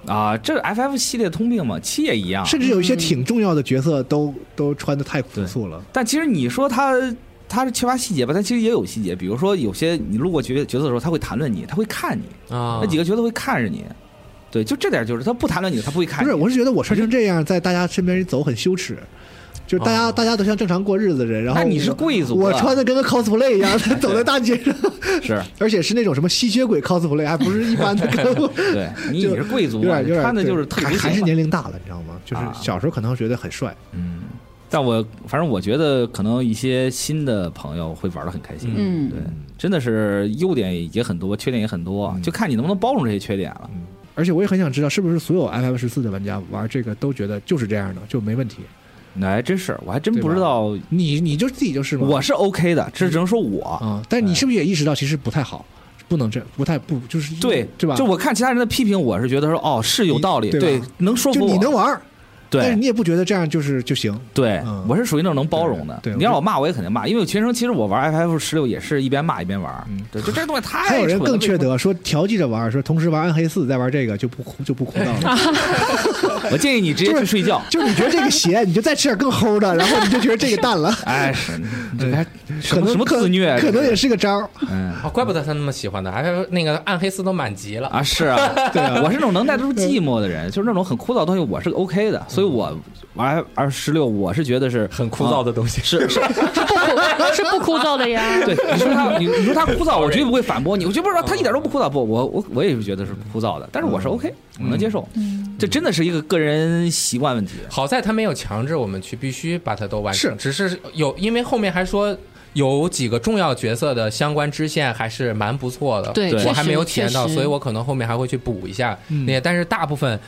Speaker 2: 了，
Speaker 3: 啊？这是 FF 系列通病嘛，七也一样。
Speaker 2: 甚至有一些挺重要的角色都都穿的太朴素了。
Speaker 3: 但其实你说他他是缺乏细节吧，但其实也有细节，比如说有些你路过角角色的时候，他会谈论你，他会看你，
Speaker 5: 啊，
Speaker 3: 那几个角色会看着你。对，就这点就是他不谈论你，他不会看
Speaker 2: 不
Speaker 3: 你。
Speaker 2: 是，我是觉得我穿成这样在大家身边走很羞耻，就是大家、
Speaker 5: 哦
Speaker 2: 大家都像正常过日子的人，然后
Speaker 3: 那你
Speaker 2: 我
Speaker 3: 是贵族
Speaker 2: 我
Speaker 3: 啊
Speaker 2: 穿的跟个 cosplay 一 样，走在大街上，
Speaker 3: 是
Speaker 2: 而且是那种什么吸血鬼 cosplay，还不是一 般的 cosplay。
Speaker 3: 对你 你
Speaker 2: 就是
Speaker 3: 贵族
Speaker 2: 有
Speaker 3: 啊，
Speaker 2: 点有
Speaker 3: 你
Speaker 2: 点
Speaker 3: 穿的
Speaker 2: 对
Speaker 3: 就是特
Speaker 2: 还
Speaker 3: 别
Speaker 2: 还是年龄大了，你知道吗？就是
Speaker 3: 啊
Speaker 2: 小时候可能觉得很帅，
Speaker 3: 嗯，但我反正我觉得可能一些新的朋友会玩的很开心，
Speaker 4: 嗯
Speaker 3: 对，真的是优点也很多，缺点也很多，啊
Speaker 2: 嗯
Speaker 3: 就看你能不能包容这些缺点了。
Speaker 2: 而且我也很想知道，是不是所有 FF 十四的玩家玩这个都觉得就是这样的，就没问题？
Speaker 3: 那还哎真是，我还真
Speaker 2: 嗯对吧
Speaker 3: 不知道，
Speaker 2: 你你就自己就是吗？
Speaker 3: 我哎是 OK 的，这只能说我。
Speaker 2: 啊、但你是不是也意识到其实不太好，不能这不太不就是
Speaker 3: 对，
Speaker 2: 对吧？
Speaker 3: 就我看其他人的批评，我是觉得说，哦，是有道理，
Speaker 2: 你对
Speaker 3: 对
Speaker 2: 吧，
Speaker 3: 能说服
Speaker 2: 就
Speaker 3: 我，
Speaker 2: 你能玩儿，但是
Speaker 3: 对
Speaker 2: 你也不觉得这样就是就行。
Speaker 3: 对
Speaker 2: 嗯，
Speaker 3: 我是属于那种能包容的。
Speaker 2: 对对
Speaker 3: 你让我骂，我也肯定骂，因为全程其实我玩 FF 十六也是一边骂一边玩，对，就这东西太
Speaker 2: 嗯还有人
Speaker 3: 蠢了
Speaker 2: 更缺。德，说调剂着玩儿，说同时玩暗黑四再玩这个就不哭就不哭闹了。
Speaker 3: 为什么我建议你直接去 睡觉。
Speaker 2: 就是你觉得这个邪，你就再吃点更齁的，然后你就觉得这个淡 了。
Speaker 3: 哎，是，这还什
Speaker 2: 可
Speaker 3: 么
Speaker 2: 能
Speaker 3: 什么
Speaker 2: 可
Speaker 3: 自虐，啊
Speaker 2: 可能也是个招儿。
Speaker 3: 嗯
Speaker 5: 哦，怪不得他那么喜欢的，还有那个暗黑四都满级了。
Speaker 3: 啊，是啊，对啊，我是那种能耐得住寂寞的人，就是那种很枯燥的东西，我是 OK 的，
Speaker 2: 嗯
Speaker 3: 所以我玩 F 十六，我是觉得是
Speaker 5: 很枯燥的东西
Speaker 3: 啊是是，
Speaker 4: 是不枯燥 的呀。
Speaker 3: 嗯对，你说他，你你说他枯燥，我绝对不会反驳你。我绝不知道他一点都不枯燥，不，我我我也是觉得是枯燥的，但是我是
Speaker 2: 嗯
Speaker 3: OK，我能接受。这真的是一个个人习惯问题。
Speaker 5: 好在他没有强制我们去必须把它都完
Speaker 2: 是
Speaker 5: 成，只是有，因为后面还说有几个重要角色的相关支线还是蛮不错的，
Speaker 4: 对
Speaker 5: 我
Speaker 4: 确
Speaker 5: 还
Speaker 4: 实
Speaker 5: 没有体验到，
Speaker 4: 确实
Speaker 5: 所以我可能后面还会去补一下那些，但是大部分。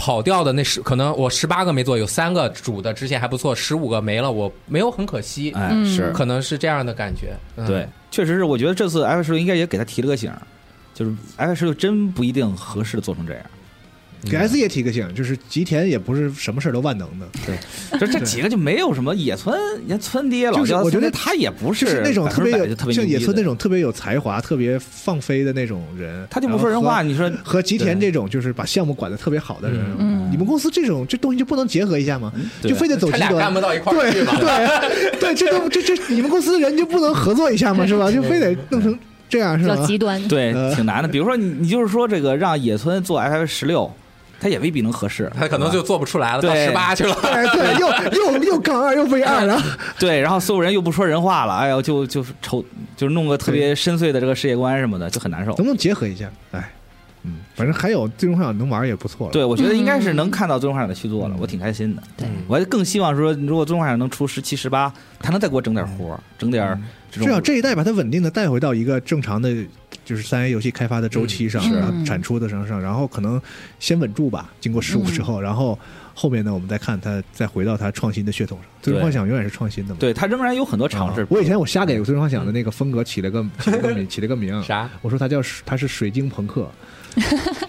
Speaker 5: 跑掉的那十，可能我十八个没做，有三个主的支线还不错，十五个没了，我没有很可惜，
Speaker 3: 哎，
Speaker 4: 嗯
Speaker 3: 是
Speaker 5: 可能是这样的感觉。嗯、
Speaker 3: 对，，确实是，我觉得这次 F 十六应该也给他提了个醒儿，就是 F 十六真不一定合适做 成这样。
Speaker 2: 给 S 也提个醒，就是吉田也不是什么事儿都万能的，
Speaker 3: 就这几个就没有什么野村野村爹老
Speaker 2: 就是
Speaker 3: 姜，
Speaker 2: 我觉得
Speaker 3: 他也不
Speaker 2: 就是那种
Speaker 3: 百
Speaker 2: 特
Speaker 3: 分
Speaker 2: 别
Speaker 3: 之百
Speaker 2: 有
Speaker 3: 就特别
Speaker 2: 像
Speaker 3: 牛
Speaker 2: 野
Speaker 3: 逼
Speaker 2: 村
Speaker 3: 的
Speaker 2: 那，种特别有才华、特别放飞的那种人，
Speaker 3: 他就不说人
Speaker 2: 然
Speaker 3: 话，
Speaker 2: 后和。
Speaker 3: 你说
Speaker 2: 和吉田这种就是把项目管得特别好的人，
Speaker 4: 嗯
Speaker 2: 你们公司这种这东西就不能结合一下吗？
Speaker 3: 嗯对
Speaker 2: 就非得走极
Speaker 5: 他俩
Speaker 2: 端
Speaker 5: 干不，到一块儿
Speaker 2: 对
Speaker 5: 去吧？
Speaker 2: 对 对，这都这这你们公司的人就不能合作一下吗？是吧？就非得弄成这样
Speaker 4: 比
Speaker 2: 是
Speaker 4: 较
Speaker 2: 吧？
Speaker 4: 极端。
Speaker 3: 对
Speaker 2: 呃
Speaker 3: 挺难的。比如说你你就是说这个让野村做 F 十六，他也未必能合适，
Speaker 5: 他可能就做不出来了，到
Speaker 3: 对
Speaker 5: 十八去了。
Speaker 2: 哎对对，又又又杠二又 V 二然后
Speaker 3: 对，然后所有人又不说人话了，哎呦，就就愁，就是弄个特别深邃的这个世界观什么的，就很难受
Speaker 2: 能不。能结合一下？哎，嗯，反正还有最终幻想能玩也不错了。
Speaker 3: 对，我觉得应该是能看到最终幻想的续作了，
Speaker 2: 嗯
Speaker 3: 我挺开心的。
Speaker 4: 对
Speaker 3: 我还更希望说，如果最终幻想能出十七、十八，他能再给我整点活儿，整点儿嗯这
Speaker 2: 至少
Speaker 3: 种。
Speaker 2: 这一代把它稳定的带回到一个正常的，就是三 A 游戏开发的周期上，
Speaker 4: 嗯是
Speaker 2: 然后产出的上上，然后可能先稳住吧。经过十五之后，然后后面呢，我们再看它，再回到它创新的血统上。最终幻想永远是创新的嘛。
Speaker 3: 对他仍然有很多尝试
Speaker 2: 啊。我以前我瞎给最终幻想的那个风格起了个起了个 名，起了个名。
Speaker 5: 嗯啥？
Speaker 2: 我说它叫它是水晶朋克，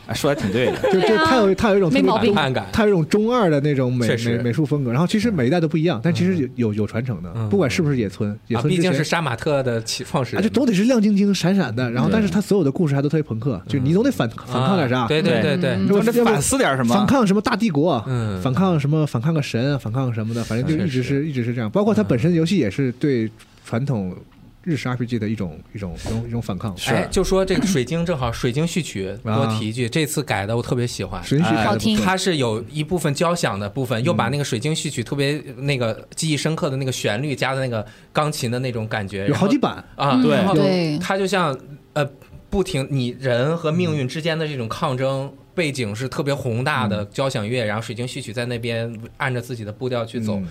Speaker 3: 哎说的挺对 的，
Speaker 2: 就就
Speaker 4: 对啊
Speaker 2: 它有它有一种特
Speaker 4: 没
Speaker 2: 别
Speaker 4: 毛病
Speaker 5: 反叛感。
Speaker 2: 它有一种中二的那种美
Speaker 5: 确
Speaker 2: 美
Speaker 5: 实
Speaker 2: 美术风格，然后其实每一代都不一样，但其实有有有传承的，
Speaker 5: 嗯
Speaker 2: 不管是不是野村，野
Speaker 5: 啊，
Speaker 2: 村
Speaker 5: 毕
Speaker 2: 之前
Speaker 5: 竟是杀马特的起创始
Speaker 2: 啊，
Speaker 5: 人，
Speaker 2: 就总得是亮晶晶、闪闪的，然后
Speaker 3: 对
Speaker 2: 但是他所有的故事还都特别朋克，就你总得反反抗点啥，
Speaker 5: 嗯啊对对对对，
Speaker 2: 要不
Speaker 3: 你得反思点什么。
Speaker 2: 反抗什么大帝国，
Speaker 5: 嗯啊
Speaker 2: 反抗什么反抗个神，反抗什么的，反正就一直是一直是这样。包括
Speaker 5: 嗯
Speaker 2: 它本身游戏也是对传统日式 RPG 的一种一种一种一种反抗。
Speaker 5: 哎，就说这个水晶正好，水晶序曲
Speaker 2: 啊
Speaker 5: 多提一句，这次改的我特别喜欢。
Speaker 2: 神曲
Speaker 3: 哎
Speaker 2: 改
Speaker 4: 好
Speaker 2: 的不
Speaker 4: 听
Speaker 2: 错，
Speaker 5: 它是有一部分交响的部分，又把那个水晶序曲特别那个记忆深刻的那个旋律加的那个钢琴的那种感觉，
Speaker 2: 有
Speaker 5: 然后
Speaker 2: 好几版，
Speaker 5: 啊，
Speaker 4: 嗯
Speaker 3: 对
Speaker 5: 然后
Speaker 4: 对
Speaker 5: 它就像呃，不停你人和命运之间的这种抗争，背景是特别宏大的
Speaker 2: 嗯
Speaker 5: 交响乐，然后水晶序曲在那边按着自己的步调去
Speaker 2: 嗯
Speaker 5: 走，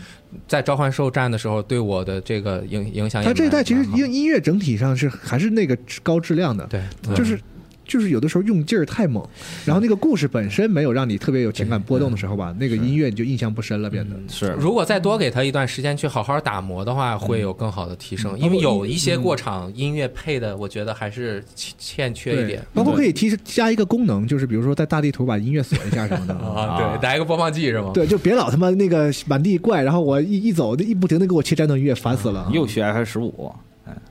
Speaker 5: 在召唤兽战的时候对我的这个影影响也蛮，
Speaker 2: 它这一代其实
Speaker 5: 蛮好
Speaker 2: 音音乐整体上是还是那个高质量的，
Speaker 5: 对，
Speaker 2: 就是就是有的时候用劲儿太猛，然后那个故事本身没有让你特别有情感波动的时候吧，那个音乐你就印象不深了，变得。
Speaker 3: 是
Speaker 5: 如果再多给他一段时间去好好打磨的话，会有更好的提升。因为有一些过场音乐配的，我觉得还是欠欠缺一
Speaker 2: 对
Speaker 5: 点，
Speaker 2: 包括可以提加一个功能，就是比如说在大地图把音乐锁一下 什么的。
Speaker 5: 啊。对，来个播放器是吗？
Speaker 2: 对，就别老他妈那个满地怪，然后我一一走一不停的给我切战斗音乐，烦死
Speaker 5: 啊
Speaker 2: 了。
Speaker 3: 又学 F 十五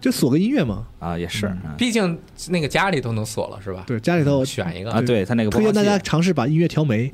Speaker 2: 就锁个音乐嘛。
Speaker 3: 啊，也是嗯
Speaker 5: 毕竟那个家里都能锁了，是吧？
Speaker 2: 对，家里头
Speaker 5: 嗯选一个
Speaker 3: 啊啊，对他那个播
Speaker 2: 推荐
Speaker 3: 放
Speaker 2: 大家
Speaker 3: 器，
Speaker 2: 尝试把音乐调没。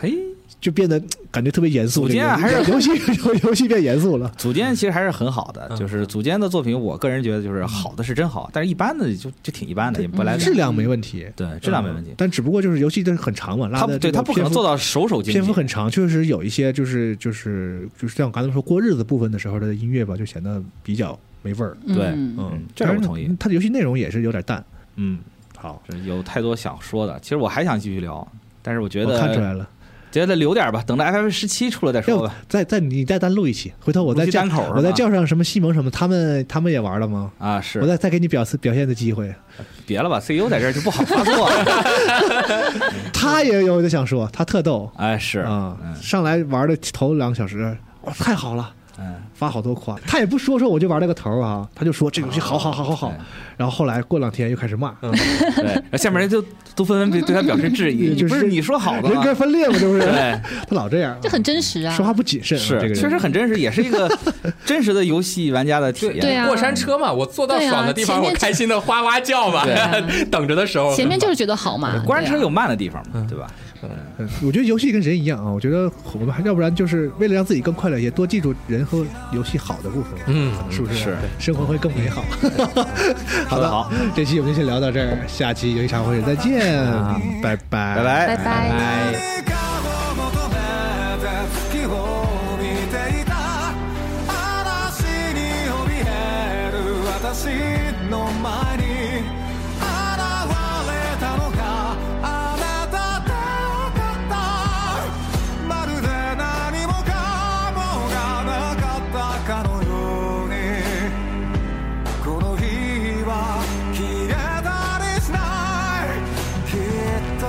Speaker 3: 嘿，
Speaker 2: 就变得感觉特别严肃。
Speaker 3: 组建
Speaker 2: 这个
Speaker 3: 还 是
Speaker 2: 游戏游游戏变严肃了。
Speaker 3: 组间其实还是很好的，
Speaker 5: 嗯
Speaker 3: 就是组间的作品，我个人觉得就是好的是真好，但是一般的就就挺一般的，也不来
Speaker 2: 质量没问题，嗯
Speaker 3: 对质量没问题。
Speaker 2: 但只不过就是游戏就是很长嘛，拉
Speaker 3: 他
Speaker 2: 的
Speaker 3: 对他不可能做到首首精
Speaker 2: 篇幅
Speaker 3: 进，
Speaker 2: 很长，确实有一些就是就是就是像我刚才说过日子部分的时候的音乐吧，就显得比较没味儿。
Speaker 3: 对
Speaker 4: 嗯
Speaker 3: 嗯这
Speaker 2: 当
Speaker 3: 个
Speaker 2: 然
Speaker 3: 我同意。
Speaker 2: 它的游戏内容也是有点淡。
Speaker 3: 嗯，
Speaker 2: 好，
Speaker 3: 就是有太多想说的，其实我还想继续聊，但是我觉
Speaker 2: 我看出
Speaker 3: 得
Speaker 2: 来了。
Speaker 3: 觉得留点儿吧，等到 FF 十七出了再
Speaker 2: 要
Speaker 3: 说
Speaker 2: 不
Speaker 3: 吧。
Speaker 2: 再再你再单录一期，回头我
Speaker 3: 录
Speaker 2: 再
Speaker 3: 期
Speaker 2: 叫
Speaker 3: 单口是吧
Speaker 2: 我再叫上什么西蒙什么，他们他们也玩了吗？
Speaker 3: 啊，
Speaker 2: 我
Speaker 3: 是
Speaker 2: 再再给你表示表现的机会。
Speaker 3: 别了吧，CEO 在这儿就不好发作 了。
Speaker 2: 他也有的想说，他特逗
Speaker 3: 哎，是，
Speaker 2: 啊、
Speaker 3: 嗯
Speaker 2: 上来玩的头两个小时，哇，太好了。
Speaker 3: 嗯，
Speaker 2: 发好多夸，他也不说说我就玩了个头儿啊，他就说这个游戏好好好好好
Speaker 3: 哎，
Speaker 2: 然后后来过两天又开始骂，
Speaker 3: 嗯 对，然后下面人就都纷纷对对他表示质疑，
Speaker 2: 嗯
Speaker 3: 你 不
Speaker 2: 就是是
Speaker 3: 你说好的
Speaker 2: 人
Speaker 3: 吗？
Speaker 2: 格分裂嘛，这不是？
Speaker 3: 对，
Speaker 2: 他老这样啊，
Speaker 4: 这很真实啊。
Speaker 2: 说话不谨慎啊，这个人
Speaker 3: 是，确实很真实，也是一个真实的游戏玩家的体验。
Speaker 4: 对啊
Speaker 5: 过山车嘛，我坐到爽的地
Speaker 4: 对啊
Speaker 5: 方，
Speaker 4: 前面
Speaker 5: 我开心的哇哇叫嘛
Speaker 3: 对，
Speaker 5: 等着的时候，
Speaker 4: 前面就是觉得好嘛，
Speaker 3: 过山车
Speaker 4: 对啊
Speaker 3: 有慢的地方嘛，对吧？
Speaker 2: 嗯我觉得游戏跟人一样啊，我觉得我们还要不然就是为了让自己更快乐一些，多记住人和游戏好的部分，
Speaker 5: 嗯
Speaker 2: 是不是？
Speaker 3: 是
Speaker 2: 生活会更美好。 好的，
Speaker 3: 好，
Speaker 2: 这期我们就先聊到这儿，下期游戏茶会再见，拜拜，
Speaker 3: 啊拜。拜
Speaker 8: 拜。拜。
Speaker 1: 何かを求めて月を見ていた嵐に怯える私の前に現れたのがあなただったまるで何もかもがなかったかのようにこの日は消えたりしないきっと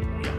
Speaker 9: 模样。